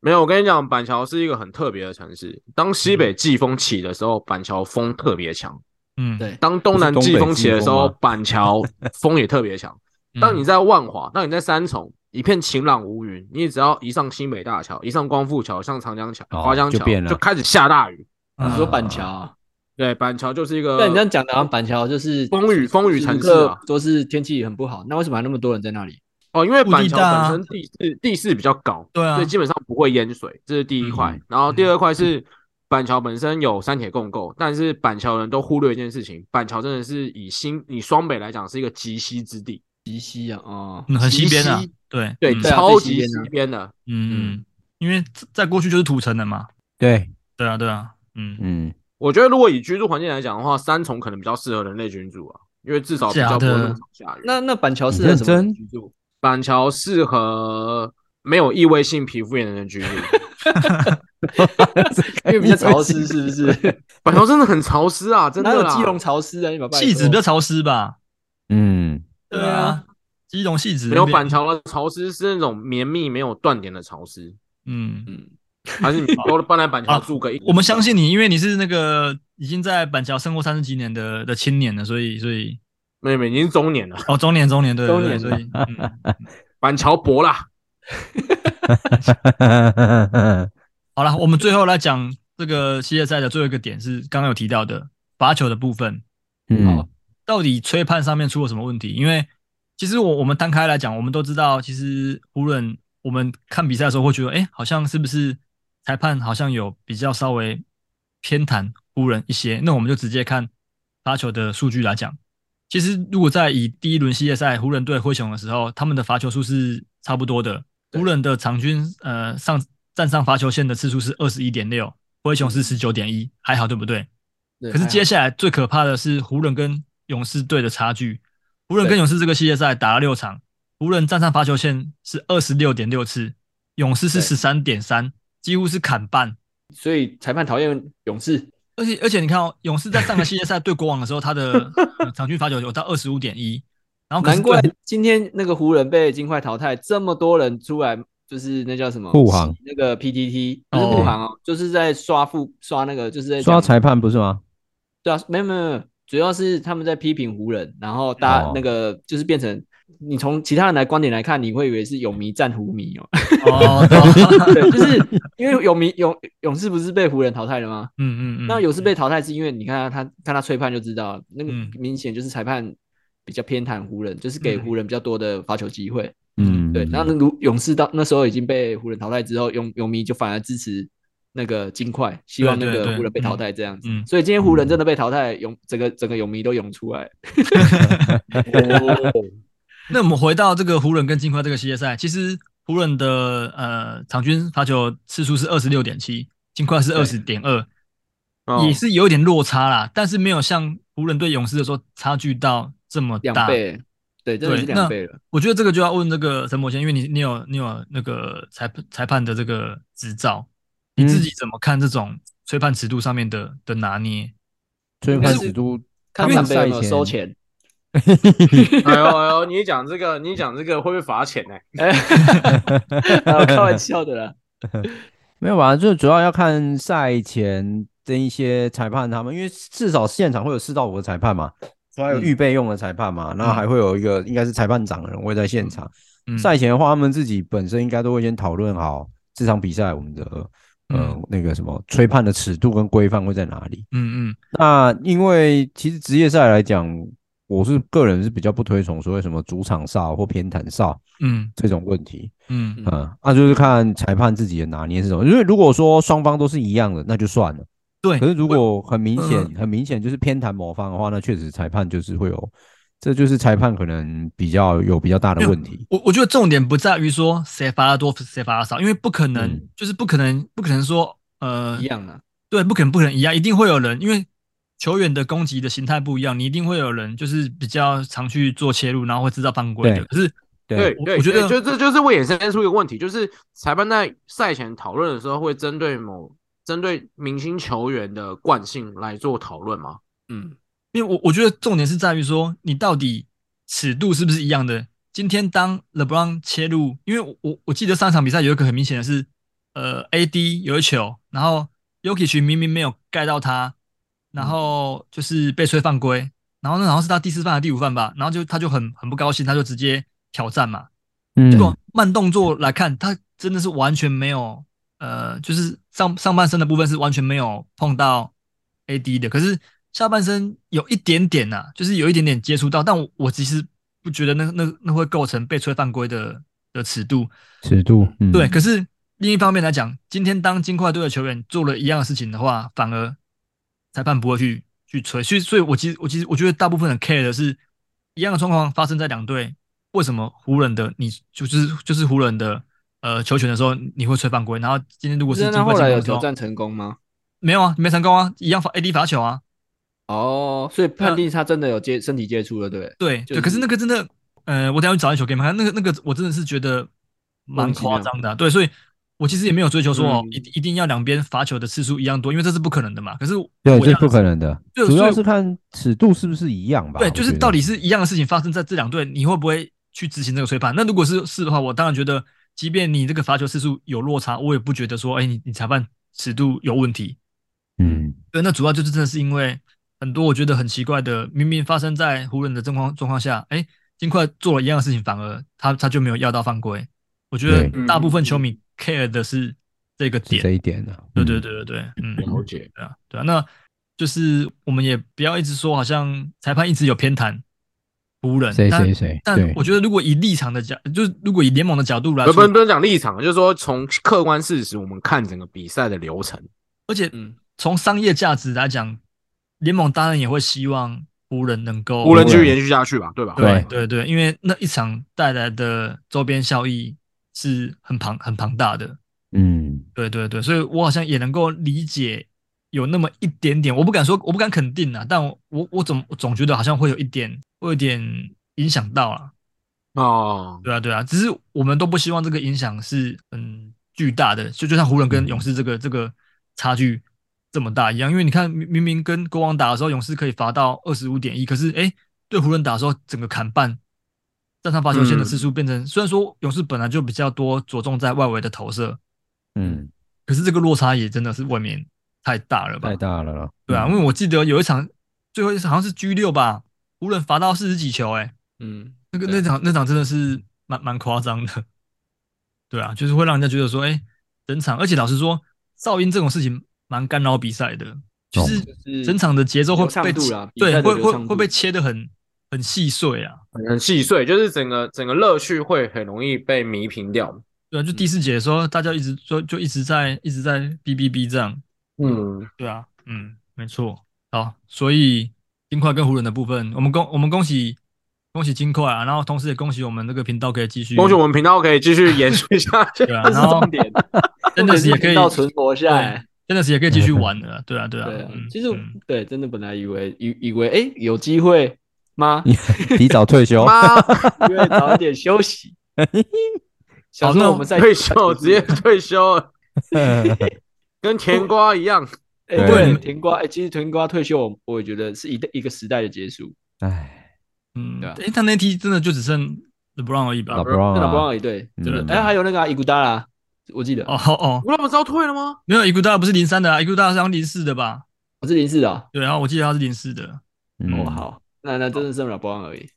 Speaker 4: 没有，我跟你讲，板桥是一个很特别的城市。当西
Speaker 1: 嗯
Speaker 4: 北季风起的时候，板桥风特别强；
Speaker 3: 嗯，
Speaker 2: 对，
Speaker 4: 当东南
Speaker 1: 不是东
Speaker 4: 季
Speaker 1: 北
Speaker 4: 风起的时
Speaker 1: 季
Speaker 4: 候
Speaker 1: 风吗，
Speaker 4: 板桥风也特别 强。
Speaker 3: 嗯
Speaker 4: 当你在万华，当你在三重，一片晴朗无云，你只要一上新北大桥，一上光复桥，上长江桥、
Speaker 1: 哦
Speaker 4: 华江
Speaker 1: 就
Speaker 4: 桥，
Speaker 1: 变了
Speaker 4: 开始下大雨。
Speaker 3: 嗯
Speaker 2: 你说板桥啊？
Speaker 4: 对，板桥就是一个，
Speaker 2: 但你这样讲的，好像板桥就是
Speaker 4: 风雨风雨城市啊
Speaker 2: 都是天气很不好，那为什么还那么多人在那里？
Speaker 4: 哦，因为
Speaker 3: 陆
Speaker 4: 板桥
Speaker 3: 地大
Speaker 4: 本
Speaker 3: 啊
Speaker 4: 身地势地势比较高，
Speaker 3: 对啊
Speaker 4: 所以基本上不会淹水，这是第一块。
Speaker 1: 嗯
Speaker 4: 然后第二块是板桥本身有三铁共构，但是板桥人都忽略一件事情，板桥真的是以新以双北来讲是一个极西之地，
Speaker 2: 极西啊，哦，
Speaker 3: 嗯很西边啊
Speaker 4: 西，
Speaker 3: 对
Speaker 4: 对，
Speaker 3: 嗯
Speaker 2: 对啊
Speaker 4: 超
Speaker 2: 最
Speaker 4: 级
Speaker 2: 西边
Speaker 4: 西
Speaker 2: 啊
Speaker 4: 边的。
Speaker 3: 嗯，因为在过去就是土城的嘛，
Speaker 1: 对，
Speaker 3: 对啊对啊，嗯，
Speaker 1: 嗯，
Speaker 4: 我觉得如果以居住环境来讲的话，三重可能比较适合人类居住啊，因为至少比较不会那么常下雨。
Speaker 2: 那那板桥是
Speaker 1: 你认
Speaker 2: 什么人
Speaker 1: 真
Speaker 2: 居住？
Speaker 4: 板桥适合没有异位性皮肤炎的人居住，
Speaker 2: 因为比较潮湿，是不是？
Speaker 4: 板桥真的很潮湿啊， 真
Speaker 2: 哪
Speaker 4: 的
Speaker 2: 有
Speaker 4: 啦。
Speaker 2: 基隆潮湿啊？你把
Speaker 3: 戏子比较潮湿吧？
Speaker 1: 嗯，
Speaker 2: 对啊，
Speaker 3: 基隆戏子
Speaker 4: 没有板，桥的潮湿是那种绵密没有断点的潮湿，
Speaker 3: 嗯，
Speaker 2: 嗯，
Speaker 4: 还是你都搬来板桥住个一？
Speaker 3: 啊我们相信你，因为你是那个已经在板桥生活三十几年的的青年了，所以所以
Speaker 4: 妹妹已经中年了，
Speaker 3: 哦中年中年对对对，
Speaker 2: 中
Speaker 3: 所
Speaker 2: 年
Speaker 3: 以嗯，
Speaker 4: 板桥博啦。
Speaker 3: 好了，我们最后来讲这个系列赛的最后一个点是刚刚有提到的罚球的部分，
Speaker 1: 嗯，
Speaker 3: 到底吹判上面出了什么问题？因为其实我我们摊开来讲，我们都知道，其实湖人我们看比赛的时候会觉得，哎、好像是不是裁判好像有比较稍微偏袒湖人一些？那我们就直接看罚球的数据来讲。其实如果在以第一轮系列赛湖人对灰熊的时候，他们的罚球数是差不多的，湖人的场均呃上站上罚球线的次数是二十一点六，灰熊是十九点一，还好对不对？
Speaker 2: 对哎
Speaker 3: 可是接
Speaker 2: 还好
Speaker 3: 下来最可怕的是湖人跟勇士队的差距，湖人跟勇士这个系列赛打了六场，湖人站上罚球线是二十六点六次，勇士是
Speaker 2: 对
Speaker 3: 十三点三，几乎是砍半。
Speaker 2: 所以裁判讨厌勇士，
Speaker 3: 而且而且你看哦，勇士在上个系列赛对国王的时候，他 的呃场均罚球有到二十五点一，然后哦可是
Speaker 2: 难怪
Speaker 3: 对
Speaker 2: 今天那个湖人被金块淘汰，这么多人出来，就是那叫什么
Speaker 1: 护航
Speaker 2: 洗那个 PTT 不是
Speaker 3: 哦
Speaker 2: 护航哦，就是在刷负刷那个，就是在
Speaker 1: 刷
Speaker 2: 讲
Speaker 1: 裁判不是吗？
Speaker 2: 对啊，没有没有没有，主要是他们在批评湖人，然后大家
Speaker 1: 哦
Speaker 2: 那个就是变成你从其他人来观点来看，你会以为是泳迷战湖迷哦，
Speaker 3: 哦，对啊
Speaker 2: 对，就是因为泳迷勇勇士不是被湖人淘汰了吗？
Speaker 3: 嗯嗯嗯，
Speaker 2: 那勇士被淘汰是因为你看他他看他吹判就知道，那个
Speaker 3: 嗯
Speaker 2: 明显就是裁判比较偏袒湖人，就是给
Speaker 3: 嗯
Speaker 2: 湖人比较多的发球机会。
Speaker 1: 嗯，
Speaker 2: 对，然后那如勇士到那时候已经被湖人淘汰之后，勇勇迷就反而支持那个金块，希望那
Speaker 3: 对对
Speaker 2: 个
Speaker 3: 对
Speaker 2: 湖人被淘汰这样子。
Speaker 3: 嗯嗯
Speaker 2: 所以今天湖人真的被淘汰，勇整个整个勇迷都涌出来。
Speaker 3: 哦那我们回到这个湖人跟金块这个系列赛，其实湖人的呃场均罚球次数是二十六点七，金块是二十点二，
Speaker 4: 哦
Speaker 3: 也是有点落差啦，但是没有像湖人对勇士的时候差距到这么
Speaker 2: 两
Speaker 3: 大。
Speaker 2: 倍，对，真的
Speaker 3: 对
Speaker 2: 是
Speaker 3: 那
Speaker 2: 两倍了。
Speaker 3: 我觉得这个就要问这个陈柏谦，因为你你有你有那个裁判裁判的这个执照，你自己怎么看这种吹判尺度上面的的拿捏？
Speaker 1: 吹判尺度，
Speaker 2: 看
Speaker 1: 他们
Speaker 2: 三倍有没有
Speaker 1: 赛前
Speaker 2: 收钱？
Speaker 4: 哎呦哎呦，你讲这个，你讲这个会不会罚钱呢、
Speaker 2: 哎，啊开玩笑的啦。
Speaker 1: 没有吧？就主要要看赛前的一些裁判他们，因为至少现场会有四到五个裁判嘛，
Speaker 2: 嗯
Speaker 1: 还有预备用的裁判嘛，然后还会有一个应该是裁判长的人会在现场。
Speaker 3: 嗯，
Speaker 1: 赛前的话，他们自己本身应该都会先讨论好这场比赛我们的呃、
Speaker 3: 嗯
Speaker 1: 那个什么吹判的尺度跟规范会在哪里。
Speaker 3: 嗯嗯
Speaker 1: 那因为其实职业赛来讲，我是个人是比较不推崇所谓什么主场哨或偏袒哨
Speaker 3: 嗯
Speaker 1: 这种问题。
Speaker 3: 嗯嗯，
Speaker 1: 嗯，那、就是看裁判自己的拿捏是什么。因为如果说双方都是一样的，那就算了。
Speaker 3: 对
Speaker 1: 可，是如果很明显、
Speaker 3: 哎嗯
Speaker 1: 很明显就是偏袒某方的话，那确实裁判就是会有，这就是裁判可能比较有比较大的问题。
Speaker 3: 我我觉得重点不在于说谁罚的多谁罚的少，因为不可能，
Speaker 1: 嗯
Speaker 3: 就是不可能不可能说呃
Speaker 2: 一样啊，
Speaker 3: 对，不可能不可能一样，一定会有人，因为球员的攻击的形态不一样，你一定会有人就是比较常去做切入，然后会制造犯规的。
Speaker 1: 对
Speaker 3: 可是
Speaker 4: 对
Speaker 3: 我
Speaker 4: 对，
Speaker 3: 我觉得
Speaker 4: 就这就是会衍生出一个问题，就是裁判在赛前讨论的时候，会针对某针对明星球员的惯性来做讨论吗？
Speaker 2: 嗯，
Speaker 3: 因为我我觉得重点是在于说，你到底尺度是不是一样的？今天当 LeBron 切入，因为我我我记得上场比赛有一个很明显的是，呃，AD 有一球，然后 Yokic 明明没有盖到他，然后就是被吹犯规，然后那好像是他第四犯还是第五犯吧，然后就他就很很不高兴，他就直接挑战嘛，
Speaker 1: 嗯
Speaker 3: 结果慢动作来看，他真的是完全没有，呃，就是上上半身的部分是完全没有碰到 AD 的，可是下半身有一点点呐、就是有一点点接触到，但我我其实不觉得那那那会构成被吹犯规的的尺度。
Speaker 1: 尺度，嗯、
Speaker 3: 对，可是另一方面来讲，今天当金块队的球员做了一样的事情的话，反而裁判不会去去吹，所以所以我其实我其实我觉得大部分人 care 的是一样的状况发生在两队，为什么湖人的你就是就是湖人的呃球权的时候你会吹犯规，然后今天如果是
Speaker 2: 那
Speaker 3: 金
Speaker 2: 那
Speaker 3: 块
Speaker 2: 后
Speaker 3: 进
Speaker 2: 来
Speaker 3: 攻
Speaker 2: 有
Speaker 3: 的时
Speaker 2: 挑
Speaker 3: 候
Speaker 2: 战成功吗？
Speaker 3: 没有啊，没成功啊，一样罚 AD 罚球啊，
Speaker 2: 哦，所以判定他真的有接身体接触了，对不对？
Speaker 3: 对
Speaker 2: 就
Speaker 3: 对，可是
Speaker 2: 是
Speaker 3: 那个真的，呃，我等一下去找一球给你们看，那个那个我真的是觉得蛮
Speaker 2: 莫名其
Speaker 3: 夸
Speaker 2: 妙
Speaker 3: 张的啊、对，所以我其实也没有追求说哦
Speaker 4: 嗯，
Speaker 3: 一、一定要两边罚球的次数一样多，因为这是不可能的嘛。可是我
Speaker 1: 对，
Speaker 3: 我
Speaker 1: 这
Speaker 3: 要
Speaker 1: 是不可能的。
Speaker 3: 对
Speaker 1: 主
Speaker 3: 所
Speaker 1: 要
Speaker 3: 以
Speaker 1: 是看尺度是不是一样吧。
Speaker 3: 对，
Speaker 1: 我
Speaker 3: 就
Speaker 1: 觉
Speaker 3: 是
Speaker 1: 得
Speaker 3: 到底是一样的事情发生在这两队，你会不会去执行这个吹判？那如果是是的话，我当然觉得，即便你这个罚球次数有落差，我也不觉得说，哎，你你裁判尺度有问题。
Speaker 1: 嗯，
Speaker 3: 对，那主要就是真的是因为很多我觉得很奇怪的，明明发生在湖人的状况状况下，哎，金块做了一样的事情，反而他他就没有要到犯规。我觉得
Speaker 4: 对
Speaker 3: 大部分球迷 care 的是这个
Speaker 1: 是这
Speaker 3: 点。
Speaker 1: 一点呢、啊。
Speaker 3: 对对
Speaker 1: 嗯，
Speaker 3: 对对对，嗯，
Speaker 4: 了解。
Speaker 3: 对啊，对啊，那就是我们也不要一直说好像裁判一直有偏袒湖人，
Speaker 1: 谁
Speaker 3: 但
Speaker 1: 谁谁，
Speaker 3: 但
Speaker 1: 对
Speaker 3: 我觉得如果以立场的角，就是如果以联盟的角度来
Speaker 4: 不不
Speaker 3: 说，
Speaker 4: 不能讲立场，就是说从客观事实，我们看整个比赛的流程。
Speaker 3: 而且
Speaker 2: 嗯，
Speaker 3: 从商业价值来讲，联盟当然也会希望湖人能够
Speaker 4: 湖人继
Speaker 1: 湖
Speaker 4: 续
Speaker 1: 人
Speaker 4: 延续下去吧，对吧？
Speaker 3: 哦对
Speaker 1: 对
Speaker 3: 对对，因为那一场带来的周边效益是很庞很庞大的。
Speaker 1: 嗯，
Speaker 3: 对对对，所以我好像也能够理解有那么一点点，我不敢说，我不敢肯定啊，但我我我总我总觉得好像会有一点，会有一点影响到了。
Speaker 4: 哦，
Speaker 3: 对啊，对啊，只是我们都不希望这个影响是嗯巨大的，就就像湖人跟勇士这个这个差距这么大一样，因为你看明明明跟国王打的时候，勇士可以罚到二十五点一，可是诶对湖人打的时候，整个砍半，站上罚球线的
Speaker 1: 嗯
Speaker 3: 次数变成，虽然说勇士本来就比较多着重在外围的投射，
Speaker 1: 嗯，
Speaker 3: 可是这个落差也真的是未免太大了吧？
Speaker 1: 太大了啦。
Speaker 3: 对啊，因
Speaker 1: 嗯
Speaker 3: 为我记得有一场最后一场好像是 G 六吧，湖人罚到四十几球、欸，
Speaker 4: 嗯，
Speaker 3: 那个
Speaker 4: 对
Speaker 3: 那场那场真的是蛮蛮夸张的，对啊，就是会让人家觉得说，哎、整场，而且老实说，噪音这种事情蛮干扰比赛的，就是
Speaker 2: 就是
Speaker 3: 整场的节奏会
Speaker 2: 流畅
Speaker 3: 被
Speaker 2: 度
Speaker 3: 切
Speaker 2: 啦比赛
Speaker 3: 对
Speaker 2: 的
Speaker 3: 会
Speaker 2: 流
Speaker 3: 会
Speaker 2: 畅度
Speaker 3: 会被切的很很细碎啊，
Speaker 4: 很细碎，就是整个整个乐趣会很容易被弥平掉。
Speaker 3: 对啊，就
Speaker 2: 嗯
Speaker 3: 第四节的时候，大家一直说就一直在一直在哔哔哔这样，
Speaker 4: 嗯，
Speaker 3: 对啊，嗯，没错。好，所以金块跟湖人的部分，我们恭我们恭喜恭喜金块啊，然后同时也恭喜我们这个频道可以继续，
Speaker 4: 恭喜我们频道可以继续延续下 去。
Speaker 3: 对啊，
Speaker 2: 这是
Speaker 3: 然后
Speaker 2: 重点，
Speaker 3: 真的是也可以
Speaker 2: 到存活下
Speaker 3: 对
Speaker 2: 来。，
Speaker 3: 真的是也可以继续玩 的啦，对啊，对啊
Speaker 2: 对啊，，
Speaker 3: 嗯
Speaker 2: 其实我
Speaker 3: 嗯
Speaker 2: 对，真的本来以为以以为哎有机会吗？
Speaker 1: 提早 退休，
Speaker 4: 妈，
Speaker 2: 因为早一点 休息。想
Speaker 3: 好那
Speaker 2: 说我们在
Speaker 4: 退休直接退 休了，跟甜瓜一样。
Speaker 2: 哎，
Speaker 1: 对
Speaker 2: 对，甜瓜哎，其实甜瓜退休，我我也觉得是一代一个时代的结束。
Speaker 1: 哎，
Speaker 3: 嗯，
Speaker 2: 对啊
Speaker 3: 诶，他那一梯真的就只剩 LeBron 而已
Speaker 1: 老
Speaker 3: 吧？
Speaker 1: 布朗
Speaker 2: 那老布
Speaker 1: 啊
Speaker 2: 朗，也对，
Speaker 1: 嗯
Speaker 2: 真的。哎，还有那个啊伊古达拉，我记得
Speaker 3: 哦哦哦，
Speaker 4: 我那么知道退 了吗？
Speaker 3: 没有 i g u d a 不是零三的啊 i g u d a 是好像零四的吧？
Speaker 2: 我是零四的哦。
Speaker 3: 对，然后我记得他是零四的。
Speaker 1: 嗯
Speaker 2: 哦，，好，那那真的剩老布朗而已。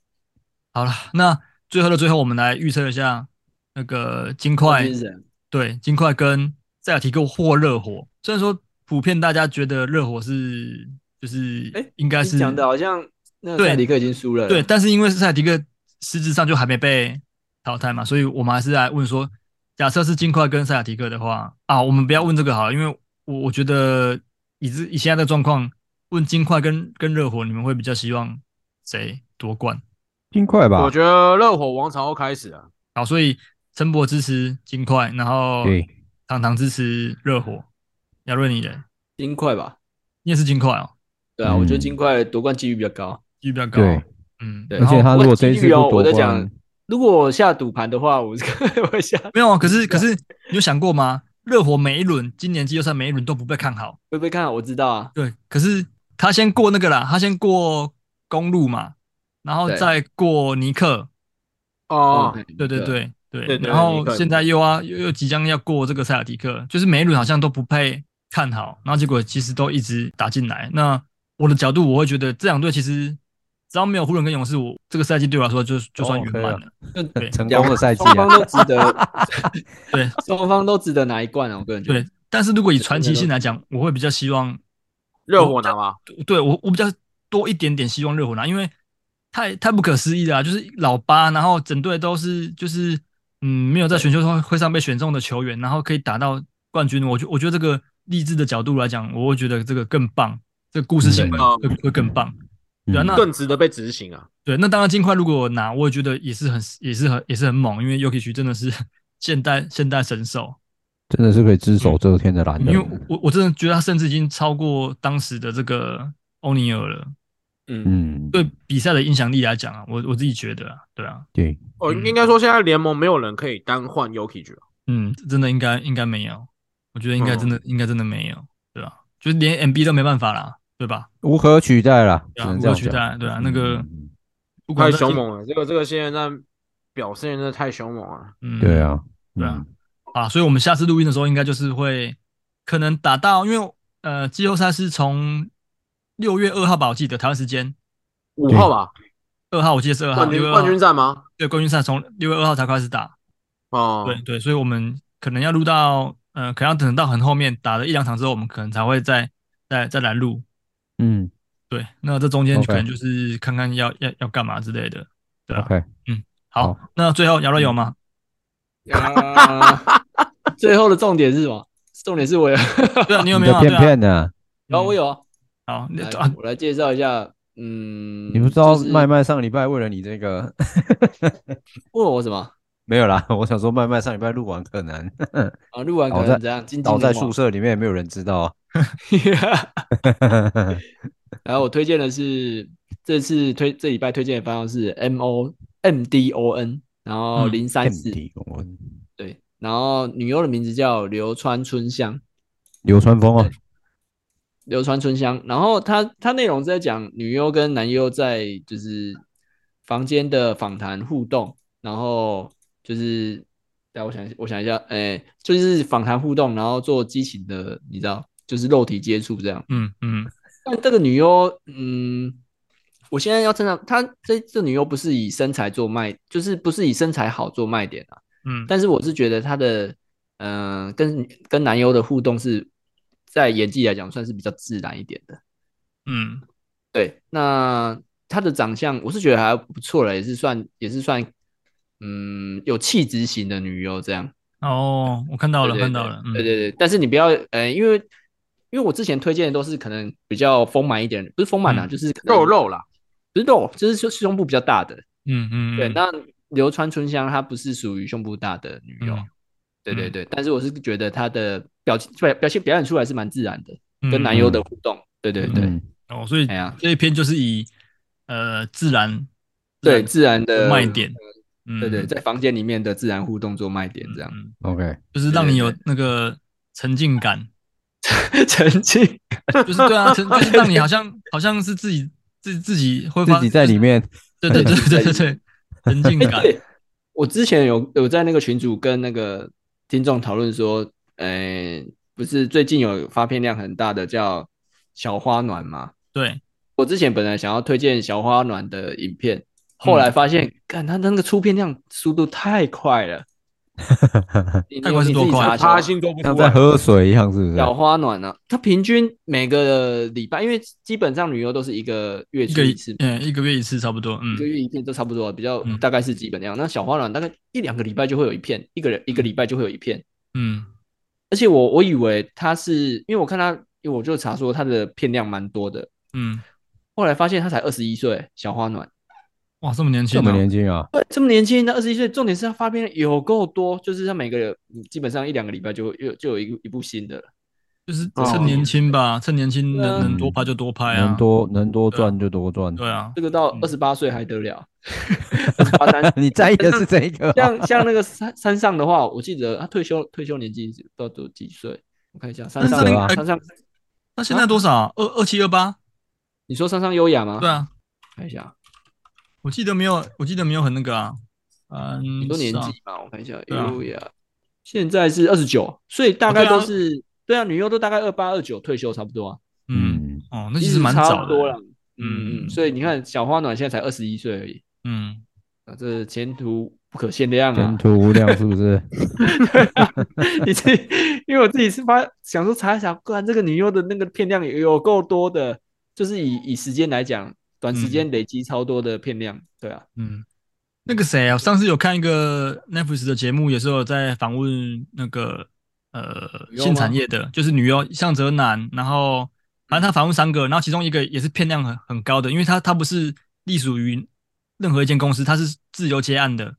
Speaker 3: 好了，那最后的最后，我们来预测一下那个金块
Speaker 2: 冠军是啊谁
Speaker 3: 对，金块跟塞尔提克或热火，虽然说普遍大家觉得热火是就是
Speaker 2: 诶
Speaker 3: 应该
Speaker 2: 你
Speaker 3: 是
Speaker 2: 讲的好像那个
Speaker 3: 对
Speaker 2: 塞迪克已经输了。
Speaker 3: 对，，但是因为塞尔提克实质上就还没被淘汰嘛，所以我们还是来问说，假设是金块跟塞尔提克的话啊，我们不要问这个好了，因为我我觉得以这以现在的状况，问金块跟跟热火，你们会比较希望谁夺冠？
Speaker 1: 金块吧
Speaker 4: 我，觉得热火王朝要开始了。
Speaker 3: 好，所以陈博支持金块，然后
Speaker 1: 对
Speaker 3: 糖糖支持热火，亚瑞你人，
Speaker 2: 金块吧？
Speaker 3: 你也是金块哦。
Speaker 2: 对啊，我觉
Speaker 1: 嗯
Speaker 2: 得金块夺冠几率比较高。
Speaker 3: 几率比较高。
Speaker 1: 对，
Speaker 3: 嗯，
Speaker 2: 对
Speaker 3: 然
Speaker 1: 而
Speaker 3: 后
Speaker 1: 且他如果
Speaker 2: 我
Speaker 1: 这一次
Speaker 2: 继续哦
Speaker 1: 不
Speaker 2: 我在
Speaker 1: 夺
Speaker 2: 讲
Speaker 1: 冠，
Speaker 2: 如果我下赌盘的话，我是 我下
Speaker 3: 没有啊，可是可是你有想过吗？热火每一轮今年季后赛每一轮都不被看好，
Speaker 2: 会被看好，我知道啊。
Speaker 3: 对，可是他先过那个啦，他先过公路嘛，然后
Speaker 2: 对
Speaker 3: 再过尼克，
Speaker 4: 哦，
Speaker 3: 对对，对
Speaker 2: 啊
Speaker 3: 对，
Speaker 4: 对对
Speaker 3: 然
Speaker 4: 尼
Speaker 3: 后
Speaker 4: 克
Speaker 3: 现在又啊又又即将要过这个塞尔提克，就是每一轮好像都不被看好，然后结果其实都一直打进来。那我的角度我会觉得这两队其实只要没有湖人跟勇士，我这个赛季对我来说就就算
Speaker 1: 哦
Speaker 3: 圆
Speaker 1: 可以
Speaker 3: 满
Speaker 1: 了
Speaker 3: 了。对
Speaker 1: 成功的赛季
Speaker 2: 双方
Speaker 1: 啊，
Speaker 2: 都值得，
Speaker 3: 对，
Speaker 2: 双方都值得拿一冠啊！我个人觉得
Speaker 3: 对，，但是如果以
Speaker 2: 对
Speaker 3: 传
Speaker 2: 那
Speaker 3: 奇
Speaker 2: 个
Speaker 3: 性来讲，我会比较希望
Speaker 4: 热火拿吗？
Speaker 3: 对我我比较多一点点希望热火拿，因为太太不可思议了、啊，就是老八，然后整队都是就是嗯没有在选秀会会上被选中的球员，然后可以打到冠军，我觉我觉得这个励志的角度来讲，我会觉得这个更棒，这个故事性会
Speaker 4: 对啊
Speaker 3: 会会更棒。对啊，
Speaker 1: 嗯
Speaker 3: 那
Speaker 4: 更值得被执行啊！
Speaker 3: 对那当然金块如果拿，我也觉得也是很也是很也是很猛，因为 Yuki 区真的是 现代现代神手，
Speaker 1: 真的是可以只手遮天的男
Speaker 3: 嗯因为我
Speaker 1: 人，
Speaker 3: 我我真的觉得他甚至已经超过当时的这个欧尼尔了。
Speaker 2: 嗯，
Speaker 1: 嗯，
Speaker 3: 对比赛的影响力来讲啊，我我自己觉得啊，对啊，
Speaker 1: 对，
Speaker 4: 哦，
Speaker 3: 嗯
Speaker 4: 应该说现在联盟没有人可以单换 Yuki 局了。
Speaker 3: 嗯，真的应该应该没有，我觉得应该
Speaker 4: 嗯
Speaker 3: 真的、应该真的没有，对啊，就是连 MB 都没办法啦，对吧？
Speaker 1: 无可取代啦，
Speaker 3: 对
Speaker 1: 只
Speaker 3: 啊，
Speaker 1: 能
Speaker 3: 无
Speaker 1: 这
Speaker 3: 可
Speaker 1: 样
Speaker 3: 取
Speaker 1: 讲。
Speaker 3: 代，对啊，那个
Speaker 1: 嗯
Speaker 3: 不管
Speaker 4: 太
Speaker 3: 在
Speaker 4: 凶，猛了，这个这个现在表现真的太凶猛了。
Speaker 3: 嗯，
Speaker 1: 对啊，
Speaker 3: 对啊
Speaker 1: 嗯，
Speaker 3: 啊，所以我们下次录音的时候，应该就是会可能打到，因为呃，季后赛是从六月二号吧，我记得台湾时间
Speaker 4: 五号吧，
Speaker 3: 二号，我记得是二号，
Speaker 4: 冠
Speaker 3: 六
Speaker 4: 军
Speaker 3: 月2号
Speaker 4: 冠军战吗？
Speaker 3: 对冠军赛从六月二号才开始打，
Speaker 4: 哦，
Speaker 3: 对对，所以我们可能要录到，呃，可能要等到很后面打了一两场之后，我们可能才会再再再来录。
Speaker 1: 嗯
Speaker 3: 对，那这中间
Speaker 1: OK
Speaker 3: 可能就是看看要要要干嘛之类的。对啊
Speaker 1: ，OK，
Speaker 3: 好，
Speaker 1: 好
Speaker 3: 那最后姚若有吗？
Speaker 1: 嗯
Speaker 2: 啊最后的重点是什么？重点是我有，
Speaker 3: 对啊，你有
Speaker 1: 你
Speaker 3: 没有
Speaker 1: 的
Speaker 3: 啊？
Speaker 1: 片
Speaker 3: 对啊，
Speaker 1: 片呢？
Speaker 2: 然后我
Speaker 3: 有。
Speaker 2: 有啊，
Speaker 3: 好，那
Speaker 2: 来
Speaker 3: 啊，
Speaker 2: 我来介绍一下。嗯，
Speaker 1: 你不知道
Speaker 2: 就是
Speaker 1: 麦麦上个礼拜为了你这个
Speaker 2: 问我什么
Speaker 1: 没有啦， 我想说麦麦上礼拜录完柯南，
Speaker 2: 啊？录完可
Speaker 1: 倒在
Speaker 2: 能怎样？静静
Speaker 1: 倒
Speaker 2: 地
Speaker 1: 在
Speaker 2: 晃
Speaker 1: 宿。舍里面也没 有人知道啊。
Speaker 2: 然后我推荐的是这次推这礼拜推荐的番号是 M O M D O N，然后
Speaker 3: 嗯
Speaker 2: 零三四
Speaker 1: 天敌公文
Speaker 2: 对，然后女优的名字叫流川春香，
Speaker 1: 流川枫啊，
Speaker 2: 流川春香。然后她她内容是在讲女优跟男优在就是房间的访谈互动，然后就是，等下我想我想一下，哎、就是访谈互动，然后做激情的，你知道，就是肉体接触这样。
Speaker 3: 嗯嗯，
Speaker 2: 但这个女优，嗯，我现在要称上她这这女优不是以身材做卖，就是不是以身材好做卖点啊。
Speaker 3: 嗯，
Speaker 2: 但是我是觉得她的，嗯、跟跟男优的互动是在演技来讲算是比较自然一点的。
Speaker 3: 嗯
Speaker 2: 对，那她的长相我是觉得还不错了，也是算也是算，嗯，有气质型的女优这样。
Speaker 3: 哦，我看到了，
Speaker 2: 对对
Speaker 3: 看到了，嗯
Speaker 2: 对对对，但是你不要，呃，因为因为我之前推荐的都是可能比较丰满一点，不是丰满啊，
Speaker 3: 嗯
Speaker 2: 就是可能
Speaker 4: 肉肉啦，
Speaker 2: 不是肉，就是胸胸部比较大的。
Speaker 3: 嗯嗯，
Speaker 2: 对，
Speaker 3: 嗯
Speaker 2: 那流川春香她不是属于胸部大的女优，
Speaker 3: 嗯
Speaker 2: 对对
Speaker 3: 嗯
Speaker 2: 对，但是我是觉得她的表情表表现表演出来是蛮自然的，跟男
Speaker 3: 嗯
Speaker 2: 优的互动，对对对、
Speaker 1: 嗯，
Speaker 3: 哦，所以
Speaker 2: 哎呀
Speaker 3: 这一篇就是以呃自然
Speaker 2: 对，自然的
Speaker 3: 卖，点，嗯，
Speaker 2: 呃对对，在房间里面的自然互动做卖点
Speaker 3: 嗯
Speaker 2: 这样，
Speaker 3: 嗯
Speaker 1: OK，
Speaker 3: 就是让你有
Speaker 2: 对
Speaker 3: 那个沉浸感，嗯
Speaker 2: 沉浸，
Speaker 3: 就是对啊，沉就是让你好像好像是自己自自己会发
Speaker 1: 自己在里，面，
Speaker 3: 对对对对对 对，啊沉浸 感，
Speaker 2: 对，我之前有有在那个群组跟那个听众讨论说，呃，不是最近有发片量很大的叫小花暖吗？
Speaker 3: 对，
Speaker 2: 我之前本来想要推荐小花暖的影片，后
Speaker 3: 嗯
Speaker 2: 来发现，看、他那个出片量速度太快 了。你
Speaker 3: 太快是多快啊
Speaker 2: 你自己查一下
Speaker 4: 他心做不
Speaker 1: 像
Speaker 4: 出
Speaker 1: 在
Speaker 4: 来。
Speaker 1: 喝水一样，是不是？
Speaker 2: 小花暖呢、啊？它平均每个礼拜，因为基本上旅游都是一个月
Speaker 3: 一
Speaker 2: 出
Speaker 3: 个
Speaker 2: 一次，
Speaker 3: 嗯一个月一次差不多，嗯
Speaker 2: 一个月一片都差不多，比较
Speaker 3: 嗯
Speaker 2: 大概是基本量。那小花暖大概一两个礼拜就会有一片，一个人一个礼拜就会有一片。
Speaker 3: 嗯
Speaker 2: 而且我我以为它是因为我看它，因为我就查说它的片量蛮多的，
Speaker 3: 嗯，
Speaker 2: 后来发现它才二十一岁，小花暖。
Speaker 3: 哇，这么年轻
Speaker 1: 这
Speaker 3: 啊，
Speaker 1: 么年轻啊，
Speaker 2: 对，这么年轻，他二十一岁，重点是他发片有够多，就是他每个嗯基本上一两个礼拜就会又就有一个一部新的了。
Speaker 3: 就是
Speaker 4: 哦
Speaker 3: 趁年轻吧，趁年轻
Speaker 2: 对啊
Speaker 3: 能能多拍就多拍啊
Speaker 1: 能，多能多赚就多赚。
Speaker 3: 对啊，
Speaker 2: 这个到
Speaker 3: 嗯
Speaker 2: 二十八岁还得了？二十八三，
Speaker 1: 你在意的是这一个啊，
Speaker 2: 像像那个山山上的话，我记得他退休退休年纪是到多几岁？我看一下，山上
Speaker 1: 山上
Speaker 2: 山上，
Speaker 3: 那现在多少啊？二二七二八，
Speaker 2: 你说山上优雅吗？
Speaker 3: 对，啊，
Speaker 2: 看一下，
Speaker 3: 我记得没有，我记得没有很那个啊，嗯，
Speaker 2: 很多年
Speaker 3: 是啊
Speaker 2: 纪嘛，我看一下
Speaker 3: 对啊
Speaker 2: 优雅，现在是二十九，所以大概
Speaker 3: 哦对
Speaker 2: 都
Speaker 3: 啊
Speaker 2: 是对啊，女优都大概二八二九退休差不多啊。
Speaker 3: 嗯，
Speaker 1: 嗯，
Speaker 3: 哦，那其实蛮
Speaker 2: 差
Speaker 3: 早
Speaker 2: 不
Speaker 3: 的
Speaker 2: 多了，。
Speaker 3: 嗯
Speaker 2: 嗯
Speaker 3: 嗯
Speaker 2: 嗯，所以你看，小花暖现在才二十一岁而已，
Speaker 3: 嗯，
Speaker 2: 啊，这前途不可限量
Speaker 1: 前
Speaker 2: 啊！
Speaker 1: 途无量，是不是？
Speaker 2: 你自己，因为我自己是发想说查一查，不然这个女优的那个片量也有够多的，就是以以时间来讲，短时间累积超多的片量，对啊，
Speaker 3: 嗯，那个谁啊，上次有看一个 Netflix 的节目，也是有在访问那个呃
Speaker 2: 女优吗
Speaker 3: 性产业的，就是女优向泽南，然后反正他访问三个，然后其中一个也是片量很很高的，因为他他不是隶属于任何一间公司，他是自由接案的，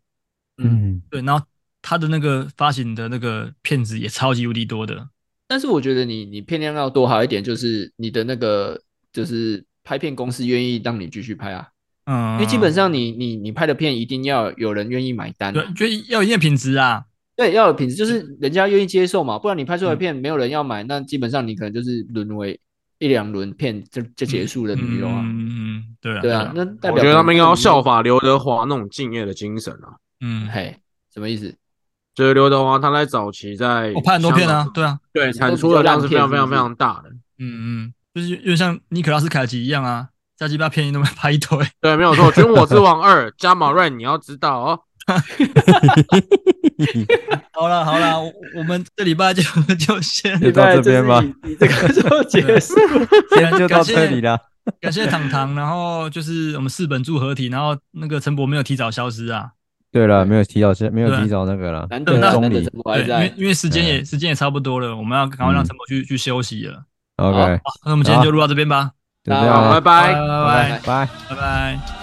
Speaker 1: 嗯，
Speaker 3: 对，然后他的那个发行的那个片子也超级无敌多的，
Speaker 2: 但是我觉得你你片量要多好一点，就是你的那个就是拍片公司愿意让你继续拍啊，
Speaker 3: 嗯，
Speaker 2: 因为基本上你你你拍的片一定要有人愿意买单啊、
Speaker 3: 对，就要有一定的品质啊，
Speaker 2: 对，要有品质，就是人家愿意接受嘛，不然你拍
Speaker 3: 嗯
Speaker 2: 出来的片没有人要买，那基本上你可能就是沦为一两轮片就就结束了旅游啊。
Speaker 3: 嗯嗯，对啊，
Speaker 2: 对啊，那代表
Speaker 4: 我觉得他们应该要效
Speaker 2: 笑，
Speaker 4: 法刘德华那种敬业的精神啊，
Speaker 3: 嗯，
Speaker 2: 嘿，什么意思？
Speaker 4: 就是刘德华他在早期在
Speaker 3: 我拍很多片啊，，对啊，
Speaker 4: 对，产出的量是非常非常非常大的。
Speaker 3: 嗯嗯，就是就像尼可拉斯凯奇一样啊，加鸡巴片你都没拍一堆，
Speaker 4: 对，没有错，《军火之王二》加马瑞，你要知道哦，
Speaker 3: 好了好了，我我们这礼拜就 就先
Speaker 1: 嗯就到这边吧
Speaker 2: 就是以以这个做结束。
Speaker 1: 现在就到这里了。
Speaker 3: 感谢糖糖，然后就是我们四本柱合体，然后那个陈博没有提早消失啊，
Speaker 1: 对了，没有提早，没有
Speaker 3: 对
Speaker 1: 提早那个了，
Speaker 2: 难
Speaker 3: 对
Speaker 2: 得啊
Speaker 3: 那
Speaker 1: 中
Speaker 2: 难得
Speaker 1: 里
Speaker 2: 怎。么
Speaker 3: 对，
Speaker 2: 还
Speaker 3: 因为
Speaker 4: 哎
Speaker 2: 在？
Speaker 3: 因为时间也时间也差不多了，我们要赶快
Speaker 4: 嗯
Speaker 3: 让陈博去去休息了。
Speaker 1: OK，
Speaker 3: 那我们今天就录到这边吧，
Speaker 1: 就这
Speaker 2: 好
Speaker 1: 样
Speaker 4: 好，
Speaker 1: 了
Speaker 4: 拜，
Speaker 3: 拜
Speaker 4: 拜。
Speaker 3: 拜
Speaker 1: 拜拜。
Speaker 3: 拜拜。